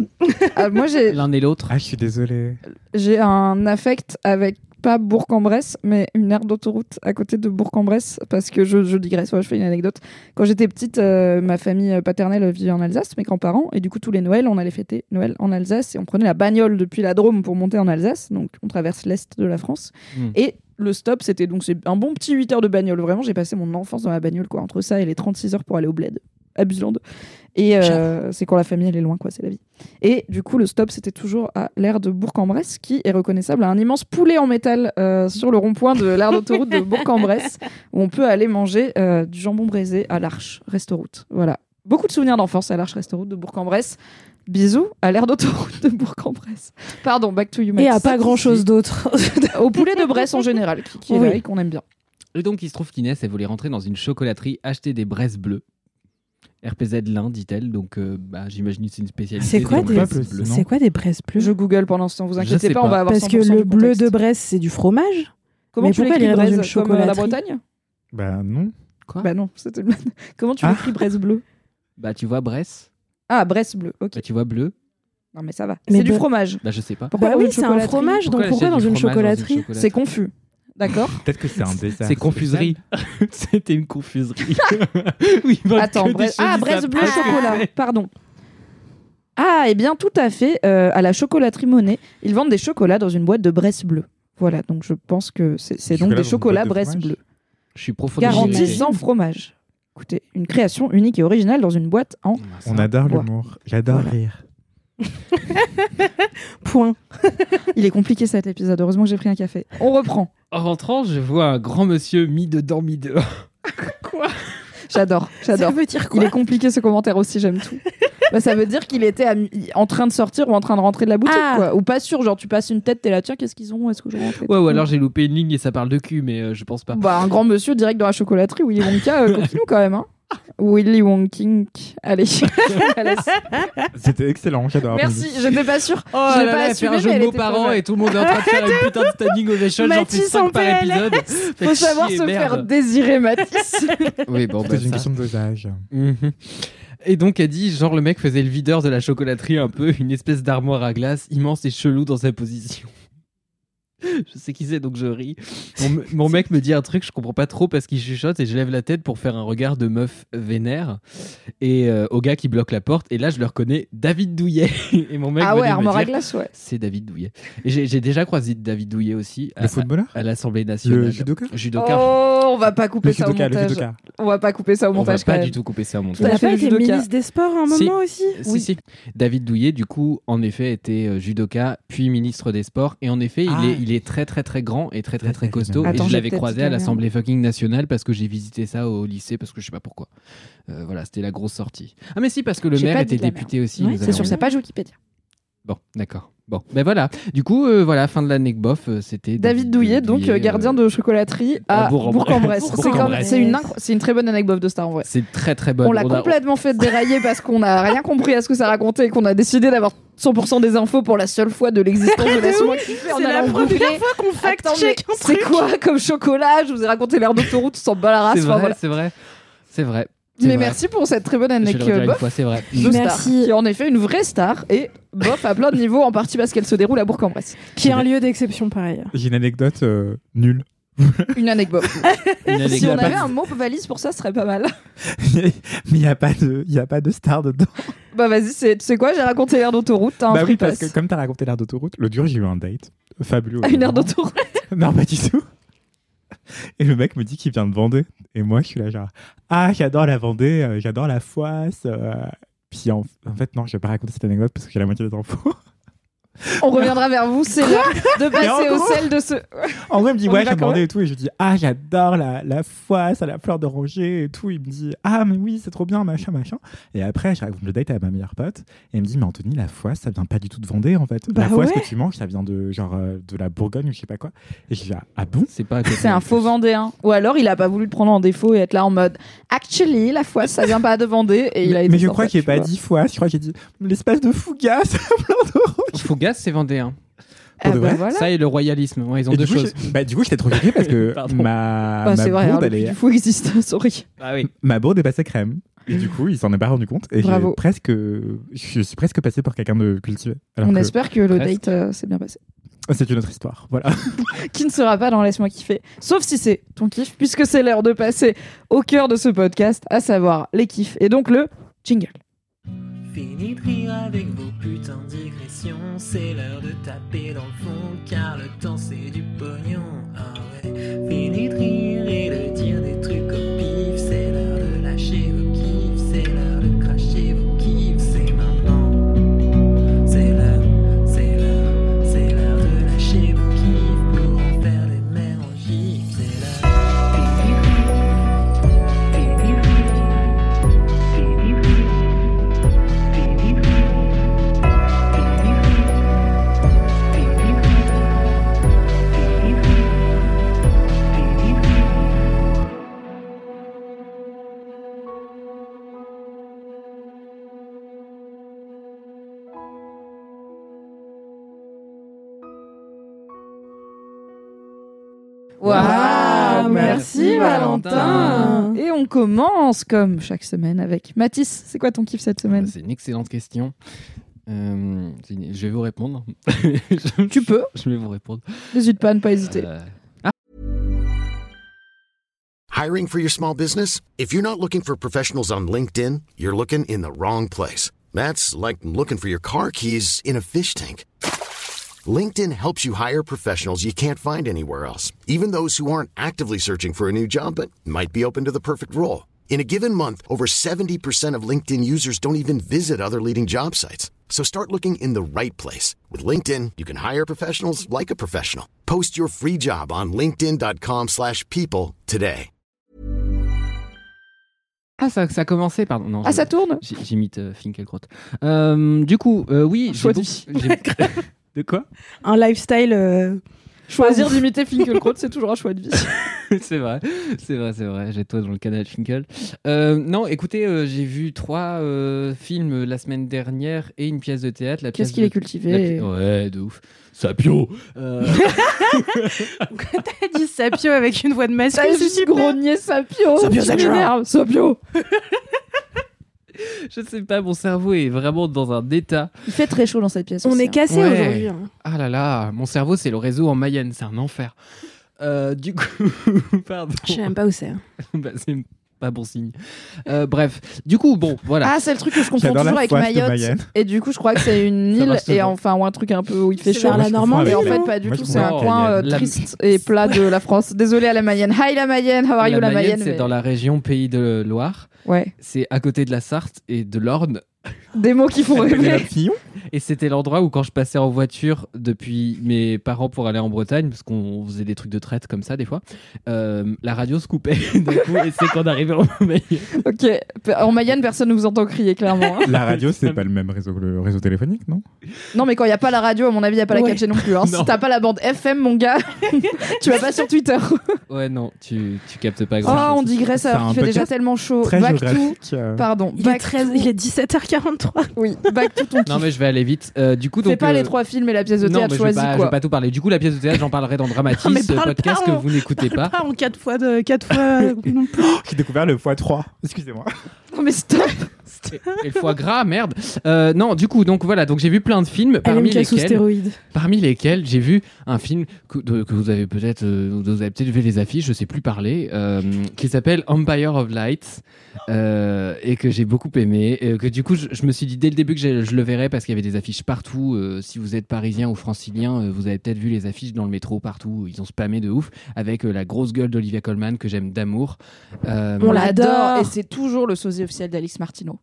Speaker 1: Ah, moi, j'ai
Speaker 3: L'un et l'autre.
Speaker 5: Ah, je suis désolé.
Speaker 1: j'ai un affect avec pas Bourg-en-Bresse, mais une aire d'autoroute à côté de Bourg-en-Bresse, parce que je, je digresse, ouais, je fais une anecdote. Quand j'étais petite, euh, ma famille paternelle vivait en Alsace, mes grands-parents, et du coup, tous les Noëls, on allait fêter Noël en Alsace, et on prenait la bagnole depuis la Drôme pour monter en Alsace, donc on traverse l'Est de la France.
Speaker 3: Mm.
Speaker 1: Et le stop, c'était donc c'est un bon petit 8 heures de bagnole, vraiment, j'ai passé mon enfance dans la bagnole, quoi, entre ça et les 36 heures pour aller au bled. Abusland. Et euh, c'est quand la famille, elle est loin, quoi, c'est la vie. Et du coup, le stop, c'était toujours à l'aire de Bourg-en-Bresse, qui est reconnaissable à un immense poulet en métal euh, sur le rond-point de l'aire d'autoroute de Bourg-en-Bresse, où on peut aller manger euh, du jambon braisé à l'Arche Restoroute. Voilà. Beaucoup de souvenirs d'enfance à l'Arche Restoroute de Bourg-en-Bresse. Bisous à l'aire d'autoroute de Bourg-en-Bresse. Pardon, back to you,
Speaker 4: Et
Speaker 1: Max.
Speaker 4: à pas grand chose d'autre.
Speaker 1: Au poulet de Bresse en général, qui, qui est
Speaker 4: Oui.
Speaker 1: là et qu'on aime bien.
Speaker 3: Et donc, il se trouve qu'Inès, elle voulait rentrer dans une chocolaterie, acheter des braises bleues. RPZ l'un, dit-elle. Donc, euh, bah, j'imagine que c'est une spécialité.
Speaker 4: C'est quoi
Speaker 3: des
Speaker 4: des-
Speaker 3: braises bleues.
Speaker 5: Non.
Speaker 4: C'est quoi des braises bleues
Speaker 1: Je google pendant ce temps, vous
Speaker 3: Je
Speaker 1: inquiétez
Speaker 3: sais
Speaker 1: pas,
Speaker 3: pas.
Speaker 1: on va avoir
Speaker 4: Parce que
Speaker 1: 100%
Speaker 4: le
Speaker 1: du
Speaker 4: bleu
Speaker 1: contexte.
Speaker 4: de Bresse, c'est du fromage.
Speaker 1: Comment
Speaker 4: Mais
Speaker 1: tu
Speaker 4: pourquoi
Speaker 1: l'écris
Speaker 4: elle irait dans
Speaker 1: braise,
Speaker 4: une Hein
Speaker 1: comme, euh, la
Speaker 4: chocolaterie
Speaker 1: Bretagne
Speaker 5: Bah, non.
Speaker 3: Quoi
Speaker 1: Bah non, c'était une blague. Comment tu
Speaker 5: Ah.
Speaker 1: l'écris Bresse bleue
Speaker 3: Bah, tu vois Bresse,
Speaker 1: Ah, Bresse bleue, ok.
Speaker 3: bah, tu vois bleu,
Speaker 1: Non mais ça va.
Speaker 4: Mais
Speaker 1: C'est du
Speaker 4: bah-
Speaker 1: fromage.
Speaker 3: bah, je sais pas.
Speaker 1: Pourquoi
Speaker 4: bah
Speaker 1: dans
Speaker 4: oui,
Speaker 1: une
Speaker 4: c'est un
Speaker 1: chocolaterie
Speaker 4: fromage, donc
Speaker 3: elle achète
Speaker 4: pourquoi dans
Speaker 3: du
Speaker 4: une
Speaker 3: fromage
Speaker 4: chocolaterie
Speaker 1: C'est confus. D'accord
Speaker 5: Peut-être que c'est un dessert.
Speaker 3: C'est confuserie. C'était une confuserie. oui, bah,
Speaker 1: Attends,
Speaker 3: que
Speaker 1: Bresse...
Speaker 3: des
Speaker 1: Ah,
Speaker 3: choses
Speaker 1: Bresse bleue
Speaker 3: approchent.
Speaker 1: chocolat, pardon. Ah, et bien tout à fait, euh, à la chocolaterie Monet, ils vendent des chocolats dans une boîte de Bresse bleue. Voilà, donc je pense que c'est c'est donc
Speaker 5: Chocolat
Speaker 1: des
Speaker 5: dans une
Speaker 1: chocolats
Speaker 5: boîte de
Speaker 1: Bresse
Speaker 5: fromage
Speaker 1: bleue.
Speaker 3: Je suis profondément
Speaker 1: Garantie
Speaker 3: irrité.
Speaker 1: sans fromage. Écoutez, une création unique et originale dans une boîte en...
Speaker 5: On adore
Speaker 1: Ouais.
Speaker 5: l'humour. J'adore rire.
Speaker 4: Point.
Speaker 1: Il est compliqué cet épisode, heureusement que j'ai pris un café. On reprend,
Speaker 3: En rentrant, je vois un grand monsieur mis dedans, mis dehors.
Speaker 1: j'adore,
Speaker 4: Ça
Speaker 1: j'adore.
Speaker 4: veut dire
Speaker 1: Il
Speaker 4: quoi
Speaker 1: est compliqué ce commentaire aussi, j'aime tout. Bah, ça veut dire qu'il était à mi- en train de sortir ou en train de rentrer de la boutique,
Speaker 4: Ah.
Speaker 1: quoi. Ou pas sûr, genre tu passes une tête, t'es là, tiens, qu'est-ce qu'ils ont Est-ce que je rentre
Speaker 3: Ouais, ou alors j'ai loupé une ligne et ça parle de cul, mais euh, je pense pas.
Speaker 1: Bah, un grand monsieur direct dans la chocolaterie, Willy Wonka, euh, coquinou quand même, hein. Willy Wonking. Allez, je la laisse.
Speaker 5: C'était excellent. J'adore.
Speaker 1: Merci, j'étais pas sûre.
Speaker 3: Oh
Speaker 1: Je l'ai
Speaker 3: là
Speaker 1: pas
Speaker 3: là, elle fait
Speaker 1: assumé,
Speaker 3: un
Speaker 1: mais
Speaker 3: jeu
Speaker 1: elle
Speaker 3: de mots
Speaker 1: était
Speaker 3: par
Speaker 1: trop
Speaker 3: an
Speaker 1: bonne.
Speaker 3: et tout le monde est en train de faire une putain de standing ovation, j'en fais
Speaker 4: Mathis
Speaker 3: 5
Speaker 4: en
Speaker 3: par
Speaker 4: PLS.
Speaker 3: épisode. Fait
Speaker 1: Faut savoir
Speaker 3: chier,
Speaker 1: se faire
Speaker 3: merde.
Speaker 1: désirer, Mathis.
Speaker 3: Oui, bon, bah,
Speaker 5: C'est une
Speaker 3: ça.
Speaker 5: question de dosage.
Speaker 3: Mhm. Et donc elle dit, genre le mec faisait le videur de la chocolaterie un peu, une espèce d'armoire à glace immense et chelou dans sa position. Je sais qui c'est, donc je ris. Mon, mon mec me dit un truc, je comprends pas trop parce qu'il chuchote et je lève la tête pour faire un regard de meuf vénère et euh, au gars qui bloque la porte. Et là, je le reconnais, David Douillet. Et mon mec
Speaker 1: Ah
Speaker 3: venait
Speaker 1: ouais,
Speaker 3: de me
Speaker 1: armoire à
Speaker 3: dire,
Speaker 1: glace, ouais.
Speaker 3: C'est David Douillet. Et j'ai j'ai déjà croisé David Douillet aussi à,
Speaker 5: Le footballeur
Speaker 3: à- à l'Assemblée nationale.
Speaker 5: Le judoka
Speaker 3: Judoka.
Speaker 1: Oh, on va pas couper
Speaker 5: Le
Speaker 1: ça au
Speaker 5: judoka, le
Speaker 1: montage.
Speaker 5: judoka.
Speaker 1: On va pas couper ça au
Speaker 3: On va
Speaker 1: montage quand
Speaker 3: pas
Speaker 1: même.
Speaker 3: du tout couper ça en montage.
Speaker 1: On
Speaker 4: On
Speaker 1: a
Speaker 4: n'a
Speaker 1: fait
Speaker 4: pas
Speaker 1: le
Speaker 4: été
Speaker 1: judoka.
Speaker 4: ministre des Sports à un
Speaker 3: Si.
Speaker 4: moment aussi
Speaker 3: Si,
Speaker 1: Oui.
Speaker 3: si. David Douillet, du coup, en effet, était euh, judoka, puis ministre des Sports. Et en effet,
Speaker 5: Ah.
Speaker 3: il, est, il est très, très, très grand et très, très, très costaud.
Speaker 1: Attends,
Speaker 3: et je
Speaker 1: j'ai
Speaker 3: l'avais
Speaker 1: peut-être dit
Speaker 3: croisé
Speaker 1: la
Speaker 3: à
Speaker 1: merde.
Speaker 3: l'Assemblée fucking nationale parce que j'ai visité ça au lycée, parce que je sais pas pourquoi. Euh, voilà, c'était la grosse sortie. Ah, mais si, parce que le
Speaker 1: J'ai
Speaker 3: maire
Speaker 1: pas dit
Speaker 3: était
Speaker 1: de la
Speaker 3: député aussi.
Speaker 4: Ouais,
Speaker 3: nous
Speaker 4: c'est
Speaker 3: avons-
Speaker 1: C'est sur sa page Wikipédia.
Speaker 3: Bon, d'accord. Bon, ben voilà. Du coup, euh, voilà, fin de l'année que bof, euh, c'était.
Speaker 1: David Douillet, donc euh, gardien de chocolaterie
Speaker 3: à
Speaker 1: à
Speaker 3: Bourg-en-Bresse.
Speaker 1: Bourg-en-Bresse. C'est comme-
Speaker 3: Bourg-en-Bresse.
Speaker 1: C'est une, incro- c'est une très bonne anecdote de star en vrai.
Speaker 3: C'est très très bonne.
Speaker 1: On l'a
Speaker 3: a-
Speaker 1: complètement fait dérailler parce qu'on n'a rien compris à ce que ça racontait et qu'on a décidé d'avoir 100% des infos pour la seule fois de l'existence de la Souma qui fait en
Speaker 4: C'est la
Speaker 1: allant
Speaker 4: première
Speaker 1: googler.
Speaker 4: fois
Speaker 1: Attends,
Speaker 4: qu'on
Speaker 1: mais
Speaker 4: fact-check un
Speaker 1: C'est
Speaker 4: truc.
Speaker 1: quoi comme chocolat Je vous ai raconté l'air d'autoroute, on s'en bat la race.
Speaker 3: C'est
Speaker 1: enfin,
Speaker 3: vrai,
Speaker 1: voilà.
Speaker 3: c'est vrai. C'est vrai. C'est
Speaker 1: Mais
Speaker 3: vrai.
Speaker 1: merci pour cette très bonne
Speaker 3: Je vais le redire
Speaker 1: anecdote.
Speaker 3: une
Speaker 1: Bof,
Speaker 3: fois, c'est vrai.
Speaker 1: de star,
Speaker 4: Merci.
Speaker 1: qui est en effet une vraie star et bof à plein de niveaux, en partie parce qu'elle se déroule à Bourg-en-Bresse.
Speaker 4: Qui est un lieu d'exception par ailleurs.
Speaker 5: J'ai une anecdote euh, nulle.
Speaker 1: Une anecdote.
Speaker 3: Une
Speaker 1: si on
Speaker 3: anecdote.
Speaker 1: avait un mot valise pour ça, ce serait pas mal.
Speaker 5: Mais il n'y a, pas de- il y a pas de star dedans.
Speaker 1: Bah vas-y, c'est- tu sais quoi, j'ai raconté l'air d'autoroute, t'as un
Speaker 5: bah
Speaker 1: free
Speaker 5: oui, parce que
Speaker 1: pass.
Speaker 5: comme t'as raconté l'air d'autoroute, le dur, j'ai eu un date. Fabuleux.
Speaker 1: À Ah, Une aire d'autoroute.
Speaker 5: Non, pas du tout. Et le mec me dit qu'il vient de Vendée. Et moi, je suis là, genre, ah, j'adore la Vendée, euh, j'adore la Foisse. euh. Puis en, en fait, non, je vais pas raconter cette anecdote parce que j'ai la moitié des infos.
Speaker 1: On reviendra vers vous, c'est l'heure de passer au sel de ce...
Speaker 5: En vrai, il me dit,
Speaker 1: On y
Speaker 5: ouais,
Speaker 1: va
Speaker 5: j'aime
Speaker 1: quand
Speaker 5: Vendée et tout. Et je lui dis, ah, j'adore la, la Foisse, à la fleur d'oranger et tout. Il me dit, ah, mais oui, c'est trop bien, machin, machin. Et après, je raconte le date à ma meilleure pote. Et elle me dit, mais Anthony, la Foisse, ça vient pas du tout de Vendée, en fait.
Speaker 4: Bah
Speaker 5: la Foisse
Speaker 4: ouais.
Speaker 5: que tu manges, ça vient de, genre, euh, de la Bourgogne ou je sais pas quoi. Et je dis, ah, ah bon
Speaker 3: C'est pas à côté,
Speaker 1: C'est
Speaker 3: en
Speaker 1: un
Speaker 3: plus.
Speaker 1: faux Vendéen. Ou alors il a pas voulu le prendre en défaut et être là en mode Actually, la foi, ça vient pas de Vendée. Et il a
Speaker 5: mais,
Speaker 1: été
Speaker 5: mais je
Speaker 1: sympa,
Speaker 5: crois qu'il
Speaker 1: tu
Speaker 5: n'ait pas
Speaker 1: vois.
Speaker 5: dit fois, je crois qu'il a dit l'espace de Fougas, plein d'euros.
Speaker 3: Fougas, c'est vendéen.
Speaker 1: Ah
Speaker 5: Pour de
Speaker 1: bah
Speaker 5: vrai
Speaker 1: voilà.
Speaker 3: Ça et le royalisme. Ouais, ils ont
Speaker 5: Et
Speaker 3: deux
Speaker 5: du coup,
Speaker 3: choses.
Speaker 5: j'ai- bah, du coup, j'étais trop choqué parce que
Speaker 3: Pardon.
Speaker 5: ma,
Speaker 1: Bah,
Speaker 5: Ah, ma,
Speaker 1: c'est vrai,
Speaker 5: bourde,
Speaker 1: alors,
Speaker 5: elle
Speaker 1: le
Speaker 5: est-
Speaker 1: Puy du fou existe, sorry.
Speaker 3: Ah oui.
Speaker 5: ma bourde est passée crème. Et du coup, il s'en est pas rendu compte. Et j'ai
Speaker 1: Bravo.
Speaker 5: presque, je suis presque passé pour quelqu'un de cultivé. Alors
Speaker 1: On
Speaker 5: que
Speaker 1: espère que le
Speaker 3: Presque.
Speaker 1: date euh, s'est bien passé.
Speaker 5: c'est une autre histoire. Voilà.
Speaker 1: Qui ne sera pas dans Laisse-moi kiffer. Sauf si c'est ton kiff, puisque c'est l'heure de passer au cœur de ce podcast, à savoir les kiffs. Et donc le jingle.
Speaker 6: Fini de rire avec vos putains de digressions, c'est l'heure de taper dans le fond, car le temps c'est du pognon. Ah ouais, fini de rire et de dire des trucs au pif, c'est l'heure de lâcher vos kiffs, c'est l'heure de cracher vos kiffs, c'est maintenant. C'est l'heure, c'est l'heure, c'est l'heure de lâcher vos kiffs pour en faire des mères en gif, c'est l'heure. Fini de rire. Fini de rire. Fini de rire.
Speaker 1: Waouh,
Speaker 3: merci, Valentin.
Speaker 1: Et on commence comme chaque semaine avec Mathis. C'est quoi ton kiff cette
Speaker 3: Bah,
Speaker 1: semaine
Speaker 3: C'est une excellente question. Euh, c'est une- je vais vous répondre. Je-
Speaker 1: Tu peux,
Speaker 3: Je vais vous répondre.
Speaker 1: n'hésite pas à ne pas hésiter.
Speaker 3: Euh,
Speaker 7: Hiring for your small business? If you're not looking for professionals on LinkedIn, you're looking in the wrong place. That's like looking for your car keys in a fish tank. LinkedIn helps you hire professionals you can't find anywhere else, even those who aren't actively searching for a new job but might be open to the perfect role. In a given month, over 70% of LinkedIn users don't even visit other leading job sites. So start looking in the right place. With LinkedIn, you can hire professionals like a professional. Post your free job on linkedin.com/people slash people today.
Speaker 3: Ah, ça, ça a commencé, pardon. Non,
Speaker 1: Ah,
Speaker 3: je-
Speaker 1: ça tourne
Speaker 3: j'ai- J'imite euh, Finkielkraut. Euh, du coup, euh, oui. j'ai
Speaker 1: Choix de vie.
Speaker 3: beaucoup- j'ai- De quoi
Speaker 4: Un lifestyle. euh,
Speaker 1: Choisir d'imiter Finkelkraut, c'est toujours un choix de vie.
Speaker 3: c'est vrai, c'est vrai, c'est vrai. J'ai toi dans le canal Finkel. Euh, non, écoutez, euh, j'ai vu trois euh, films euh, la semaine dernière et une pièce de théâtre. La
Speaker 1: Qu'est-ce
Speaker 3: pièce
Speaker 1: qu'il
Speaker 3: de-
Speaker 1: est
Speaker 3: la pi-
Speaker 1: cultivé et-
Speaker 3: Ouais, de ouf. Sapio. Euh,
Speaker 4: T'as dit Sapio avec une voix de masque.
Speaker 1: T'as juste grogné Sapio
Speaker 6: Sapio,
Speaker 1: tu
Speaker 6: Sapio.
Speaker 1: m'énerves, Sapio
Speaker 3: Je sais pas, mon cerveau est vraiment dans un état.
Speaker 1: Il fait très chaud dans cette pièce.
Speaker 4: On
Speaker 1: aussi,
Speaker 4: est
Speaker 1: hein.
Speaker 4: cassé
Speaker 3: Ouais.
Speaker 4: aujourd'hui. hein.
Speaker 3: Ah là là, mon cerveau, c'est le réseau en Mayenne, c'est un enfer. Euh, du coup, pardon.
Speaker 4: Je sais même pas où c'est.
Speaker 3: Bah, c'est pas bon signe. Euh, bref, du coup, bon, voilà.
Speaker 1: Ah, c'est le truc que je comprends
Speaker 5: J'adore la
Speaker 1: toujours avec
Speaker 5: phrase de
Speaker 1: Mayotte.
Speaker 5: Mayenne.
Speaker 1: Et du coup, je crois que c'est une
Speaker 3: Ça
Speaker 1: île
Speaker 3: marche
Speaker 1: et
Speaker 3: souvent.
Speaker 1: enfin ou un truc un peu où il fait
Speaker 4: C'est
Speaker 1: chaud.
Speaker 4: vers la
Speaker 5: je comprends
Speaker 4: Normandie,
Speaker 1: Mais
Speaker 5: avec
Speaker 1: en
Speaker 5: la-
Speaker 1: fait, pas du
Speaker 5: Moi, je
Speaker 1: tout.
Speaker 5: comprends
Speaker 1: C'est un
Speaker 3: avec la
Speaker 1: coin euh,
Speaker 3: Mayenne. La-
Speaker 1: triste et plat de la France. Désolé à la Mayenne. Hi la Mayenne. How are you Ah, la Mayenne
Speaker 3: c'est
Speaker 1: mais-
Speaker 3: dans la région Pays de Loire.
Speaker 1: Ouais.
Speaker 3: C'est à côté de la Sarthe et de l'Orne.
Speaker 1: Des mots qui font rêver.
Speaker 5: Fillon
Speaker 3: Et c'était l'endroit où, quand je passais en voiture depuis mes parents pour aller en Bretagne, parce qu'on faisait des trucs de traite comme ça des fois, euh, la radio se coupait d'un coup. Et c'est quand on arrivait en Mayenne.
Speaker 1: ok. Pe- En Mayenne, personne ne vous entend crier clairement. hein.
Speaker 5: La radio, c'est pas le même réseau que le réseau téléphonique, non
Speaker 1: Non, mais quand il n'y a pas la radio, à mon avis, il n'y a pas la
Speaker 4: Ouais.
Speaker 1: 4G non plus. hein.
Speaker 3: Non.
Speaker 1: Si t'as pas la bande FM, mon gars, tu vas pas sur Twitter.
Speaker 3: Ouais, non, tu, tu captes pas grand
Speaker 1: Oh, on
Speaker 3: chose.
Speaker 1: digresse
Speaker 5: C'est
Speaker 1: alors qu'il
Speaker 5: un
Speaker 1: fait déjà
Speaker 5: podcast
Speaker 1: tellement chaud.
Speaker 5: Très
Speaker 1: Back to.
Speaker 5: géographique. euh,
Speaker 1: Pardon.
Speaker 4: Il est,
Speaker 1: back to-
Speaker 4: 13 il est 17h43.
Speaker 1: Oui, back to ton
Speaker 3: Non,
Speaker 1: kiff.
Speaker 3: mais je vais aller vite. Euh, du coup, donc.
Speaker 1: Fais pas
Speaker 3: euh,
Speaker 1: les trois films et la pièce de
Speaker 3: non, mais
Speaker 1: théâtre
Speaker 3: je vais,
Speaker 1: choisie,
Speaker 3: pas, je vais
Speaker 1: quoi.
Speaker 3: pas tout parler. Du coup, la pièce de théâtre, j'en parlerai dans Dramatis,
Speaker 4: Non, mais parle pas,
Speaker 3: podcast que
Speaker 4: on-
Speaker 3: vous n'écoutez
Speaker 1: hein.
Speaker 3: pas.
Speaker 4: en 4 fois de 4 fois euh, non plus.
Speaker 5: J'ai découvert le x3. Excusez-moi.
Speaker 1: Non, mais stop.
Speaker 3: Et le foie gras, merde. Euh, non, du coup, donc voilà, donc j'ai vu plein de films, parmi
Speaker 4: LMK sous
Speaker 3: lesquels,
Speaker 4: stéroïdes.
Speaker 3: parmi lesquels j'ai vu un film que, de- que vous avez peut-être, euh, dont vous avez peut-être vu les affiches, je sais plus parler, euh, qui s'appelle Empire of Lights euh, et que j'ai beaucoup aimé, euh, que du coup je, je me suis dit dès le début que je, je le verrais parce qu'il y avait des affiches partout. euh, si vous êtes parisien ou francilien, euh, vous avez peut-être vu les affiches dans le métro partout. Ils ont spammé de ouf avec euh, la grosse gueule d'Olivia Colman que j'aime d'amour. Euh,
Speaker 4: On l'adore.
Speaker 1: Et c'est toujours le sosie officiel d'Alix Martineau.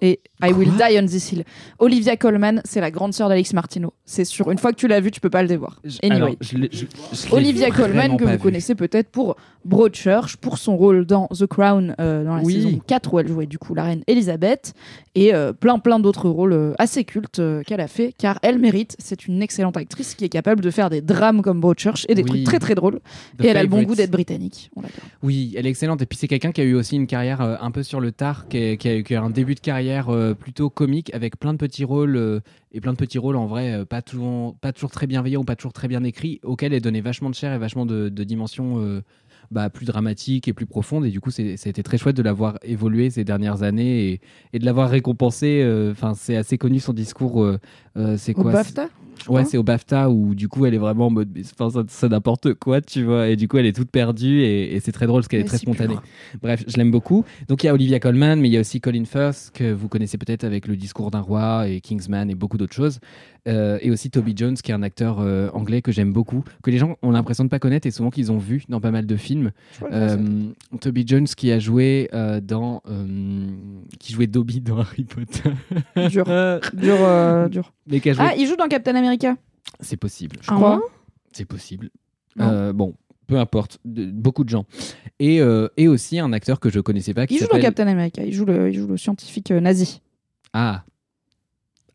Speaker 1: Et I Will
Speaker 3: Quoi
Speaker 1: Die on this hill. Olivia Colman, c'est la grande sœur d'Alix Martineau. C'est sûr. Une fois que tu l'as vue, tu peux pas le dévoir.
Speaker 3: je-
Speaker 1: Anyway.
Speaker 3: alors, je l'ai- je- je l'ai
Speaker 1: Olivia
Speaker 3: vraiment
Speaker 1: Colman, que
Speaker 3: pas
Speaker 1: vous
Speaker 3: vu.
Speaker 1: connaissez peut-être pour Broadchurch, pour son rôle dans The Crown, euh, dans la
Speaker 3: Oui.
Speaker 1: saison 4 où elle jouait du coup la reine Elisabeth, et euh, plein plein d'autres rôles euh, assez cultes euh, qu'elle a fait, car elle mérite, c'est une excellente actrice qui est capable de faire des drames comme Broadchurch et des
Speaker 3: Oui.
Speaker 1: trucs très très drôles,
Speaker 3: The
Speaker 1: et elle a le bon
Speaker 3: Favourite.
Speaker 1: goût d'être britannique. On l'adore.
Speaker 3: Oui, elle est excellente. Et puis c'est quelqu'un qui a eu aussi une carrière euh, un peu sur le tard, qui a, qui a- qui a un début de carrière euh, plutôt comique, avec plein de petits rôles euh, et plein de petits rôles en vrai, euh, pas toujours, pas toujours très bienveillants ou pas toujours très bien écrits, auxquels elle donnait vachement de chair et vachement de, de dimensions euh, bah, plus dramatiques et plus profondes. Et du coup, c'est- c'était très chouette de l'avoir évolué ces dernières années et, et de l'avoir récompensé. Enfin, c'est assez connu son discours. euh, euh, c'est
Speaker 1: Au
Speaker 3: quoi c'est-
Speaker 1: BAFTA
Speaker 3: Ouais,
Speaker 1: crois.
Speaker 3: c'est au BAFTA où du coup elle est vraiment en mode mais c'est pas ça, c'est n'importe quoi, tu vois, et du coup elle est toute perdue et, et c'est très drôle parce qu'elle est
Speaker 1: Mais
Speaker 3: très
Speaker 1: c'est plus
Speaker 3: spontanée.
Speaker 1: loin.
Speaker 3: Bref, je l'aime beaucoup. Donc il y a Olivia Colman, mais il y a aussi Colin Firth que vous connaissez peut-être avec le discours d'un roi et Kingsman et beaucoup d'autres choses, Euh, et aussi Toby Jones qui est un acteur euh, anglais que j'aime beaucoup, que les gens ont l'impression de pas connaître et souvent qu'ils ont vu dans pas mal de films. Euh, Toby Jones qui a joué euh, dans euh, qui jouait Dobby dans Harry Potter,
Speaker 1: Dur, dur,
Speaker 3: Mmh.
Speaker 1: euh, dur.
Speaker 3: mais qui a joué.
Speaker 1: Ah, il joue dans Captain America,
Speaker 3: C'est possible. je
Speaker 1: je crois.
Speaker 3: C'est possible.
Speaker 1: Non.
Speaker 3: Euh, bon, peu importe, de- beaucoup de gens. Et, euh, et aussi un acteur que je connaissais pas qui
Speaker 1: il joue dans
Speaker 3: s'appelle
Speaker 1: Captain America, il joue le, il joue le scientifique euh, nazi.
Speaker 3: Ah.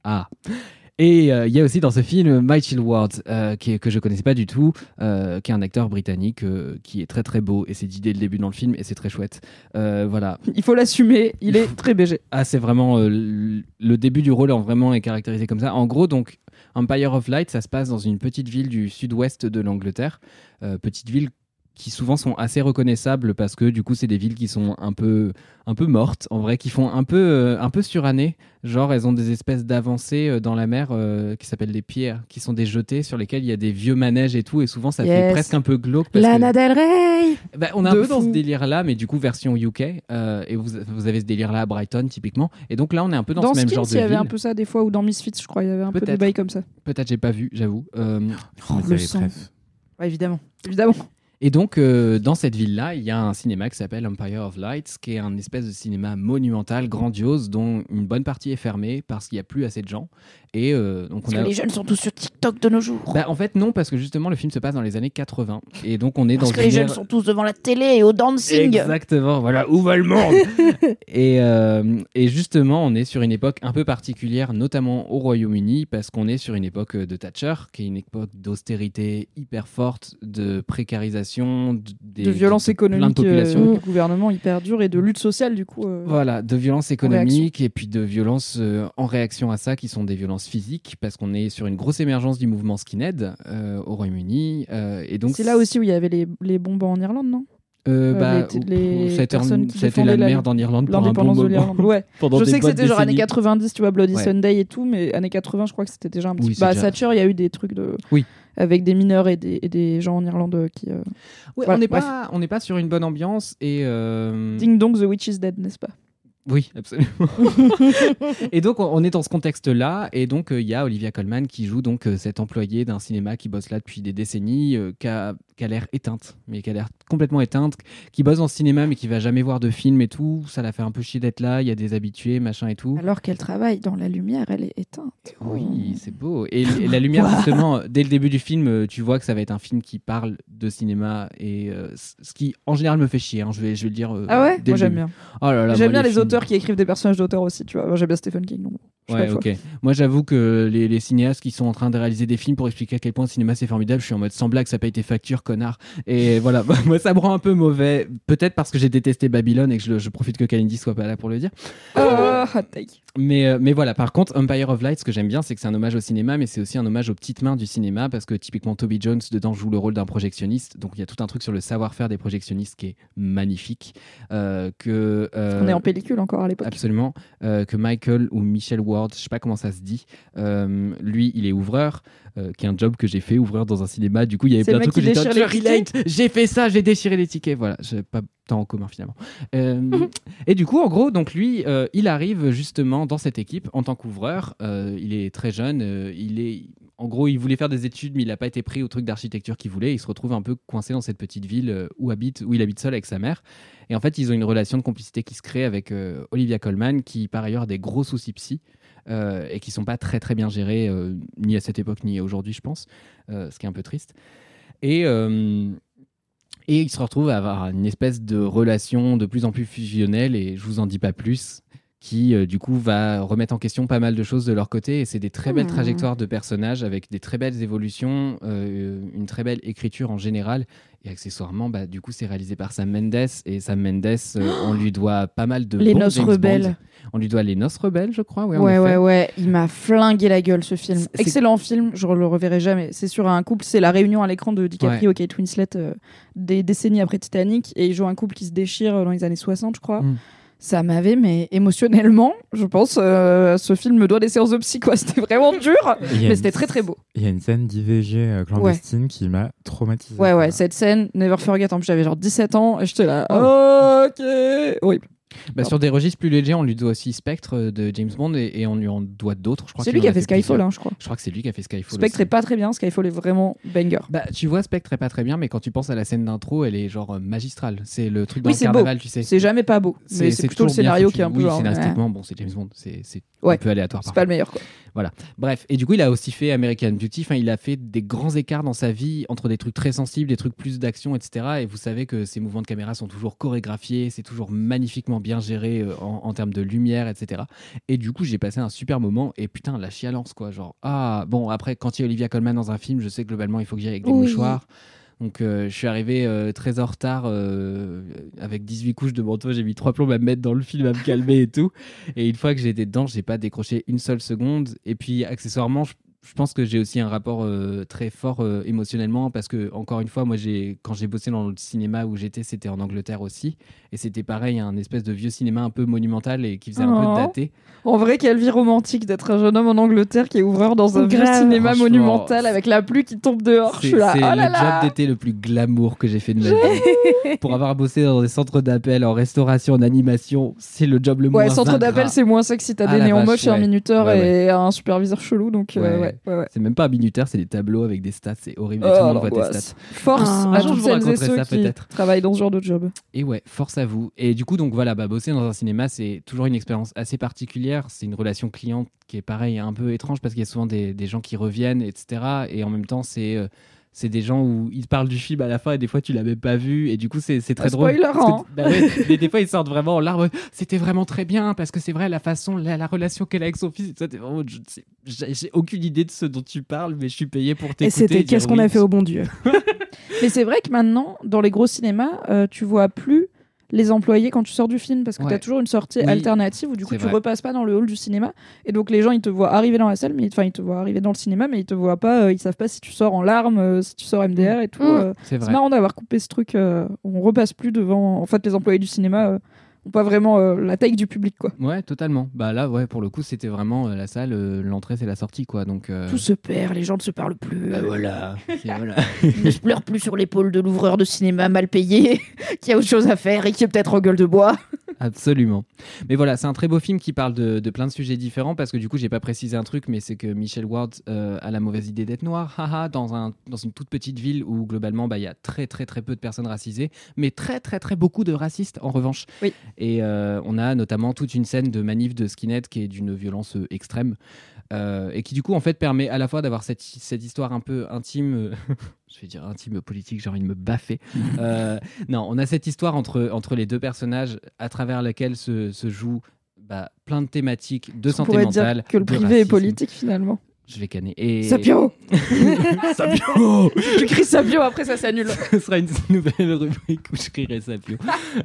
Speaker 3: Ah. Et euh, il y a aussi dans ce film Michael Ward, euh, qui est- que je connaissais pas du tout, euh, qui est un acteur britannique euh, qui est très très beau. Et c'est dit dès le début dans le film et c'est très chouette. Euh, voilà.
Speaker 1: Il faut l'assumer, il est très BG.
Speaker 3: Ah, c'est vraiment euh, l- le début du rôle en vraiment est caractérisé comme ça. En gros, donc Empire of Light, ça se passe dans une petite ville du sud-ouest de l'Angleterre, Euh, petite ville qui souvent sont assez reconnaissables parce que du coup c'est des villes qui sont un peu un peu mortes en vrai qui font un peu euh, un peu surannées genre elles ont des espèces d'avancées euh, dans la mer euh, qui s'appellent des pierres qui sont des jetées sur lesquelles il y a des vieux manèges et tout et souvent ça fait
Speaker 1: Yes.
Speaker 3: presque un peu glauque parce que-
Speaker 4: Lana Del Rey
Speaker 3: bah, on est un
Speaker 1: De
Speaker 3: peu dans
Speaker 1: fou.
Speaker 3: ce délire-là, mais du coup, version UK. euh, et vous, vous avez ce délire-là à Brighton, typiquement. Et donc là, on est un peu dans,
Speaker 1: Dans
Speaker 3: ce même
Speaker 1: Skins,
Speaker 3: genre
Speaker 1: il y
Speaker 3: de
Speaker 1: avait
Speaker 3: ville.
Speaker 1: un peu ça des fois, ou dans Misfits, je crois, il y avait un peu de
Speaker 3: Peut-être.
Speaker 1: bail comme ça.
Speaker 3: Peut-être j'ai pas vu, j'avoue. Euh,
Speaker 1: Oh, le sang. Ouais, évidemment. Évidemment.
Speaker 3: et donc, euh, dans cette ville-là, il y a un cinéma qui s'appelle Empire of Lights, qui est un espèce de cinéma monumental, grandiose, dont une bonne partie est fermée parce qu'il n'y a plus assez de gens. Et euh, donc, on a...
Speaker 1: jeunes sont tous sur TikTok de nos jours.
Speaker 3: Bah, en fait, non, parce que justement, le film se passe dans les années 80. Et donc, on est dans une ère-
Speaker 1: tous devant la télé et au dancing.
Speaker 3: Exactement, voilà, où va le monde et, euh, et justement, on est sur une époque un peu particulière, notamment au Royaume-Uni, parce qu'on est sur une époque euh, de Thatcher, qui est une époque d'austérité hyper forte, de précarisation, de, des-
Speaker 1: De violence
Speaker 3: de- de plein de
Speaker 1: économique
Speaker 3: populations.
Speaker 1: euh, du gouvernement hyper dur et de lutte sociale, du coup. euh.
Speaker 3: Voilà, de violences économiques et puis de violences euh, en réaction à ça qui sont des violences physiques parce qu'on est sur une grosse émergence du mouvement skinhead euh, au Royaume-Uni euh, et donc
Speaker 1: C'est là aussi où il y avait les, les bombes en Irlande, non
Speaker 3: Euh,
Speaker 1: Euh,
Speaker 3: bah,
Speaker 1: les- les
Speaker 3: ça a été, en-
Speaker 1: personnes qui
Speaker 3: ça a été
Speaker 1: défendaient
Speaker 3: la
Speaker 1: la-
Speaker 3: merde en Irlande pour un bon
Speaker 1: L'indépendance de
Speaker 3: moment.
Speaker 1: l'Irlande. Ouais.
Speaker 3: Pendant
Speaker 1: je
Speaker 3: des
Speaker 1: sais que
Speaker 3: bonnes
Speaker 1: c'était genre années
Speaker 3: décennies.
Speaker 1: 90, tu vois, Bloody
Speaker 3: Ouais.
Speaker 1: Sunday et tout, mais années 80, je crois que c'était déjà un petit
Speaker 3: Oui,
Speaker 1: peu.
Speaker 3: c'est
Speaker 1: Bah,
Speaker 3: déjà-
Speaker 1: Thatcher, il y a eu des trucs de.
Speaker 3: Oui.
Speaker 1: Avec des mineurs et des, et des gens en Irlande euh, qui. euh,
Speaker 3: Ouais,
Speaker 1: Voilà,
Speaker 3: on n'est
Speaker 1: bref.
Speaker 3: pas, on n'est pas sur une bonne ambiance et euh,
Speaker 1: Ding dong, the witch is dead, n'est-ce pas
Speaker 3: oui, absolument. et donc on- on est dans ce contexte-là et donc euh, il y a Olivia Colman qui joue donc euh, cette employée d'un cinéma qui bosse là depuis des décennies, euh, qui a, qui a l'air éteinte, mais qui a l'air complètement éteinte, qui bosse dans le cinéma mais qui va jamais voir de film et tout. Ça la fait un peu chier d'être là. Il y a des habitués, machin et tout.
Speaker 1: Alors qu'elle travaille dans la lumière, elle est éteinte. Oh.
Speaker 3: Oui, c'est beau. Et, l- et la lumière, justement, dès le début du film, euh, tu vois que ça va être un film qui parle de cinéma et euh, c- ce qui, en général, me fait chier. hein, je, vais, je vais le dire. euh,
Speaker 1: Ah ouais
Speaker 3: dès
Speaker 1: Moi
Speaker 3: le
Speaker 1: j'aime
Speaker 3: début.
Speaker 1: bien.
Speaker 3: Oh là là,
Speaker 1: J'aime bien
Speaker 3: moi,
Speaker 1: les,
Speaker 3: films-
Speaker 1: auteurs qui écrivent des personnages d'auteurs aussi, tu vois. Moi, J'aime bien Stephen King, donc. je suis
Speaker 3: Ouais,
Speaker 1: la
Speaker 3: ok. Moi, j'avoue que les, les cinéastes qui sont en train de réaliser des films pour expliquer à quel point le cinéma c'est formidable, je suis en mode sans blague, ça paye tes factures, connard. Et voilà, moi, ça me rend un peu mauvais. Peut-être parce que j'ai détesté Babylone et que je, je profite que Kalindi soit pas là pour le dire.
Speaker 1: Ah, hot take.
Speaker 3: Mais, euh, mais voilà, par contre, Empire of Light, ce que j'aime bien, c'est que c'est un hommage au cinéma, mais c'est aussi un hommage aux petites mains du cinéma, parce que typiquement, Toby Jones, dedans, joue le rôle d'un projectionniste. Donc, il y a tout un truc sur le savoir-faire des projectionnistes qui est magnifique. euh, que, euh,
Speaker 1: On est en pellicule encore à l'époque.
Speaker 3: Absolument. euh, que Michael ou Michel Ward, je sais pas comment ça se dit, euh, lui, il est ouvreur, euh, qui est un job que j'ai fait, ouvreur dans un cinéma. Du coup, il y avait
Speaker 1: C'est
Speaker 3: plein
Speaker 1: le
Speaker 3: de
Speaker 1: mec
Speaker 3: trucs que
Speaker 1: qui
Speaker 3: j'étais en
Speaker 1: déchire
Speaker 3: mode,
Speaker 1: les
Speaker 3: Je relate, j'ai fait ça, j'ai déchiré les tickets. Voilà, j'ai pas tant en commun finalement. Euh, et du coup, en gros, donc lui, euh, il arrive justement dans cette équipe en tant qu'ouvreur. Euh, il est très jeune, euh, il est. En gros, il voulait faire des études, mais il n'a pas été pris au truc d'architecture qu'il voulait. Il se retrouve un peu coincé dans cette petite ville euh, où, habite, où il habite seul avec sa mère. Et en fait, ils ont une relation de complicité qui se crée avec euh, Olivia Colman, qui par ailleurs a des gros soucis psy euh, et qui sont pas très très bien gérés, euh, ni à cette époque ni aujourd'hui, je pense, euh, ce qui est un peu triste. Et euh, et ils se retrouvent à avoir une espèce de relation de plus en plus fusionnelle, et je vous en dis pas plus, qui euh, du coup va remettre en question pas mal de choses de leur côté. Et c'est des très belles
Speaker 4: Mmh.
Speaker 3: trajectoires de personnages avec des très belles évolutions, euh, une très belle écriture en général. Et accessoirement, bah, du coup, c'est réalisé par Sam Mendes. Et Sam Mendes, euh, on lui doit pas mal de.
Speaker 1: Les
Speaker 3: bons
Speaker 1: Noces
Speaker 3: James Bond.
Speaker 1: Rebelles.
Speaker 3: On lui doit Les Noces Rebelles, je crois. Ouais, en
Speaker 1: Ouais,
Speaker 3: effet.
Speaker 1: ouais, ouais. Il m'a flingué la gueule ce film.
Speaker 3: C'est- c'est-
Speaker 1: Excellent film, je le reverrai jamais. C'est sur un couple, c'est la réunion à l'écran de DiCaprio et Kate Winslet euh, des décennies après Titanic. Et ils jouent un couple qui se déchire euh, dans les années 60, je crois.
Speaker 3: Mm.
Speaker 1: Ça m'avait, mais émotionnellement, je pense, euh, ce film me doit des séances de psy, quoi. C'était vraiment dur,
Speaker 5: Il y a
Speaker 1: mais
Speaker 5: une-
Speaker 1: c'était très, très beau.
Speaker 5: Il y a une scène d'IVG euh, clandestine qui m'a traumatisé.
Speaker 1: Ouais, ouais, cette scène, Never Forget, en plus j'avais genre 17 ans, et j'étais là,
Speaker 3: Oh.
Speaker 1: ok, horrible.
Speaker 3: Bah, sur des registres plus légers, on lui doit aussi Spectre euh, de James Bond et, et on lui en doit d'autres. je crois
Speaker 1: C'est
Speaker 3: qu'il
Speaker 1: lui qui
Speaker 3: en
Speaker 1: a fait Skyfall,
Speaker 3: plusieurs.
Speaker 1: hein, je crois.
Speaker 3: Je crois que c'est lui qui a fait Skyfall.
Speaker 1: Spectre
Speaker 3: aussi.
Speaker 1: est pas très bien, Skyfall est vraiment banger.
Speaker 3: Bah, tu vois, Spectre est pas très bien, mais quand tu penses à la scène d'intro, elle est genre euh, magistrale. C'est le truc dans
Speaker 1: Oui,
Speaker 3: le
Speaker 1: c'est beau.
Speaker 3: carnaval, tu sais.
Speaker 1: C'est jamais pas beau, mais c'est plutôt le
Speaker 3: toujours bien
Speaker 1: scénario
Speaker 3: foutu.
Speaker 1: qui est un peu
Speaker 3: Oui,
Speaker 1: genre, ouais,
Speaker 3: scénaristiquement, bon, c'est James Bond, c'est c'est
Speaker 1: Ouais.
Speaker 3: un peu aléatoire.
Speaker 1: c'est
Speaker 3: parfois.
Speaker 1: pas le meilleur, quoi.
Speaker 3: Bref, et du coup, il a aussi fait American Beauty. Enfin, il a fait des grands écarts dans sa vie entre des trucs très sensibles, des trucs plus d'action, etc. Et vous savez que ces mouvements de caméra sont toujours chorégraphiés, c'est toujours magnifiquement bien géré euh, en, en termes de lumière, etc. Et du coup, j'ai passé un super moment. Et putain, la chialance, quoi. Genre, ah, bon, après, quand il y a Olivia Colman dans un film, je sais que globalement, il faut que j'aille avec des
Speaker 4: Oui.
Speaker 3: mouchoirs. Donc, euh, je suis arrivé euh, très en retard euh, avec 18 couches de manteau. J'ai mis trois plombes à me mettre dans le film, à me calmer et tout. Et une fois que j'étais dedans, j'ai pas décroché une seule seconde. Et puis, accessoirement, je, je pense que j'ai aussi un rapport euh, très fort euh, émotionnellement parce que, encore une fois, moi, j'ai, quand j'ai bossé dans le cinéma où j'étais, c'était en Angleterre aussi. Et c'était pareil, un espèce de vieux cinéma un peu monumental et qui faisait un
Speaker 1: Oh.
Speaker 3: peu daté.
Speaker 1: En vrai, quelle vie romantique d'être un jeune homme en Angleterre qui est ouvreur dans un vieux
Speaker 4: Grave.
Speaker 1: cinéma
Speaker 3: Franchement,
Speaker 1: monumental avec la pluie qui tombe dehors. Je
Speaker 3: C'est
Speaker 1: suis là,
Speaker 3: c'est
Speaker 1: oh là
Speaker 3: le job
Speaker 1: là
Speaker 3: d'été le plus glamour que j'ai fait de ma vie. Pour avoir bossé dans des centres d'appel, en restauration, en animation, c'est le job le moins
Speaker 1: Ouais, centre
Speaker 3: ingrat.
Speaker 1: d'appel, c'est moins sexy. T'as
Speaker 3: Ah
Speaker 1: des
Speaker 3: la
Speaker 1: néons
Speaker 3: vache,
Speaker 1: moches et un
Speaker 3: ouais.
Speaker 1: minuteur
Speaker 3: Ouais,
Speaker 1: et un superviseur chelou, donc euh, ouais,
Speaker 3: Ouais.
Speaker 1: ouais, ouais.
Speaker 3: C'est même pas un minuteur, c'est des tableaux avec des stats, c'est horrible. Et
Speaker 1: Oh,
Speaker 3: tout le monde voit tes
Speaker 1: l'angoisse.
Speaker 3: stats.
Speaker 1: Force
Speaker 4: Ah, un
Speaker 1: à
Speaker 3: jour, je
Speaker 1: toutes
Speaker 3: vous
Speaker 1: celles et
Speaker 3: raconterai
Speaker 1: ceux
Speaker 3: ça,
Speaker 1: qui
Speaker 3: peut-être.
Speaker 1: travaillent dans ce genre de job.
Speaker 3: Et ouais, force à vous. Et du coup, donc voilà, bah, bosser dans un cinéma, c'est toujours une expérience assez particulière. C'est une relation client qui est pareil, un peu étrange parce qu'il y a souvent des, des gens qui reviennent, etc. Et en même temps, c'est euh, c'est des gens où ils parlent du film à la fin et des fois tu l'as même pas vu. Et du coup, c'est c'est très
Speaker 1: Ah,
Speaker 3: drôle.
Speaker 1: spoiler,
Speaker 3: parce que-
Speaker 1: hein.
Speaker 3: bah ouais, mais des fois, ils sortent vraiment en larmes. C'était vraiment très bien parce que c'est vrai, la façon, la, la relation qu'elle a avec son fils, et tout ça, t'es vraiment, je ne sais- j'ai j'ai aucune idée de ce dont tu parles, mais je suis payé pour t'écouter.
Speaker 4: Et c'était
Speaker 3: dire
Speaker 4: qu'est-ce qu'on
Speaker 3: oui.
Speaker 4: a fait au bon Dieu
Speaker 1: Mais c'est vrai que maintenant, dans les gros cinémas, euh, tu vois plus les employés quand tu sors du film parce que
Speaker 3: Ouais.
Speaker 1: tu as toujours une sortie
Speaker 3: Oui.
Speaker 1: alternative où du coup
Speaker 3: C'est
Speaker 1: tu
Speaker 3: vrai.
Speaker 1: repasses pas dans le hall du cinéma et donc les gens ils te voient arriver dans la salle mais enfin ils te voient arriver dans le cinéma mais ils te voient pas euh, ils savent pas si tu sors en larmes euh, si tu sors MDR et tout
Speaker 4: Mm.
Speaker 1: euh,
Speaker 3: C'est
Speaker 1: c'est
Speaker 3: Mmh. vrai.
Speaker 1: marrant d'avoir coupé ce truc euh, on repasse plus devant en fait les employés du cinéma euh, ont pas vraiment euh, la taille du public quoi
Speaker 3: Ouais, totalement. Bah là, ouais, pour le coup, c'était vraiment euh, la salle, euh, l'entrée, c'est la sortie, quoi. Donc. euh,
Speaker 1: tout se perd les gens ne se parlent plus euh,
Speaker 3: bah voilà. Et voilà.
Speaker 1: ne se pleure plus sur l'épaule de l'ouvreur de cinéma mal payé, qui a autre chose à faire et qui est peut-être en gueule de bois.
Speaker 3: Absolument. Mais voilà, c'est un très beau film qui parle de, de plein de sujets différents parce que du coup, j'ai pas précisé un truc, mais c'est que Michel Ward euh, a la mauvaise idée d'être noir, haha, dans, un, dans une toute petite ville où globalement, bah, il y a très très très peu de personnes racisées, mais très très très beaucoup de racistes en revanche.
Speaker 1: Oui.
Speaker 3: Et euh, on a notamment toute une scène de manif de skinhead qui est d'une violence euh, extrême euh, et qui du coup en fait permet à la fois d'avoir cette, cette histoire un peu intime. euh, Je vais dire intime politique, j'ai envie de me baffer. Euh, non, on a cette histoire entre, entre les deux personnages à travers laquelle se, se jouent bah, plein de thématiques de
Speaker 1: On
Speaker 3: santé
Speaker 1: pourrait dire
Speaker 3: mentale.
Speaker 1: que le
Speaker 3: de
Speaker 1: privé est
Speaker 3: racisme.
Speaker 1: politique finalement.
Speaker 3: Je vais canner. Et
Speaker 1: Sapio Sapio Tu cries Sapio, après ça s'annule.
Speaker 3: ce sera une nouvelle rubrique où je crierai Sapio.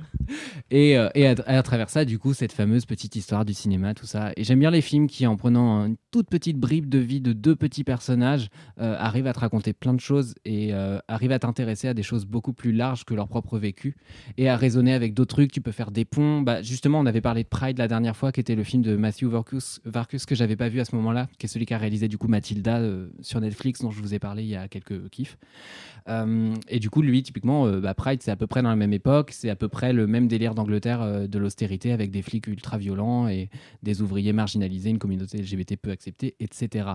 Speaker 3: et euh, et à, à travers ça, du coup, cette fameuse petite histoire du cinéma, tout ça. Et j'aime bien les films qui, en prenant une toute petite bribe de vie de deux petits personnages, euh, arrivent à te raconter plein de choses et euh, arrivent à t'intéresser à des choses beaucoup plus larges que leur propre vécu et à raisonner avec d'autres trucs. Tu peux faire des ponts. Bah, justement, on avait parlé de Pride la dernière fois, qui était le film de Matthew Varkus, Varkus que j'avais pas vu à ce moment-là, qui est celui qui a réalisé du coup Mathilda euh, sur Netflix, dont je vous ai parlé il y a quelques kiffs. Euh, et du coup, lui, typiquement, euh, bah, Pride, c'est à peu près dans la même époque, c'est à peu près le même délire d'Angleterre euh, de l'austérité avec des flics ultra violents et des ouvriers marginalisés, une communauté LGBT peu acceptée, etc.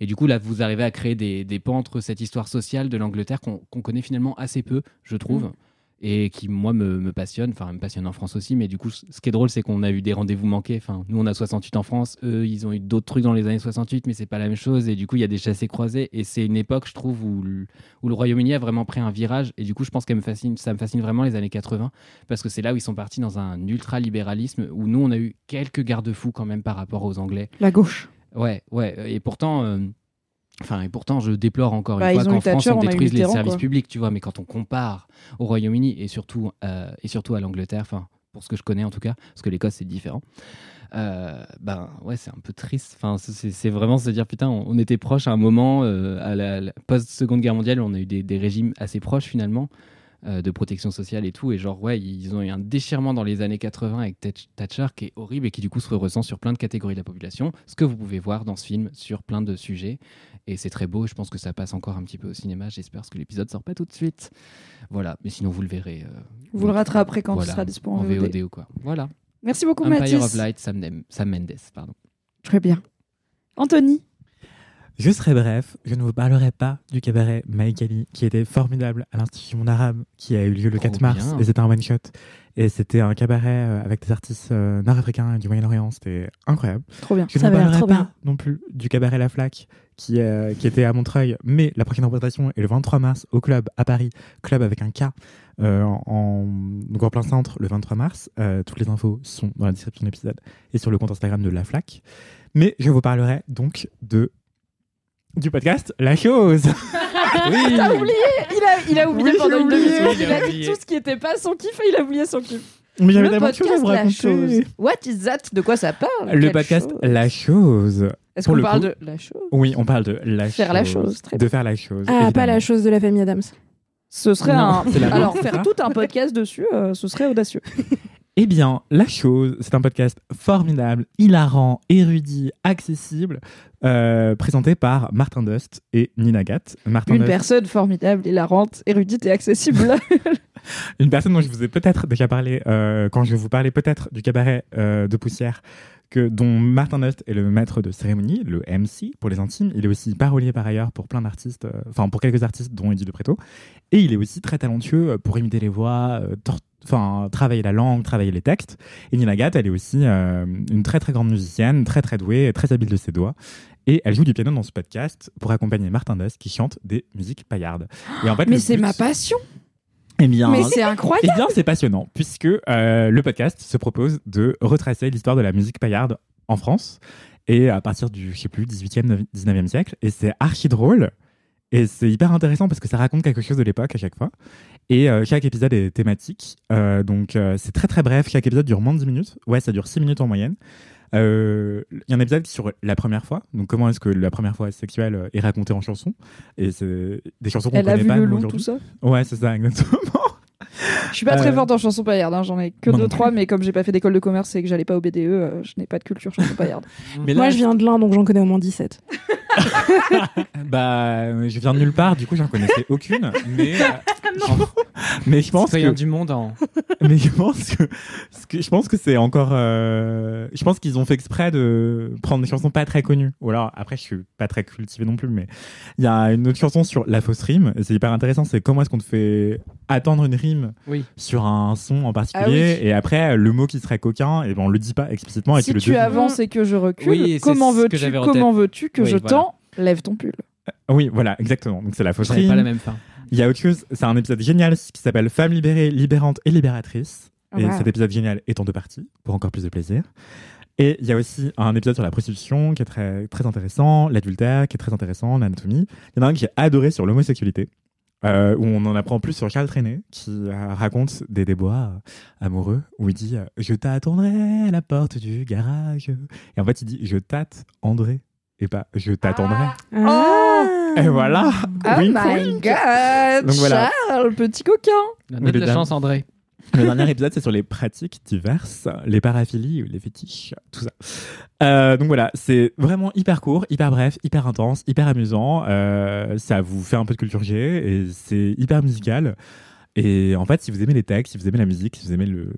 Speaker 3: Et du coup, là, vous arrivez à créer des, des pans entre cette histoire sociale de l'Angleterre qu'on qu'on connaît finalement assez peu, je trouve. Et qui, moi, me, me passionne, enfin, me passionne en France aussi, mais du coup, ce ce qui est drôle, c'est qu'on a eu des rendez-vous manqués. Enfin, nous, on a 68 en France, eux, ils ont eu d'autres trucs dans les années 68, mais c'est pas la même chose. Et du coup, il y a des chassés croisés. Et c'est une époque, je trouve, où le- où le Royaume-Uni a vraiment pris un virage. Et du coup, je pense que me fascine, ça me fascine vraiment les années 80, parce que c'est là où ils sont partis dans un ultra-libéralisme, où nous, on a eu quelques garde-fous quand même par rapport aux Anglais.
Speaker 1: La gauche.
Speaker 3: Ouais, ouais. Et pourtant. euh, Enfin, et pourtant, je déplore encore
Speaker 1: Bah,
Speaker 3: une fois
Speaker 1: ils ont
Speaker 3: qu'en
Speaker 1: eu
Speaker 3: France,
Speaker 1: Thatcher, on
Speaker 3: on
Speaker 1: a eu
Speaker 3: détruise les
Speaker 1: Mitterrand,
Speaker 3: services
Speaker 1: quoi.
Speaker 3: publics, tu vois. Mais quand on compare au Royaume-Uni et surtout, euh, et surtout à l'Angleterre, enfin, pour ce que je connais en tout cas, parce que l'Écosse, c'est différent. euh, ben ouais, c'est un peu triste. Enfin, c'est- c'est c'est vraiment se dire putain, on, on était proche à un moment euh, à la, la post-seconde guerre mondiale, on a eu des, des régimes assez proches finalement euh, de protection sociale et tout. Et genre ouais, ils ont eu un déchirement dans les années 80 avec Thatch- Thatcher qui est horrible et qui du coup se ressent sur plein de catégories de la population. Ce que vous pouvez voir dans ce film sur plein de sujets. Et c'est très beau. Je pense que ça passe encore un petit peu au cinéma. J'espère parce que l'épisode sort pas tout de suite. Voilà. Mais sinon vous le verrez. euh,
Speaker 1: Vous le rattraperez quand
Speaker 3: voilà,
Speaker 1: il sera dispo
Speaker 3: en
Speaker 1: en VOD.
Speaker 3: ou quoi. Voilà.
Speaker 1: Merci beaucoup
Speaker 3: Empire of
Speaker 1: Mathis.
Speaker 3: Light, Sam, Nem- Sam Mendes, pardon.
Speaker 1: Très bien. Anthony,
Speaker 5: Je serai bref, je ne vous parlerai pas du cabaret Maïkali, qui était formidable à l'Institut Monde Arabe, qui a eu lieu le
Speaker 3: Trop
Speaker 5: 4 mars,
Speaker 3: bien.
Speaker 5: et c'était un one-shot. Et c'était un cabaret euh, avec des artistes euh, nord-africains et du Moyen-Orient, c'était incroyable.
Speaker 1: trop bien.
Speaker 5: Je
Speaker 4: Ça
Speaker 5: ne
Speaker 4: avait l'air
Speaker 5: parlerai
Speaker 4: trop
Speaker 5: pas
Speaker 4: bien.
Speaker 5: non plus du cabaret La Flaque qui, euh, qui était à Montreuil, mais la prochaine représentation est le 23 mars au club à Paris, club avec un K, euh, en, en- donc en plein centre le 23 mars. Euh, toutes les infos sont dans la description de l'épisode et sur le compte Instagram de La Flaque. Mais je vous parlerai donc de du podcast La Chose.
Speaker 1: Il a Ah, oublié, il a, il a oublié
Speaker 5: Oui,
Speaker 1: pendant
Speaker 5: j'ai
Speaker 1: une
Speaker 5: oublié.
Speaker 1: demi-seconde.
Speaker 3: Il
Speaker 1: Il
Speaker 3: a
Speaker 1: a dit
Speaker 3: oublié.
Speaker 1: tout ce qui n'était pas son kiff et il a oublié son kiff.
Speaker 5: Mais j'avais
Speaker 1: Le
Speaker 5: tellement de
Speaker 1: podcast
Speaker 5: choses à vous
Speaker 1: La
Speaker 5: raconter.
Speaker 1: Chose. What is that De quoi ça parle
Speaker 5: Le
Speaker 1: Quelle
Speaker 5: podcast
Speaker 1: chose
Speaker 5: La Chose.
Speaker 1: Est-ce
Speaker 5: pour
Speaker 1: qu'on
Speaker 5: le
Speaker 1: parle
Speaker 5: coup-
Speaker 1: de la chose
Speaker 5: Oui, on parle de la
Speaker 1: Faire
Speaker 5: chose.
Speaker 1: la chose, très
Speaker 5: De faire la chose.
Speaker 4: Ah, pas
Speaker 5: évidemment.
Speaker 4: la chose de la famille Adams.
Speaker 1: Ce serait
Speaker 5: Non,
Speaker 1: un.
Speaker 5: c'est la
Speaker 1: Alors,
Speaker 5: bonne.
Speaker 1: faire tout un podcast dessus, euh, ce serait audacieux.
Speaker 5: Eh bien, La Chose, c'est un podcast formidable, hilarant, érudit, accessible, euh, présenté par Martin Dust et Nina Gatt. Martin
Speaker 1: Une
Speaker 5: Dust,
Speaker 1: personne formidable, hilarante, érudite et accessible.
Speaker 5: une personne dont je vous ai peut-être déjà parlé euh, quand je vous parlais peut-être du cabaret euh, de poussière, que, dont Martin Dust est le maître de cérémonie, le MC pour les intimes. Il est aussi parolier par ailleurs pour plein d'artistes, euh, enfin pour quelques artistes dont Eddie de Preto. Et il est aussi très talentueux euh, pour imiter les voix, euh, tor- enfin travailler la langue, travailler les textes. Et Nina Gatt, elle est aussi euh, une très très grande musicienne, très très douée, très habile de ses doigts. Et elle joue du piano dans ce podcast pour accompagner Martin Dust qui chante des musiques paillardes. Et en fait,
Speaker 1: Mais
Speaker 5: le
Speaker 1: c'est
Speaker 5: but-
Speaker 1: ma passion.
Speaker 5: Eh bien,
Speaker 1: Mais c'est incroyable.
Speaker 5: eh bien, c'est passionnant, puisque euh, le podcast se propose de retracer l'histoire de la musique paillarde en France, et à partir du, je sais plus, 18e, 19e siècle. Et c'est archi drôle, et c'est hyper intéressant parce que ça raconte quelque chose de l'époque à chaque fois. Et euh, chaque épisode est thématique. Euh, donc, euh, c'est très très bref. Chaque épisode dure moins de 10 minutes. Ouais, ça dure 6 minutes en moyenne. Euh, Il y a un épisode sur la première fois. Donc, comment est-ce que la première fois sexuelle est racontée en chanson Et c'est des chansons qu'on
Speaker 1: Elle a
Speaker 5: connaît
Speaker 1: vu
Speaker 5: pas.
Speaker 1: le
Speaker 5: nous,
Speaker 1: loup, tout
Speaker 5: aujourd'hui.
Speaker 1: ça.
Speaker 5: Ouais, c'est ça, exactement.
Speaker 1: Je suis pas très
Speaker 5: Euh,
Speaker 1: forte en chansons paillardes, hein, j'en ai que
Speaker 5: moi
Speaker 1: deux
Speaker 5: non plus.
Speaker 1: trois, mais comme j'ai pas fait d'école de commerce et que j'allais pas au BDE, euh, je n'ai pas de culture chanson paillarde.
Speaker 3: Mais
Speaker 4: Moi, je viens de l'un, donc j'en connais au moins 17.
Speaker 5: Bah, je viens de nulle part. Du coup, j'en connaissais aucune. Mais, euh, mais je pense que
Speaker 3: du monde en.
Speaker 5: mais je pense que, ce que- je pense que c'est encore euh, je pense qu'ils ont fait exprès de prendre des chansons pas très connues ou alors après je suis pas très cultivé non plus mais il y a une autre chanson sur la fausse rime et c'est hyper intéressant c'est comment est-ce qu'on te fait attendre une rime
Speaker 3: Oui.
Speaker 5: sur un son en particulier et après le mot qui serait coquin et ben on le dit pas explicitement et
Speaker 1: Ah si
Speaker 5: tu le
Speaker 1: tu
Speaker 5: devines.
Speaker 1: avances et que je recule,
Speaker 3: Oui, c'est
Speaker 1: comment
Speaker 3: ce que
Speaker 1: veux-tu
Speaker 3: j'avais en
Speaker 1: comment veux-tu que
Speaker 3: Oui,
Speaker 1: je
Speaker 3: voilà.
Speaker 1: t'en lève ton pull
Speaker 5: Ah oui voilà exactement donc c'est la fausse
Speaker 3: J'avais pas la
Speaker 5: rime
Speaker 3: même fin.
Speaker 5: il y a autre chose c'est un épisode génial qui s'appelle femme libérée libérante et libératrice Et cet épisode génial est en deux parties, pour encore plus de plaisir. Et il y a aussi un épisode sur la prostitution qui est très, très intéressant, l'adultère qui est très intéressant, l'anatomie. Il y en a un que j'ai adoré sur l'homosexualité, euh, où on en apprend plus sur Charles Trenet, qui euh, raconte des déboires amoureux, où il dit euh, Je t'attendrai à la porte du garage ». Et en fait, il dit « Je tâte André » et pas « Je t'attendrai
Speaker 4: Ah.
Speaker 5: Et voilà
Speaker 1: Ah. Oh
Speaker 5: Wink,
Speaker 1: my
Speaker 5: wink.
Speaker 1: god
Speaker 5: Ah, Donc voilà.
Speaker 1: Charles, petit coquin
Speaker 3: La
Speaker 5: Mais
Speaker 3: note de
Speaker 5: le dernier-
Speaker 3: chance, André.
Speaker 5: Le dernier épisode, c'est sur les pratiques diverses, les paraphilies, les fétiches, tout ça. Euh, donc voilà, c'est vraiment hyper court, hyper bref, hyper intense, hyper amusant. Euh, ça vous fait un peu de culture G et c'est hyper musical. Et en fait, si vous aimez les textes, si vous aimez la musique, si vous aimez le...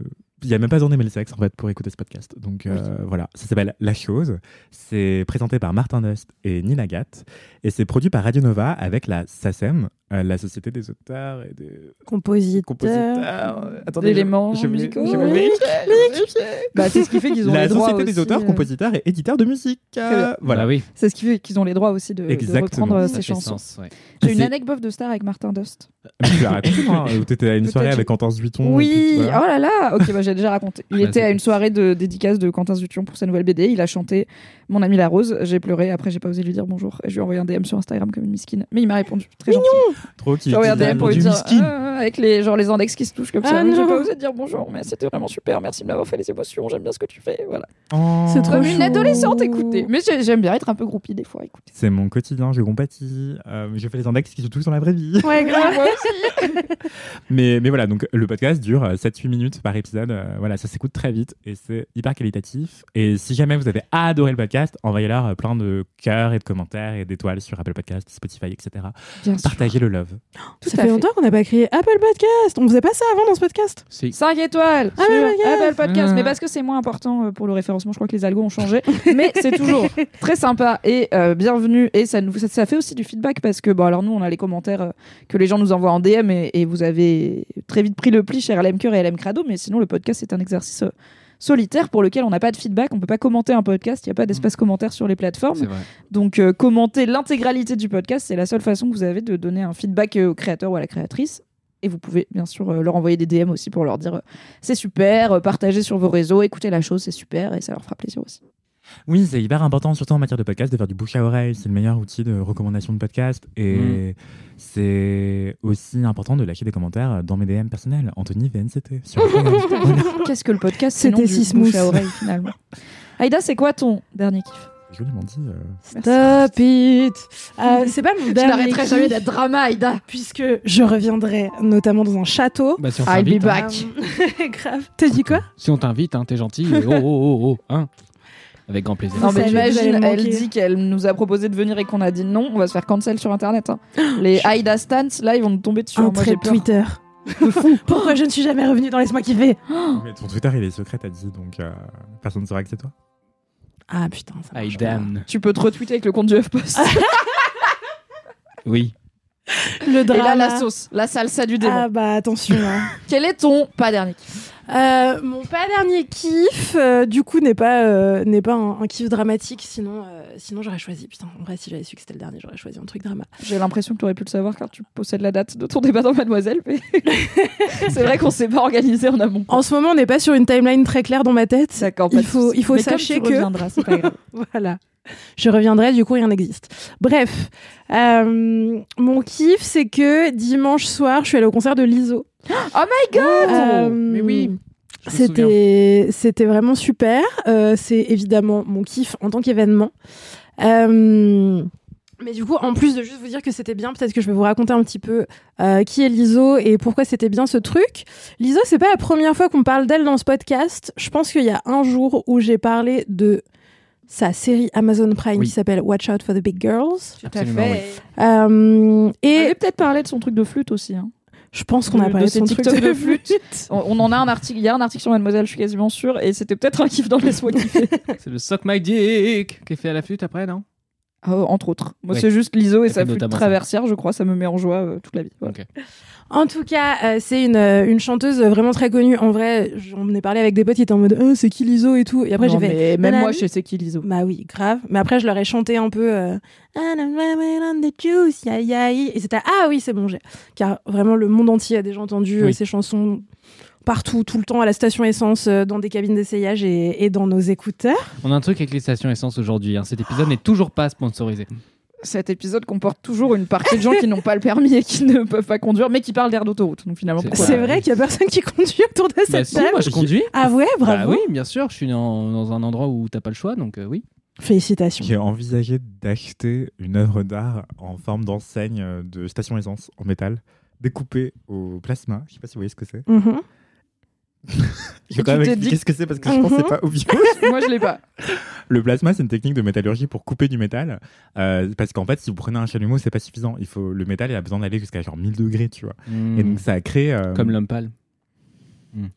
Speaker 5: Il n'y a même pas besoin d'aimer le sexe en fait pour écouter ce podcast. Donc euh, voilà, ça s'appelle La Chose. C'est présenté par Martin Dust et Nina Gatt. Et c'est produit par Radio Nova avec la SACEM, euh, la Société des auteurs et des
Speaker 4: Compositeur.
Speaker 5: compositeur. Euh, Attendez,
Speaker 1: d'éléments
Speaker 5: je- je vais-
Speaker 1: musicaux.
Speaker 5: je vais
Speaker 1: Musique,
Speaker 5: vérifier.
Speaker 1: Bah, c'est ce qui fait qu'ils ont
Speaker 5: La
Speaker 1: les droits
Speaker 5: société des
Speaker 1: aussi,
Speaker 5: auteurs,
Speaker 1: euh,
Speaker 5: compositeurs et éditeurs de musique.
Speaker 1: Très bien.
Speaker 5: voilà.
Speaker 3: Bah oui,
Speaker 1: C'est ce qui fait qu'ils ont les droits aussi de, de
Speaker 5: Exactement.
Speaker 1: reprendre euh, ces
Speaker 3: ça fait
Speaker 1: chansons.
Speaker 3: sens. ouais.
Speaker 1: J'ai une
Speaker 5: C'est-
Speaker 1: anecdote de star avec Martin Dust.
Speaker 5: Mais Bah, tu l'as raconté, toi, hein, où t'étais à une
Speaker 1: Peut-être
Speaker 5: soirée
Speaker 1: que-
Speaker 5: avec Quentin Zuiton.
Speaker 1: Oui, oh là là, ok, bah, j'ai déjà raconté. Il
Speaker 3: Bah,
Speaker 1: était
Speaker 3: c'est-
Speaker 1: à une soirée de dédicace de Quentin Zution pour sa nouvelle BD. Il a chanté Mon ami la rose. J'ai pleuré. Après, j'ai pas osé lui dire bonjour. Et je lui ai envoyé un DM sur Instagram comme une miskine. Mais il m'a répondu très gentil.
Speaker 5: Trop qui
Speaker 1: J'ai envoyé un DM Ah. pour lui dire
Speaker 5: miskin.
Speaker 1: Ah, avec les genre les index qui se touchent comme ça.
Speaker 4: Ah
Speaker 1: Mais J'ai
Speaker 4: non.
Speaker 1: pas osé dire bonjour, mais c'était vraiment super. Merci de m'avoir fait les émotions. J'aime bien ce que tu fais. Voilà.
Speaker 5: Oh.
Speaker 4: C'est trop
Speaker 1: Comme
Speaker 4: chou.
Speaker 1: une adolescente, écoutez. Mais j'ai- j'aime bien être un peu groupie des fois. Écoutez.
Speaker 5: C'est mon quotidien, je compatis. Euh, je fais les index qui se touchent dans la vraie vie.
Speaker 4: Ouais, grave.
Speaker 1: Moi aussi.
Speaker 5: Mais, mais voilà, donc le podcast dure euh, 7-8 minutes par épisode. Euh, voilà, ça s'écoute très vite et c'est hyper qualitatif. Et si jamais vous avez adoré le podcast, envoyez-leur euh, plein de cœurs et de commentaires et d'étoiles sur Apple Podcast, Spotify, etc.
Speaker 1: Bien sûr.
Speaker 5: Partagez le love.
Speaker 1: Tout
Speaker 4: ça
Speaker 1: à
Speaker 4: fait,
Speaker 1: fait.
Speaker 4: longtemps qu'on n'a pas créé Apple Podcast. On faisait pas ça avant dans ce podcast.
Speaker 3: Si.
Speaker 1: 5 étoiles
Speaker 4: Ah,
Speaker 1: sur
Speaker 4: mais regarde.
Speaker 1: Apple Podcast.
Speaker 3: Ah.
Speaker 1: Mais parce que c'est moins important euh, pour le référencement, je crois que les algos ont changé. mais c'est toujours très sympa et euh, bienvenue. Et ça, nous, ça, ça fait aussi du feedback parce que, bon, alors nous, on a les commentaires euh, que les gens nous envoient en DM et, et vous avez très vite pris le pli, cher LM Cœur et LM Crado. Mais sinon, le podcast, c'est un exercice. euh, solitaire pour lequel on n'a pas de feedback, on peut pas commenter un podcast, il n'y a pas d'espace commentaire sur les plateformes.
Speaker 3: Mm. C'est vrai.
Speaker 1: Donc euh, commenter l'intégralité du podcast, c'est la seule façon que vous avez de donner un feedback euh, au créateur ou à la créatrice. Et vous pouvez bien sûr euh, leur envoyer des DM aussi pour leur dire euh, c'est super, euh, partagez sur vos réseaux, écoutez la chose, c'est super et ça leur fera plaisir aussi.
Speaker 5: Oui, c'est hyper important, surtout en matière de podcast, de faire du bouche à oreille. C'est le meilleur outil de recommandation de podcast. Et c'est aussi important de lâcher des commentaires dans mes DM personnels. Anthony VNCT. Sur Instagram. Voilà.
Speaker 1: Qu'est-ce que le podcast C'est
Speaker 4: C'était
Speaker 1: non du
Speaker 4: Sismous.
Speaker 1: bouche à oreille finalement. Aïda, c'est quoi ton dernier kiff
Speaker 5: Joliment dit. euh.
Speaker 4: Stop it. Euh, c'est pas mon dernier. kiff,
Speaker 1: drama, Aïda
Speaker 4: Puisque je reviendrai notamment dans un château.
Speaker 3: Bah, si on
Speaker 1: I'll be
Speaker 3: t'invite, hein.
Speaker 1: back
Speaker 4: Euh, grave. T'as dit quoi
Speaker 3: Si on t'invite, hein, t'es gentil. et Oh, oh, oh, oh, hein. Avec grand plaisir.
Speaker 1: Non mais
Speaker 4: savez, vous allez
Speaker 1: j'imagine,
Speaker 4: me
Speaker 1: elle
Speaker 4: manquer.
Speaker 1: dit qu'elle nous a proposé de venir et qu'on a dit non, on va se faire cancel sur internet. hein. Les Aïda Stans, là, ils vont nous tomber dessus. hein. Moi,
Speaker 4: Un trait
Speaker 1: j'ai
Speaker 4: de
Speaker 1: peur.
Speaker 4: Twitter. fou. Pourquoi je ne suis jamais revenue dans Laisse-moi kiffer
Speaker 5: Mais ton Twitter, il est secret, t'as dit. Donc euh, personne ne saura que c'est toi.
Speaker 4: Ah putain, ça marche
Speaker 3: I
Speaker 4: pas.
Speaker 3: damn.
Speaker 1: Tu peux te retweeter avec le compte du F-Post.
Speaker 3: Oui.
Speaker 4: Le
Speaker 1: Et
Speaker 4: drame.
Speaker 1: là, la sauce, la salsa du démon.
Speaker 4: Ah bah attention. hein.
Speaker 1: Quel est ton pas dernier kiff
Speaker 4: Euh, mon pas dernier kiff, euh, du coup, n'est pas, euh, n'est pas un, un kiff dramatique. Sinon, euh, sinon j'aurais choisi. Putain, en vrai, si j'avais su que c'était le dernier, j'aurais choisi un truc drama.
Speaker 1: J'ai l'impression que tu aurais pu le savoir car tu possèdes la date de ton débat dans Mademoiselle. mais c'est vrai qu'on s'est pas organisé en amont.
Speaker 4: En ce moment, on n'est pas sur une timeline très claire dans ma tête.
Speaker 1: D'accord,
Speaker 4: Il faut- il faut
Speaker 1: Mais comme
Speaker 4: sachez
Speaker 1: tu
Speaker 4: que-
Speaker 1: reviendras, c'est pas grave.
Speaker 4: Voilà. Je reviendrai, du coup, rien n'existe. Bref, euh, mon kiff, c'est que dimanche soir, je suis allée au concert de Euh, l'ISO.
Speaker 1: Oh my god
Speaker 3: mais oui. Je me souviens.
Speaker 4: C'était, c'était vraiment super. Euh, c'est évidemment mon kiff en tant qu'événement. Euh, mais du coup, en plus de juste vous dire que c'était bien, peut-être que je vais vous raconter un petit peu euh, qui est l'ISO et pourquoi c'était bien ce truc. L'ISO, c'est pas la première fois qu'on parle d'elle dans ce podcast. Je pense qu'il y a un jour où j'ai parlé de sa série Amazon Prime
Speaker 3: Oui.
Speaker 4: qui s'appelle Watch Out for the Big Girls.
Speaker 1: Tout à
Speaker 3: Absolument,
Speaker 1: fait.
Speaker 4: Euh,
Speaker 1: Et
Speaker 4: et
Speaker 1: peut-être parler de son truc de flûte aussi. hein.
Speaker 4: je pense qu'on
Speaker 1: de-
Speaker 4: a parlé
Speaker 1: de
Speaker 4: de son
Speaker 1: ses
Speaker 4: truc
Speaker 1: TikTok de
Speaker 4: de
Speaker 1: flûte.
Speaker 4: flûte.
Speaker 1: On, on en a un article. Il y a un article sur Mademoiselle, je suis quasiment sûre. Et c'était peut-être un kiff dans les soins kiffés.
Speaker 3: C'est le Sock My Dick qui est fait à la flûte après, non
Speaker 1: Ah, entre autres. Moi,
Speaker 3: Ouais.
Speaker 1: c'est juste l'ISO et
Speaker 3: C'est
Speaker 1: sa flûte
Speaker 3: notamment ça.
Speaker 1: traversière, je crois. Ça me met en joie euh, toute la vie. Voilà.
Speaker 3: Ok.
Speaker 4: En tout cas, euh, c'est une, euh, une chanteuse vraiment très connue. En vrai, j'en ai parlé avec des potes qui étaient en mode oh, c'est qui l'ISO et tout. Et après, j'ai
Speaker 1: Non,
Speaker 4: fait
Speaker 1: mais même
Speaker 4: Nanani.
Speaker 1: moi, je sais qui l'ISO.
Speaker 4: bah oui, grave. Mais après, je leur ai chanté un peu euh, And I'm lemon on the juice, yeah, yeah, yeah. Et c'était ah oui, c'est bon, j'ai. Car vraiment, le monde entier a déjà entendu euh,
Speaker 3: Oui.
Speaker 4: ces chansons partout, tout le temps, à la station essence, euh, dans des cabines d'essayage et, et dans nos écouteurs.
Speaker 3: On a un truc avec les stations essence aujourd'hui. hein. Cet épisode n'est toujours pas sponsorisé.
Speaker 1: Cet épisode comporte toujours une partie de gens qui n'ont pas le permis et qui ne peuvent pas conduire, mais qui parlent d'air d'autoroute. Donc finalement,
Speaker 3: C'est
Speaker 1: pourquoi
Speaker 3: Voilà.
Speaker 4: C'est vrai qu'il y a personne qui conduit autour de cette
Speaker 3: Bah si,
Speaker 4: table.
Speaker 3: moi je conduis.
Speaker 4: Ah ouais,
Speaker 3: Bah
Speaker 4: bravo.
Speaker 3: oui, bien sûr. Je suis dans, dans un endroit où t'as pas le choix, donc euh, oui.
Speaker 4: Félicitations.
Speaker 5: J'ai envisagé d'acheter une œuvre d'art en forme d'enseigne euh, de station essence en métal, découpée au plasma. Je sais pas si vous voyez ce que c'est.
Speaker 4: Mhm.
Speaker 5: Je
Speaker 1: Et
Speaker 5: vais quand
Speaker 1: tu
Speaker 5: même
Speaker 1: t'es
Speaker 5: expliquer
Speaker 1: dit-
Speaker 5: ce que c'est parce que je pense que c'est pas obvious.
Speaker 1: Moi, je l'ai pas.
Speaker 5: Le plasma, c'est une technique de métallurgie pour couper du métal. euh, parce qu'en fait, si vous prenez un chalumeau, c'est pas suffisant. Il faut, le métal, il a besoin d'aller jusqu'à genre 1000 degrés, tu vois. Et donc, ça a créé. euh,
Speaker 3: Hmm. Mhm. Comme l'homme pâle.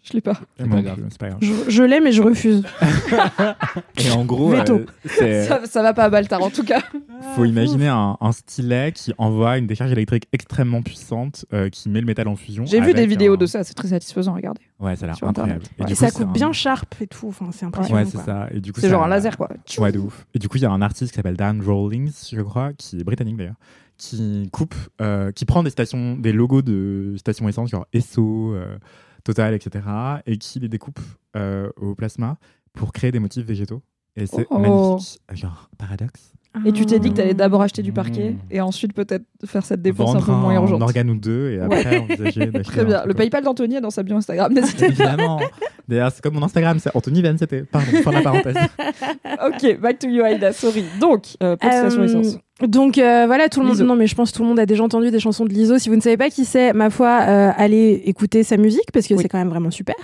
Speaker 1: Je l'ai pas.
Speaker 3: C'est
Speaker 5: moi
Speaker 3: pas
Speaker 5: non
Speaker 3: grave.
Speaker 5: plus, c'est pas grave.
Speaker 4: Je, je l'ai, mais je refuse.
Speaker 5: Et en gros,
Speaker 4: Veto.
Speaker 5: euh, c'est-
Speaker 1: Ça, ça va pas à Baltar, en tout cas.
Speaker 5: Ah, faut imaginer un, un stylet qui envoie une décharge électrique extrêmement puissante euh, qui met le métal en fusion.
Speaker 1: J'ai vu
Speaker 5: avec
Speaker 1: des vidéos
Speaker 5: un-
Speaker 1: de ça. C'est très satisfaisant à regarder.
Speaker 5: Ouais, ça a l'air
Speaker 1: sur
Speaker 5: incroyable.
Speaker 1: Internet.
Speaker 5: du
Speaker 1: Ouais.
Speaker 4: Et
Speaker 5: coup,
Speaker 4: ça
Speaker 5: c'est
Speaker 4: coupe
Speaker 5: un-
Speaker 4: bien sharp et tout. Enfin, c'est impressionnant.
Speaker 5: Ouais, c'est
Speaker 4: quoi.
Speaker 5: ça. Et du coup,
Speaker 1: C'est
Speaker 5: ça-
Speaker 1: genre un laser, quoi.
Speaker 5: Ouais, de ouf. Et du coup, il y a un artiste qui s'appelle Dan Rawlings, je crois, qui est britannique d'ailleurs, qui coupe, euh, qui prend des stations, des logos de stations essence, genre Esso, euh, Total, etc., et qui les découpe euh, au plasma pour créer des motifs végétaux. Et c'est
Speaker 1: Oh.
Speaker 5: magnifique. Genre, paradoxe.
Speaker 1: Ah. Et tu t'es dit que t'allais d'abord acheter du
Speaker 3: Mmh.
Speaker 1: parquet et ensuite peut-être faire cette dépense
Speaker 5: Hmm. Vendre
Speaker 1: un peu
Speaker 5: un,
Speaker 1: moins urgente.
Speaker 5: organe ou deux et après envisager d'acheter.
Speaker 1: Très
Speaker 5: un
Speaker 1: bien.
Speaker 5: truc
Speaker 1: Le
Speaker 5: comme-
Speaker 1: PayPal d'Anthony est dans sa bio Instagram. N'hésitez
Speaker 5: Évidemment. D'ailleurs, c'est comme mon Instagram, c'est Anthony Van, c'était. Pardon, fin de la parenthèse.
Speaker 1: pas. Ok, back to you, Aïda. Sorry. Donc, euh, pour
Speaker 4: Euh,
Speaker 1: station essence.
Speaker 4: Donc euh, voilà, tout le monde.
Speaker 1: L'ISO.
Speaker 4: Non, mais je pense que tout le monde a déjà entendu des chansons de l'ISO. Si vous ne savez pas qui c'est, ma foi, euh, allez écouter sa musique parce que
Speaker 1: Oui.
Speaker 4: c'est quand même vraiment super.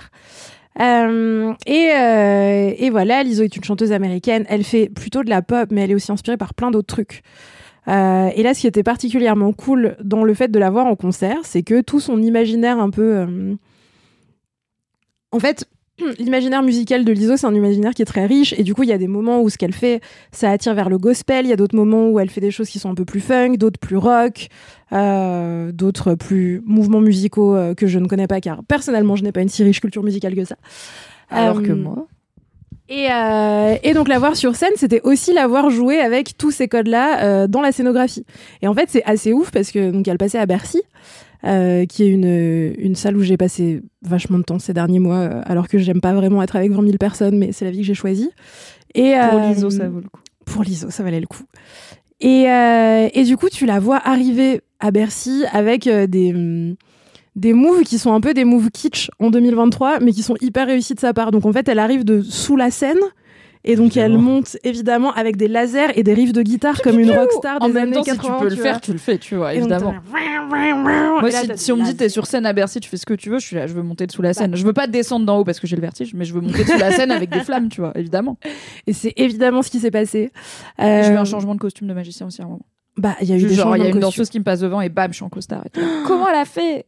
Speaker 4: Euh, et, euh, et voilà, l'ISO est une chanteuse américaine. Elle fait plutôt de la pop, mais elle est aussi inspirée par plein d'autres trucs. Euh, et là, ce qui était particulièrement cool dans le fait de la voir en concert, c'est que tout son imaginaire un peu. euh, En fait, l'imaginaire musical de l'ISO, c'est un imaginaire qui est très riche. Et du coup, il y a des moments où ce qu'elle fait, ça attire vers le gospel. Il y a d'autres moments où elle fait des choses qui sont un peu plus funk, d'autres plus rock, euh, d'autres plus mouvements musicaux euh, que je ne connais pas, car personnellement, je n'ai pas une si riche culture musicale que ça.
Speaker 1: Alors
Speaker 4: Euh,
Speaker 1: que moi.
Speaker 4: et, euh, et donc la voir sur scène, c'était aussi la voir jouer avec tous ces codes-là euh, dans la scénographie. Et en fait, c'est assez ouf parce que donc elle passait à Bercy, euh, qui est une, une salle où j'ai passé vachement de temps ces derniers mois, euh, alors que j'aime pas vraiment être avec 20 000 personnes, mais c'est la vie que j'ai choisie. Et
Speaker 1: Pour
Speaker 4: euh,
Speaker 1: l'ISO, ça vaut le coup.
Speaker 4: pour l'ISO, ça valait le coup. Et, euh, et du coup, tu la vois arriver à Bercy avec euh, des, hum, des moves qui sont un peu des moves kitsch en 2023, mais qui sont hyper réussis de sa part. Donc en fait, elle arrive de sous la scène. Et donc elle
Speaker 3: Évidemment.
Speaker 4: monte évidemment avec des lasers et des riffs de guitare comme une rockstar des
Speaker 1: en même
Speaker 4: années
Speaker 1: temps,
Speaker 4: 80.
Speaker 1: si tu peux le
Speaker 4: vois.
Speaker 1: faire, tu le fais, tu vois,
Speaker 4: Et donc,
Speaker 1: évidemment.
Speaker 4: t'as-
Speaker 1: Moi,
Speaker 4: Et là,
Speaker 1: si,
Speaker 4: t'as
Speaker 1: si on me
Speaker 4: des
Speaker 1: dit
Speaker 4: lasers.
Speaker 1: t'es sur scène à Bercy, tu fais ce que tu veux, je suis là, je veux monter sous la scène. Je veux pas descendre d'en haut parce que j'ai le vertige, mais je veux monter sous la scène avec des flammes, tu vois, évidemment.
Speaker 4: Et c'est évidemment ce qui s'est passé.
Speaker 1: Et J'ai eu
Speaker 4: Euh,
Speaker 1: un changement de costume de magicien aussi à un moment.
Speaker 4: Bah, il y a eu
Speaker 1: Genre, il y
Speaker 4: des
Speaker 1: a
Speaker 4: changements de
Speaker 1: une
Speaker 4: costume.
Speaker 1: danseuse qui me passe devant et bam, je suis en costard. Et t'es là, Comment elle a fait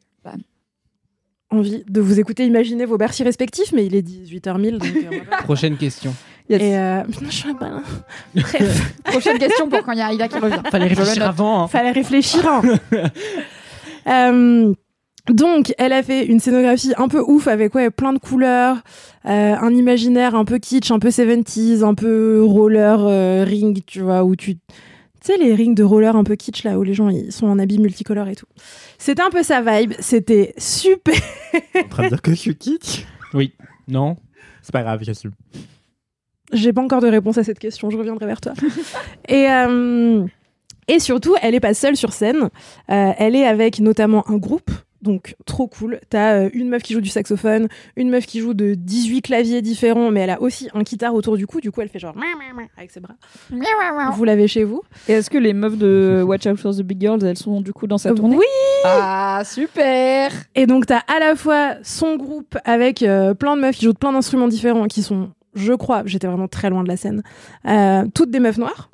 Speaker 4: Envie de vous écouter imaginer vos Bercy respectifs, mais il est 18h1000, donc euh, on va pas-
Speaker 3: Prochaine question.
Speaker 1: Yes.
Speaker 4: Et euh, putain, je serais pas là. Bref,
Speaker 1: Prochaine question pour quand il y a Aïda qui revient.
Speaker 3: Fallait réfléchir avant. hein.
Speaker 4: fallait réfléchir. hein. Euh, donc, elle a fait une scénographie un peu ouf avec ouais, plein de couleurs, euh, un imaginaire un peu kitsch, un peu 70s, un peu roller euh, ring, tu vois, où tu. Tu sais, les rings de roller un peu kitsch, là, où les gens ils sont en habits multicolores et tout. C'était un peu sa vibe, c'était super.
Speaker 5: en train de dire que je suis kitsch.
Speaker 3: Non.
Speaker 5: C'est pas grave, j'assume.
Speaker 4: J'ai pas encore de réponse à cette question, je reviendrai vers toi. et, euh, et surtout, elle est pas seule sur scène. Euh, elle est avec notamment un groupe. Donc, trop cool. T'as euh, une meuf qui joue du saxophone, une meuf qui joue de 18 claviers différents, mais elle a aussi un guitare autour du cou. Du coup, elle fait genre mouah, mouah, mouah avec ses bras. Vous l'avez chez vous
Speaker 1: Et est-ce que les meufs de Watch Out for the Big Girls, elles sont du coup dans sa tournée
Speaker 4: Oui,
Speaker 1: Ah, super
Speaker 4: Et donc, t'as à la fois son groupe avec euh, plein de meufs qui jouent de plein d'instruments différents, qui sont, je crois, j'étais vraiment très loin de la scène, euh, toutes des meufs noires.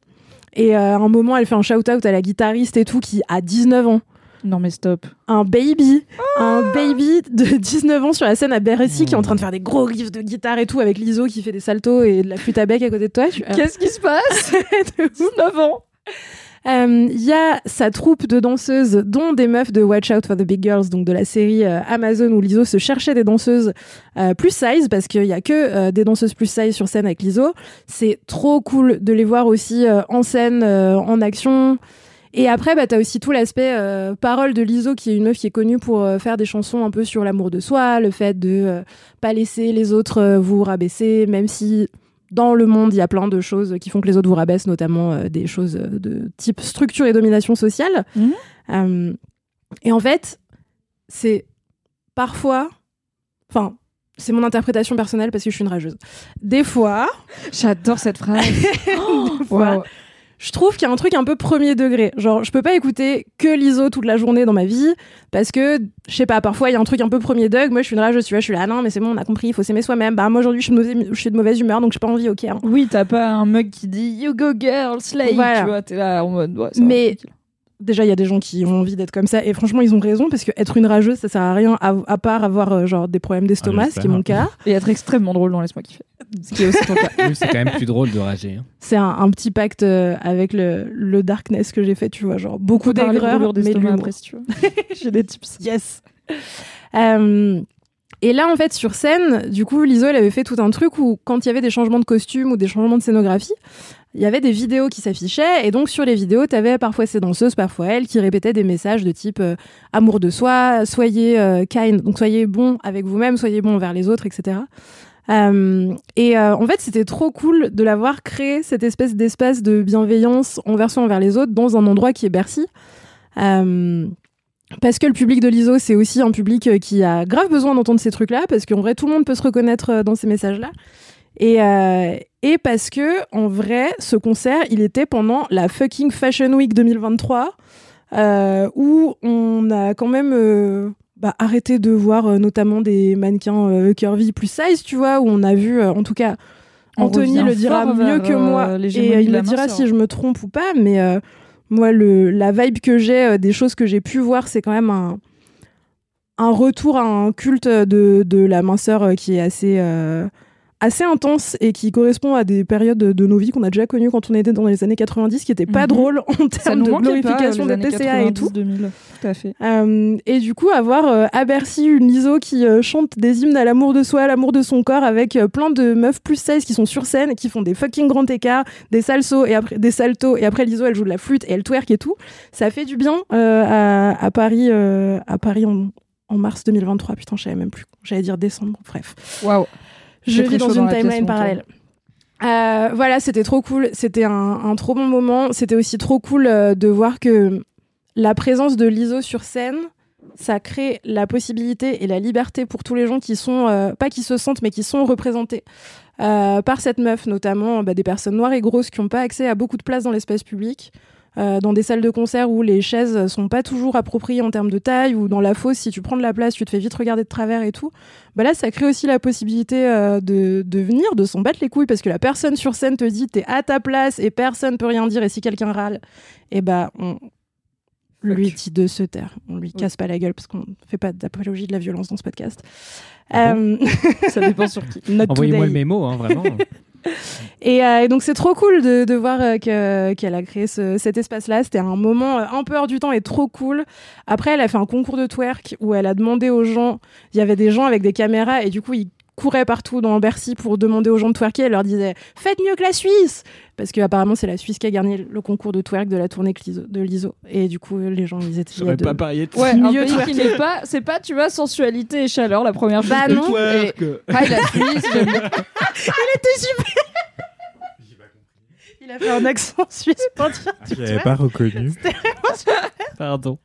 Speaker 4: Et euh, à un moment, elle fait un shout-out à la guitariste et tout, qui a 19 ans.
Speaker 1: Non, mais stop.
Speaker 4: Un baby, un baby de 19 ans sur la scène à Bercy qui est en train de faire des gros riffs de guitare et tout avec l'ISO qui fait des saltos et de la flûte à bec à côté de toi. Je suis, euh,
Speaker 1: Qu'est-ce qui se passe
Speaker 4: de ouf.
Speaker 1: 9 ans
Speaker 4: Euh, Il y a sa troupe de danseuses, dont des meufs de Watch Out for the Big Girls, donc de la série euh, Amazon où l'ISO se cherchait des danseuses euh, plus size, parce qu'il n'y a que euh, des danseuses plus size sur scène avec l'ISO. C'est trop cool de les voir aussi euh, en scène, euh, en action. Et après, bah, t'as aussi tout l'aspect euh, parole de l'ISO, qui est une meuf qui est connue pour euh, faire des chansons un peu sur l'amour de soi, le fait de euh, pas laisser les autres euh, vous rabaisser, même si dans le monde, il y a plein de choses qui font que les autres vous rabaissent, notamment euh, des choses euh, de type structure et domination sociale.
Speaker 1: Mhm.
Speaker 4: Euh, et en fait, c'est parfois, enfin, c'est mon interprétation personnelle parce que je suis une rageuse. Des fois,
Speaker 1: J'adore cette phrase. Oh,
Speaker 4: fois.
Speaker 1: wow.
Speaker 4: je trouve qu'il y a un truc un peu premier degré. Genre, je peux pas écouter que l'ISO toute la journée dans ma vie parce que, je sais pas, parfois il y a un truc un peu premier degré. Moi, je suis une rageuse, tu vois, je suis là, ah non, mais c'est bon, on a compris, il faut s'aimer soi-même. Bah, moi aujourd'hui, je suis de mauvaise- je suis de mauvaise humeur, donc j'ai pas envie, ok. hein.
Speaker 1: Oui, t'as pas un mug qui dit You go girl, slay,
Speaker 4: Voilà.
Speaker 1: tu vois, t'es là en mode. ouais, ça va,
Speaker 4: Mais-
Speaker 1: tranquille.
Speaker 4: déjà il y a des gens qui ont envie d'être comme ça et franchement ils ont raison parce que être une rageuse ça sert à rien à, à part avoir euh, genre des problèmes
Speaker 5: Ah,
Speaker 4: d'estomac ce qui est
Speaker 5: j'espère.
Speaker 4: mon cas
Speaker 1: Et être extrêmement drôle dans Laisse-moi kiffer. Ce qui est aussi ton cas.
Speaker 3: Oui, c'est quand même plus drôle de rager. hein.
Speaker 4: c'est un, un petit pacte euh, avec le, le darkness que j'ai fait tu vois genre beaucoup
Speaker 1: Faut parler de
Speaker 4: d'aigreur
Speaker 1: brûlure
Speaker 4: mais de
Speaker 1: d'estomac
Speaker 4: l'humour.
Speaker 1: après, si tu veux. J'ai des tips.
Speaker 4: Yes. Euh, et là, en fait, sur scène, du coup, Lizzo, elle avait fait tout un truc où, quand il y avait des changements de costumes ou des changements de scénographie, il y avait des vidéos qui s'affichaient. Et donc, sur les vidéos, t'avais parfois ces danseuses, parfois elles, qui répétaient des messages de type euh, amour de soi, soyez euh, kind, donc soyez bon avec vous-même, soyez bon envers les autres, etc. Euh, et euh, en fait, c'était trop cool de l'avoir créé, cette espèce d'espace de bienveillance envers soi, envers les autres, dans un endroit qui est Bercy. Euh, parce que le public de l'ISO, c'est aussi un public euh, qui a grave besoin d'entendre ces trucs-là, parce qu'en vrai, tout le monde peut se reconnaître euh, dans ces messages-là. Et, euh, et parce que, en vrai, ce concert, il était pendant la fucking Fashion Week 2023, euh, où on a quand même euh, bah, arrêté de voir euh, notamment des mannequins euh, curvy plus size, tu vois, où on a vu, euh, en tout cas,
Speaker 1: On
Speaker 4: Anthony
Speaker 1: revient
Speaker 4: le dira
Speaker 1: fort
Speaker 4: mieux
Speaker 1: vers,
Speaker 4: que moi,
Speaker 1: euh, l'hégémonie
Speaker 4: et euh,
Speaker 1: de
Speaker 4: il
Speaker 1: la
Speaker 4: me dira
Speaker 1: minceur.
Speaker 4: si je me trompe ou pas, mais euh, moi, le, la vibe que j'ai euh, des choses que j'ai pu voir, c'est quand même un, un retour à un culte de, de la minceur euh, qui est assez, euh, assez intense et qui correspond à des périodes de, de nos vies qu'on a déjà connues quand on était dans les années 90, qui n'étaient pas
Speaker 1: Mhm.
Speaker 4: drôles en
Speaker 1: Ça
Speaker 4: termes
Speaker 1: nous euh,
Speaker 4: de
Speaker 1: manque
Speaker 4: glorification des TCA et tout.
Speaker 1: 2000, tout à fait.
Speaker 4: Euh, et du coup, avoir euh, à Bercy une ISO qui euh, chante des hymnes à l'amour de soi, à l'amour de son corps, avec euh, plein de meufs plus 16 qui sont sur scène, qui font des fucking grands écarts, des salsos et après des saltos, et après l'ISO elle joue de la flûte et elle twerk et tout. Ça fait du bien euh, à, à Paris, euh, à Paris en, en mars 2023. Putain, je savais même plus. J'allais dire décembre. Bref,
Speaker 1: Waouh.
Speaker 4: je
Speaker 1: C'est
Speaker 4: vis
Speaker 1: très
Speaker 4: dans
Speaker 1: chaud
Speaker 4: une
Speaker 1: dans la pièce
Speaker 4: timeline
Speaker 1: longtemps.
Speaker 4: parallèle. Euh, voilà, c'était trop cool. C'était un, un trop bon moment. C'était aussi trop cool euh, de voir que la présence de l'ISO sur scène, ça crée la possibilité et la liberté pour tous les gens qui sont, euh, pas qui se sentent, mais qui sont représentés euh, par cette meuf, notamment bah, des personnes noires et grosses qui n'ont pas accès à beaucoup de places dans l'espace public. euh, dans des salles de concert où les chaises sont pas toujours appropriées en termes de taille ou dans la fosse, si tu prends de la place, tu te fais vite regarder de travers et tout. Bah là, ça crée aussi la possibilité euh, de, de venir, de s'en battre les couilles parce que la personne sur scène te dit t'es à ta place et personne peut rien dire et si quelqu'un râle, et bah on lui dit de se taire, on lui casse pas la gueule parce qu'on fait pas d'apologie de la violence dans ce podcast.
Speaker 3: Ah
Speaker 4: Euh,
Speaker 1: Ça dépend sur qui.
Speaker 4: not
Speaker 3: Envoyez-moi le
Speaker 4: today.
Speaker 3: mémo, hein, vraiment.
Speaker 4: Et, euh, et donc c'est trop cool de, de voir euh, que- qu'elle a créé ce- cet espace-là. C'était un moment euh, un peu hors du temps et trop cool. Après, elle a fait un concours de twerk où elle a demandé aux gens. Il y avait des gens avec des caméras et du coup ils couraient partout dans Bercy pour demander aux gens de twerker. Elle leur disait faites mieux que la Suisse parce que apparemment c'est la Suisse qui a gagné le concours de twerk de la tournée Cliso- de l'ISO. Et du coup les gens ils étaient il y a
Speaker 3: J'aurais
Speaker 4: de-
Speaker 3: pas parié de
Speaker 1: Ouais,
Speaker 4: Mieux
Speaker 1: un pays
Speaker 4: twerker.
Speaker 1: qui n'est pas, c'est pas, tu vois, sensualité et Bah chaleur, la première chose.
Speaker 4: Bah
Speaker 1: Et-
Speaker 4: non.
Speaker 1: et- Ah, il a suivi, j'aime bien.
Speaker 4: fait un accent suisse pour dire.
Speaker 5: Je l'avais pas reconnu.
Speaker 3: Pardon.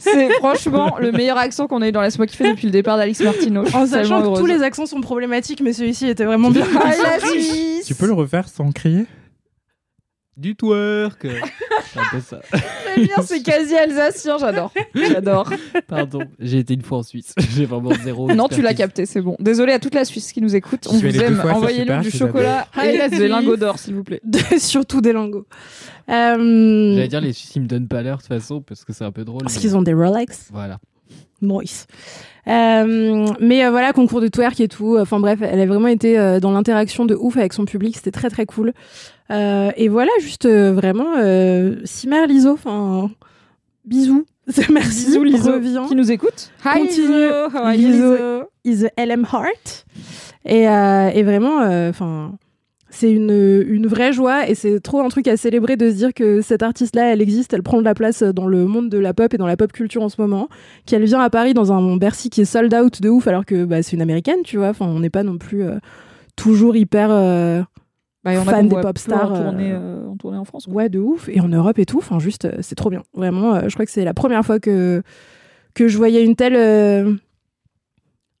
Speaker 1: C'est franchement le meilleur accent qu'on ait eu dans Laisse-moi kiffer depuis le départ d'Alix Martineau. Je suis
Speaker 4: En
Speaker 1: tellement
Speaker 4: sachant que
Speaker 1: heureuse.
Speaker 4: tous les accents sont problématiques, mais celui-ci était vraiment bien.
Speaker 1: Ah, la Suisse
Speaker 5: Tu peux le refaire sans crier
Speaker 3: Du twerk. C'est un peu ça.
Speaker 1: Très bien, c'est quasi alsacien, j'adore. J'adore.
Speaker 3: Pardon. J'ai été une fois en Suisse. J'ai vraiment zéro.
Speaker 1: Non, tu l'as
Speaker 3: expertise.
Speaker 1: capté, c'est bon. Désolée à toute la Suisse qui nous écoute. On
Speaker 5: Je suis allé
Speaker 1: vous
Speaker 5: deux
Speaker 1: aime.
Speaker 5: fois, ça
Speaker 1: Envoyez-le
Speaker 5: fait
Speaker 1: du
Speaker 5: pas,
Speaker 1: chocolat
Speaker 4: j'adore. Ah,
Speaker 1: et
Speaker 4: la
Speaker 1: des lingots
Speaker 4: Suisse.
Speaker 1: d'or, s'il vous plaît.
Speaker 4: De- surtout des lingots. Euh,
Speaker 3: J'allais dire, les Suisses, ils me donnent pas l'heure de toute façon parce que c'est un peu drôle.
Speaker 4: Parce
Speaker 3: mais-
Speaker 4: qu'ils ont des Rolex.
Speaker 3: Voilà.
Speaker 4: Nice. Euh, mais euh, voilà, concours de twerk et tout. Enfin bref, elle a vraiment été euh, dans l'interaction de ouf avec son public. C'était très très cool. Euh, et voilà, juste euh, vraiment, euh, Simer Liso, enfin, bisous. Merci,
Speaker 1: Bisous, Liso,
Speaker 4: reviens.
Speaker 1: qui nous écoute. Hi,
Speaker 4: Continue.
Speaker 1: Liso. How are you,
Speaker 4: Liso.
Speaker 1: Liso
Speaker 4: is a LM Heart. Et, euh, et vraiment, enfin. c'est une, une vraie joie et c'est trop un truc à célébrer de se dire que cette artiste-là, elle existe, elle prend de la place dans le monde de la pop et dans la pop culture en ce moment, qu'elle vient à Paris dans un Bercy qui est sold out de ouf alors que bah, c'est une américaine, tu vois. Enfin, on n'est pas non plus euh, toujours hyper euh,
Speaker 1: Bah, et on a
Speaker 4: Fan
Speaker 1: qu'on
Speaker 4: des
Speaker 1: voit
Speaker 4: pop
Speaker 1: plus en
Speaker 4: stars,
Speaker 1: tournée, euh, en tournée en France.
Speaker 4: ouais de ouf et en Europe et tout. Enfin, juste, euh, c'est trop bien. Vraiment, euh, je crois que c'est la première fois que que je voyais une telle euh,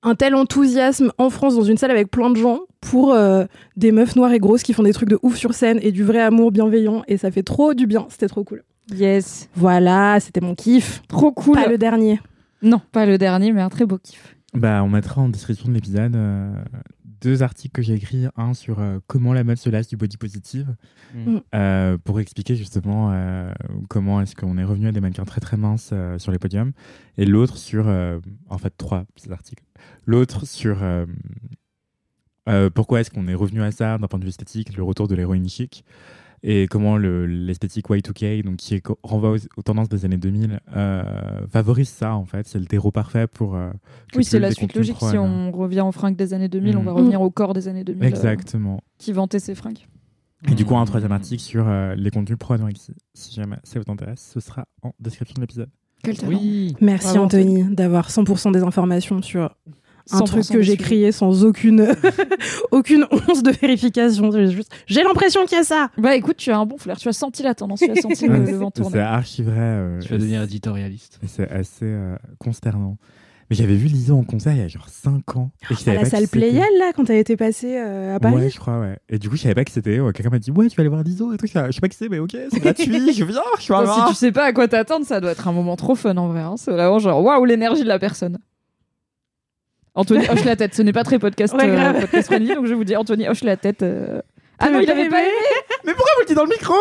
Speaker 4: un tel enthousiasme en France dans une salle avec plein de gens pour euh, des meufs noires et grosses qui font des trucs de ouf sur scène et du vrai amour bienveillant et ça fait trop du bien. C'était trop cool.
Speaker 1: Yes.
Speaker 4: Voilà, c'était mon kiff.
Speaker 1: Trop cool.
Speaker 4: Pas le dernier.
Speaker 1: Non, pas le dernier, mais un très beau kiff.
Speaker 5: Bah, on mettra en description de l'épisode euh, deux articles que j'ai écrits, un sur euh, comment la mode se lasse du body positive,
Speaker 3: Mm.
Speaker 5: euh, pour expliquer justement euh, comment est-ce qu'on est revenu à des mannequins très très minces euh, sur les podiums, et l'autre sur, euh, en fait trois ces articles, l'autre sur euh, euh, pourquoi est-ce qu'on est revenu à ça d'un point de vue esthétique, le retour de l'héroïne chic, et comment le- l'esthétique Y2K, donc qui est, co- renvoie aux, aux tendances des années 2000, euh, favorise ça en fait, c'est le terreau parfait pour... euh, que
Speaker 1: Oui, c'est
Speaker 5: plus
Speaker 1: la
Speaker 5: des
Speaker 1: suite
Speaker 5: contenus
Speaker 1: logique. Si
Speaker 5: prônent.
Speaker 1: on revient aux fringues des années 2000, on va
Speaker 5: Mm.
Speaker 1: revenir au corps des années 2000 euh,
Speaker 5: Exactement.
Speaker 1: qui vantait ses fringues.
Speaker 5: Et
Speaker 3: Mm.
Speaker 5: du coup, un troisième article sur euh, les contenus pro anorexie. Si jamais ça vous intéresse, ce sera en description de l'épisode.
Speaker 1: Quel talent.
Speaker 3: Oui.
Speaker 4: Merci
Speaker 1: Bravo,
Speaker 4: Anthony d'avoir 100% des informations sur un
Speaker 1: 100%
Speaker 4: truc que
Speaker 1: des
Speaker 4: j'ai
Speaker 1: sujets.
Speaker 4: crié sans aucune aucune once de vérification. J'ai juste- J'ai l'impression qu'il y a ça.
Speaker 1: Bah écoute, tu as un bon flair. Tu as senti la tendance, tu as senti le, le vent
Speaker 5: C'est
Speaker 1: tourner.
Speaker 5: archi vrai. euh,
Speaker 3: Tu vas devenir éditorialiste.
Speaker 5: et c'est assez euh, consternant. Mais j'avais vu Lisa en concert il y a genre 5 ans. Et je
Speaker 4: À
Speaker 5: savais
Speaker 4: la
Speaker 5: pas qui
Speaker 4: salle
Speaker 5: c'était.
Speaker 4: Playel, là, quand elle était passée euh, à Paris.
Speaker 5: Ouais, je crois, ouais. Et du coup, je savais pas que c'était. ouais, Quelqu'un m'a dit, ouais, tu vas aller voir Lisa et tout ça. Je sais pas qui c'est, mais ok, c'est gratuit, je viens, je suis
Speaker 1: Putain,
Speaker 5: un
Speaker 1: si tu sais pas à quoi t'attendre, ça doit être un moment trop fun en vrai. hein. C'est vraiment genre waouh l'énergie de la personne. Anthony hoche la tête. Ce n'est pas très podcast,
Speaker 4: Ouais,
Speaker 1: euh,
Speaker 4: grave.
Speaker 1: podcast friendly, donc je vous dis Anthony hoche la tête. euh. Ah non,
Speaker 4: T'avais
Speaker 1: il avait
Speaker 4: pas
Speaker 1: pas
Speaker 4: aimé
Speaker 1: aimé.
Speaker 5: vous le dis dans le micro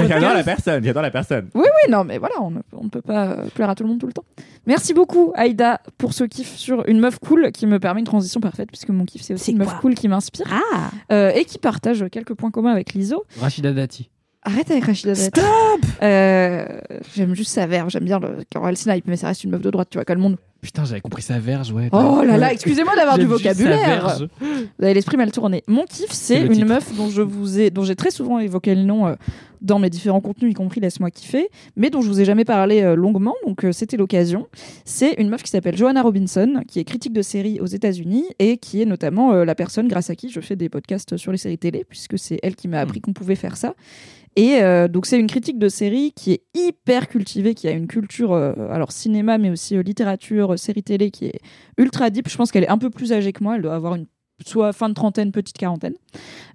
Speaker 5: Mais J'adore la personne, j'adore la personne.
Speaker 1: Oui, non, mais voilà, on ne, on ne peut pas euh, plaire à tout le monde tout le temps. Merci beaucoup, Aïda, pour ce kiff sur une meuf cool qui me permet une transition parfaite, puisque mon kiff, c'est aussi
Speaker 4: C'est
Speaker 1: une meuf
Speaker 4: quoi
Speaker 1: cool qui m'inspire
Speaker 4: Ah
Speaker 1: euh, et qui partage quelques points communs avec l'ISO.
Speaker 3: Rachida Dati.
Speaker 1: Arrête avec Rachida Dati. Euh, j'aime juste sa verve, j'aime bien le Carol Snipe, mais ça reste une meuf de droite, tu vois, comme le monde.
Speaker 3: Putain, j'avais compris sa verge, ouais.
Speaker 1: Oh là là, excusez-moi d'avoir du
Speaker 3: J'aime juste sa
Speaker 1: vocabulaire.
Speaker 3: verge.
Speaker 1: Vous avez l'esprit mal tourné. Mon kiff, c'est
Speaker 3: C'est le
Speaker 1: une
Speaker 3: titre.
Speaker 1: meuf dont je vous ai, dont j'ai très souvent évoqué le nom euh, dans mes différents contenus, y compris Laisse-moi kiffer, mais dont je vous ai jamais parlé euh, longuement, donc euh, c'était l'occasion. C'est une meuf qui s'appelle Johanna Robinson, qui est critique de séries aux États-Unis et qui est notamment euh, la personne grâce à qui je fais des podcasts sur les séries télé, puisque c'est elle qui m'a appris
Speaker 3: Mm.
Speaker 1: qu'on pouvait faire ça. Et euh, donc c'est une critique de série qui est hyper cultivée, qui a une culture, euh, alors cinéma, mais aussi euh, littérature, euh, série télé, qui est ultra deep. Je pense qu'elle est un peu plus âgée que moi, elle doit avoir une soit fin de trentaine, petite quarantaine.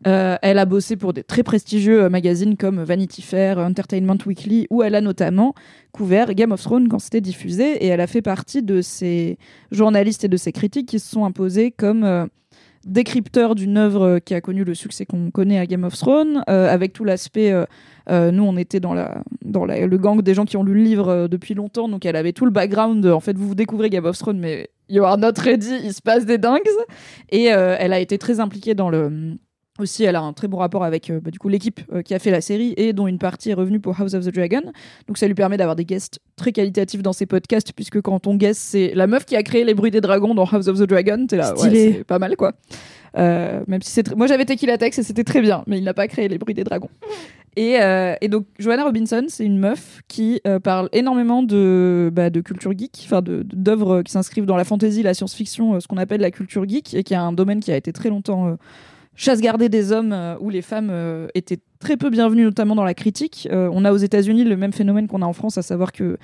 Speaker 1: Euh, elle a bossé pour des très prestigieux euh, magazines comme Vanity Fair, Entertainment Weekly, où elle a notamment couvert Game of Thrones quand c'était diffusé, et elle a fait partie de ces journalistes et de ces critiques qui se sont imposés comme... euh, décrypteurs d'une œuvre qui a connu le succès qu'on connaît à Game of Thrones, euh, avec tout l'aspect euh, euh, nous, on était dans, la, dans la- le gang des gens qui ont lu le livre euh, depuis longtemps, donc elle avait tout le background. de, en fait, vous vous découvrez Game of Thrones, mais you are not ready, il se passe des dingues. Et euh, elle a été très impliquée dans le. euh, Aussi, elle a un très bon rapport avec euh, bah, du coup l'équipe euh, qui a fait la série et dont une partie est revenue pour House of the Dragon. Donc ça lui permet d'avoir des guests très qualitatifs dans ses podcasts, puisque quand on guest, c'est la meuf qui a créé les bruits des dragons dans House of the Dragon. T'es là, ouais,
Speaker 4: Stylé.
Speaker 1: c'est pas mal quoi. Euh, même si c'est tr- moi j'avais Tequila Tex et c'était très bien, mais il n'a pas créé les bruits des dragons. Et, euh, et donc, Johanna Robinson, c'est une meuf qui euh, parle énormément de, bah, de culture geek, enfin de- de- d'œuvres qui s'inscrivent dans la fantasy, la science-fiction, euh, ce qu'on appelle la culture geek, et qui a un domaine qui a été très longtemps euh, chasse gardée des hommes euh, où les femmes euh, étaient très peu bienvenues, notamment dans la critique. Euh, on a aux États-Unis le même phénomène qu'on a en France, à savoir que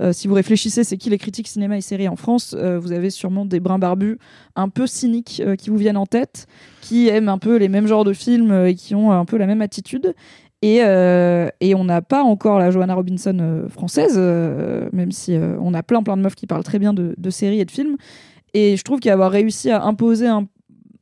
Speaker 1: euh, si vous réfléchissez, c'est qui les critiques cinéma et séries en France, euh, vous avez sûrement des brins barbus un peu cyniques euh, qui vous viennent en tête, qui aiment un peu les mêmes genres de films euh, et qui ont un peu la même attitude. Et, euh, et on n'a pas encore la Johanna Robinson euh, française, euh, même si euh, on a plein plein de meufs qui parlent très bien de, de séries et de films. Et je trouve qu'avoir réussi à imposer un-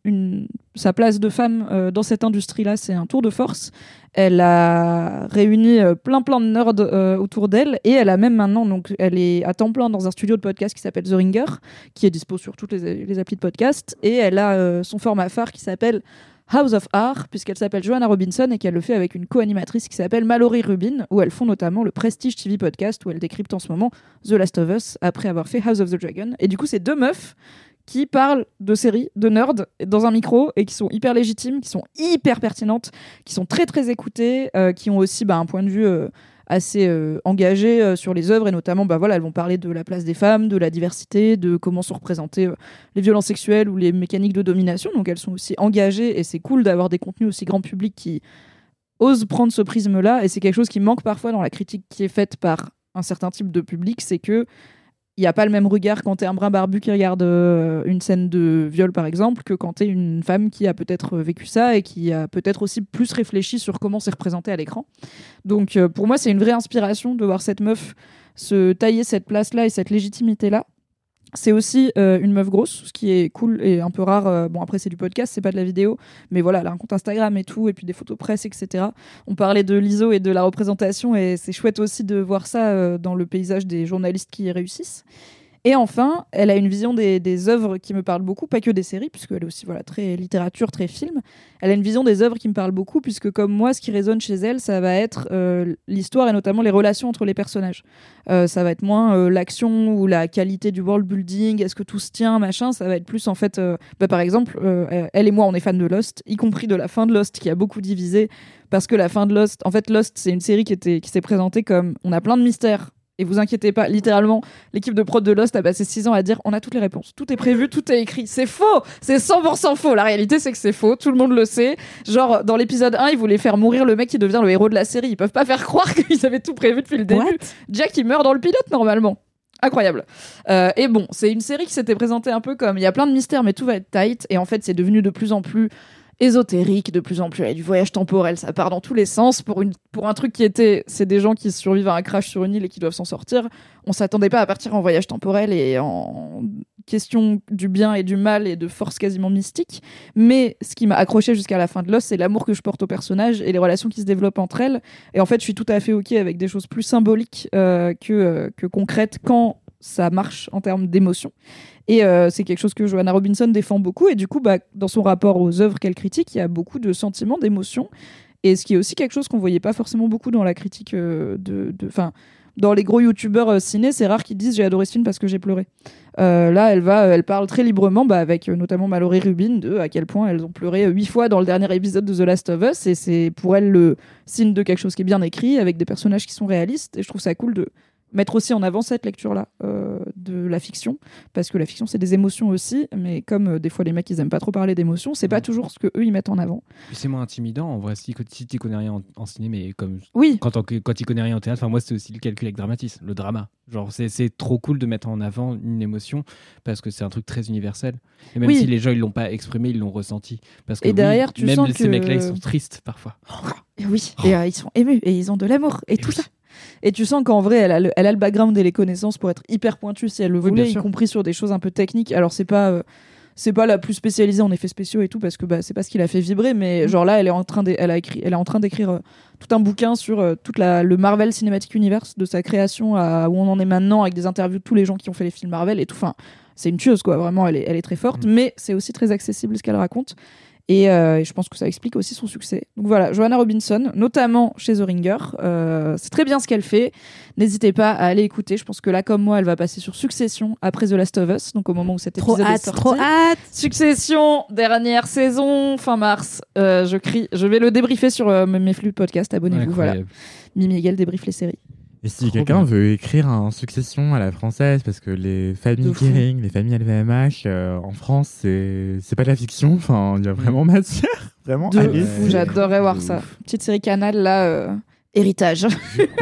Speaker 1: une, sa place de femme euh, dans cette industrie-là, c'est un tour de force. Elle a réuni euh, plein plein de nerds euh, autour d'elle et elle a même maintenant, donc elle est à temps plein dans un studio de podcast qui s'appelle The Ringer, qui est dispo sur toutes les, les applis de podcast. Et elle a euh, son format phare qui s'appelle House of Art, puisqu'elle s'appelle Joanna Robinson et qu'elle le fait avec une co-animatrice qui s'appelle Mallory Rubin, où elles font notamment le Prestige TV podcast, où elle décrypte en ce moment The Last of Us après avoir fait House of the Dragon. Et du coup, c'est deux meufs qui parlent de séries, de nerds, dans un micro, et qui sont hyper légitimes, qui sont hyper pertinentes, qui sont très très écoutées, euh, qui ont aussi bah, un point de vue euh, assez euh, engagé euh, sur les œuvres, et notamment, bah, voilà, elles vont parler de la place des femmes, de la diversité, de comment sont représentées euh, les violences sexuelles ou les mécaniques de domination, donc elles sont aussi engagées, et c'est cool d'avoir des contenus aussi grand public qui osent prendre ce prisme-là, et c'est quelque chose qui manque parfois dans la critique qui est faite par un certain type de public, c'est que il n'y a pas le même regard quand t'es un brin barbu qui regarde euh, une scène de viol, par exemple, que quand t'es une femme qui a peut-être euh, vécu ça et qui a peut-être aussi plus réfléchi sur comment c'est représenté à l'écran. Donc, euh, pour moi, c'est une vraie inspiration de voir cette meuf se tailler cette place-là et cette légitimité-là. C'est aussi euh, une meuf grosse, ce qui est cool et un peu rare. euh, bon, après, c'est du podcast, c'est pas de la vidéo, mais voilà, elle a un compte Instagram et tout, et puis des photos presse, etc. On parlait de l'ISO et de la représentation, et c'est chouette aussi de voir ça euh, dans le paysage des journalistes qui y réussissent. Et enfin, elle a une vision des, des œuvres qui me parle beaucoup, pas que des séries, puisqu'elle est aussi voilà, très littérature, très film. Elle a une vision des œuvres qui me parle beaucoup, puisque comme moi, ce qui résonne chez elle, ça va être euh, l'histoire et notamment les relations entre les personnages. Euh, ça va être moins euh, l'action ou la qualité du world building, est-ce que tout se tient, machin. Ça va être plus en fait, euh, bah, par exemple, euh, elle et moi, on est fans de Lost, y compris de la fin de Lost qui a beaucoup divisé, parce que la fin de Lost, en fait, Lost, c'est une série qui, était, qui s'est présentée comme on a plein de mystères. Et vous inquiétez pas, littéralement, l'équipe de prod de Lost a passé 6 ans à dire on a toutes les réponses, tout est prévu, tout est écrit. C'est faux C'est 100% faux La réalité, c'est que c'est faux, tout le monde le sait. Genre, dans l'épisode 1, ils voulaient faire mourir le mec qui devient le héros de la série. Ils peuvent pas faire croire qu'ils avaient tout prévu depuis le début. Jack, il meurt dans le pilote normalement. Incroyable. Euh, et bon, c'est une série qui s'était présentée un peu comme il y a plein de mystères, mais tout va être tight. Et en fait, c'est devenu de plus en plus ésotérique, de plus en plus. Il y a du voyage temporel, ça part dans tous les sens. Pour, une, pour un truc qui était, c'est des gens qui survivent à un crash sur une île et qui doivent s'en sortir. On s'attendait pas à partir en voyage temporel et en question du bien et du mal et de force quasiment mystique. Mais ce qui m'a accroché jusqu'à la fin de Lost, c'est l'amour que je porte aux personnages et les relations qui se développent entre elles. Et en fait, je suis tout à fait OK avec des choses plus symboliques euh, que, euh, que concrètes quand ça marche en termes d'émotion. Et euh, c'est quelque chose que Johanna Robinson défend beaucoup. Et du coup, bah, dans son rapport aux œuvres qu'elle critique, il y a beaucoup de sentiments, d'émotions. Et ce qui est aussi quelque chose qu'on voyait pas forcément beaucoup dans la critique euh, de. de- Enfin, dans les gros youtubeurs euh, ciné, c'est rare qu'ils disent j'ai adoré ce film parce que j'ai pleuré. Euh, là, elle va, elle parle très librement, bah, avec euh, notamment Mallory Rubin, de à quel point elles ont pleuré euh, huit fois dans le dernier épisode de The Last of Us. Et c'est pour elle le signe de quelque chose qui est bien écrit, avec des personnages qui sont réalistes. Et je trouve ça cool de mettre aussi en avant cette lecture-là euh, de la fiction parce que la fiction c'est des émotions aussi, mais comme euh, des fois les mecs ils aiment pas trop parler d'émotions, c'est pas toujours ce que eux ils mettent en avant.
Speaker 3: Puis C'est moins intimidant. En vrai, si, si tu connais rien en, en cinéma, et comme
Speaker 1: Oui,
Speaker 3: quand, on- quand tu connais rien au théâtre, enfin, moi, c'est aussi le calcul avec dramatisme, le drama. Genre, c'est- c'est trop cool de mettre en avant une émotion parce que c'est un truc très universel. Et même
Speaker 1: Oui.
Speaker 3: si les gens, ils l'ont pas exprimé, ils l'ont ressenti. Parce que
Speaker 1: Et
Speaker 3: oui,
Speaker 1: derrière, tu
Speaker 3: même
Speaker 1: sens
Speaker 3: ces
Speaker 1: que-
Speaker 3: mecs-là, ils sont tristes parfois.
Speaker 1: et oui, et euh, ils sont émus et ils ont de l'amour et,
Speaker 3: Et
Speaker 1: tout
Speaker 3: oui.
Speaker 1: ça. Et tu sens qu'en vrai elle a, le, elle a le background et les connaissances pour être hyper pointue si elle le voulait, y compris sur des choses un peu techniques. Alors c'est pas euh, c'est pas la plus spécialisée en effets spéciaux et tout parce que bah, c'est pas ce qui l'a fait vibrer, mais genre là elle est en train d'é- elle a écrit elle est en train d'écrire euh, tout un bouquin sur euh, toute la, le Marvel Cinematic Universe de sa création à où on en est maintenant avec des interviews de tous les gens qui ont fait les films Marvel et tout. Enfin c'est une tueuse quoi vraiment elle est, elle est très forte
Speaker 3: Mm.
Speaker 1: mais c'est aussi très accessible ce qu'elle raconte et euh, je pense que ça explique aussi son succès donc voilà Johanna Robinson notamment chez The Ringer Euh, c'est très bien ce qu'elle fait n'hésitez pas à aller écouter je pense que là comme moi elle va passer sur Succession après The Last of Us donc au moment où cet épisode
Speaker 4: Trop
Speaker 1: est
Speaker 4: hâte,
Speaker 1: sorti
Speaker 4: trop hâte.
Speaker 1: Succession, dernière saison, fin mars. Euh, je crie, je vais le débriefer sur euh, mes flux de podcast. Abonnez-vous, voilà.
Speaker 3: Incroyable.
Speaker 1: Mimi et Gaël débriefe les séries.
Speaker 5: Et si
Speaker 3: Trop
Speaker 5: quelqu'un
Speaker 3: bien.
Speaker 5: veut écrire un succession à la française, parce que les
Speaker 1: De
Speaker 5: familles
Speaker 1: fou.
Speaker 5: Kering, les familles LVMH, euh, en France, c'est c'est pas de la fiction, enfin, il y a vraiment matière. Vraiment,
Speaker 1: Mm. De
Speaker 5: allez.
Speaker 1: fou, j'adorais voir
Speaker 3: De
Speaker 1: ça.
Speaker 3: ouf.
Speaker 1: Petite série canal là, euh, héritage.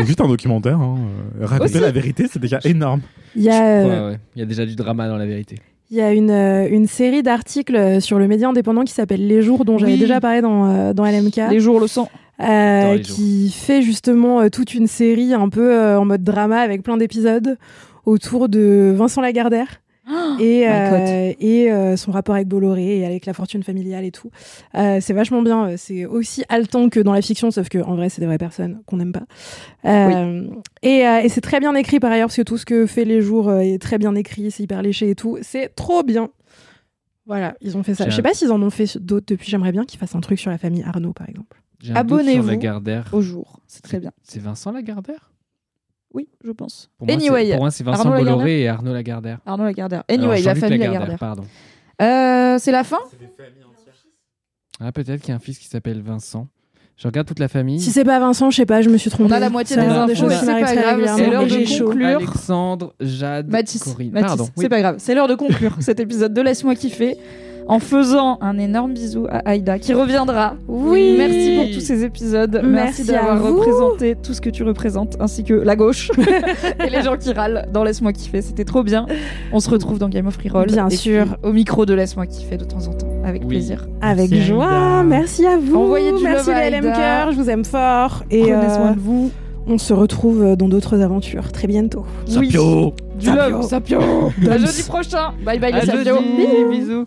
Speaker 5: Juste un documentaire. Hein. euh, Raconter
Speaker 1: Aussi.
Speaker 5: la vérité, c'est déjà énorme.
Speaker 4: Il y a, euh,
Speaker 3: Ouais, ouais. Il y a déjà du drama dans la vérité.
Speaker 4: il y a une, euh, une série d'articles sur le média indépendant qui s'appelle Les Jours, dont j'avais
Speaker 1: Oui.
Speaker 4: déjà parlé dans, euh, dans LMK.
Speaker 1: Les jours le sang.
Speaker 4: euh,
Speaker 3: Dans les jours.
Speaker 4: qui fait justement euh, toute une série un peu euh, en mode drama avec plein d'épisodes autour de Vincent Lagardère et, euh, et euh, son rapport avec Bolloré et avec la fortune familiale et tout. Euh, c'est vachement bien, euh, c'est aussi haletant que dans la fiction, sauf que en vrai c'est des vraies personnes qu'on n'aime pas. Euh, Et, euh, et c'est très bien écrit par ailleurs, parce que tout ce que fait Les Jours euh, est très bien écrit, c'est hyper léché et tout. C'est trop bien. Voilà, ils ont fait ça.
Speaker 3: J'ai
Speaker 4: Je
Speaker 3: un-
Speaker 4: sais pas s'ils en ont fait d'autres depuis, j'aimerais bien qu'ils fassent un truc sur la famille Arnaud par exemple.
Speaker 3: J'ai un doute sur
Speaker 1: Abonnez-vous.
Speaker 3: Lagardère.
Speaker 1: Au jour, c'est très bien.
Speaker 3: C'est Vincent Lagardère
Speaker 1: Oui, je pense.
Speaker 3: Pour moi,
Speaker 1: Anyway,
Speaker 3: c'est- pour moi, c'est Vincent
Speaker 1: Arnaud Lagardère.
Speaker 3: Bolloré et Arnaud Lagardère.
Speaker 1: Arnaud Lagardère.
Speaker 3: Alors,
Speaker 1: Anyway, la
Speaker 3: Jean-Luc
Speaker 1: famille Lagardère.
Speaker 3: Pardon.
Speaker 1: Euh, c'est la fin
Speaker 3: Ah, peut-être qu'il y a un fils qui s'appelle Vincent. Je regarde toute la famille.
Speaker 4: Si c'est pas Vincent, je sais pas, je me suis trompée.
Speaker 1: On a la moitié
Speaker 4: Ça
Speaker 1: des
Speaker 4: va,
Speaker 3: infos,
Speaker 4: choses
Speaker 3: et
Speaker 4: qui
Speaker 3: c'est
Speaker 4: m'arrivent
Speaker 1: pas
Speaker 4: très
Speaker 1: grave,
Speaker 4: régulièrement.
Speaker 1: c'est l'heure
Speaker 4: Et
Speaker 1: de
Speaker 4: j'ai
Speaker 1: conclure.
Speaker 4: chaud.
Speaker 3: Alexandre, Jade,
Speaker 1: Mathis,
Speaker 3: Corinne.
Speaker 1: Mathis,
Speaker 3: Pardon.
Speaker 1: c'est pas grave. C'est l'heure de conclure cet épisode de Laisse-moi kiffer en faisant un énorme bisou à Aïda qui reviendra.
Speaker 4: Oui.
Speaker 1: Merci pour tous ces épisodes. Merci,
Speaker 4: Merci à
Speaker 1: d'avoir
Speaker 4: vous.
Speaker 1: représenté tout ce que tu représentes ainsi que la gauche et les gens qui râlent dans Laisse-moi kiffer. C'était trop bien. On se retrouve dans Game of Reroll.
Speaker 4: Bien
Speaker 1: et puis
Speaker 4: sûr.
Speaker 1: Au micro de Laisse-moi kiffer de temps en temps avec
Speaker 3: Oui.
Speaker 1: plaisir.
Speaker 4: Avec
Speaker 5: Merci,
Speaker 4: joie,
Speaker 5: Aïda.
Speaker 4: merci à vous.
Speaker 1: Envoyez du
Speaker 4: merci
Speaker 1: love à
Speaker 4: les LM
Speaker 1: Aïda.
Speaker 4: Cœur, je vous aime fort. Et
Speaker 1: Prenez soin
Speaker 4: euh,
Speaker 1: de vous.
Speaker 4: on se retrouve dans d'autres aventures très bientôt.
Speaker 1: Oui. Du
Speaker 4: Sapio.
Speaker 1: love, Sapio. À jeudi prochain. Bye bye les
Speaker 3: À
Speaker 1: Sapios.
Speaker 3: jeudi. Bisous.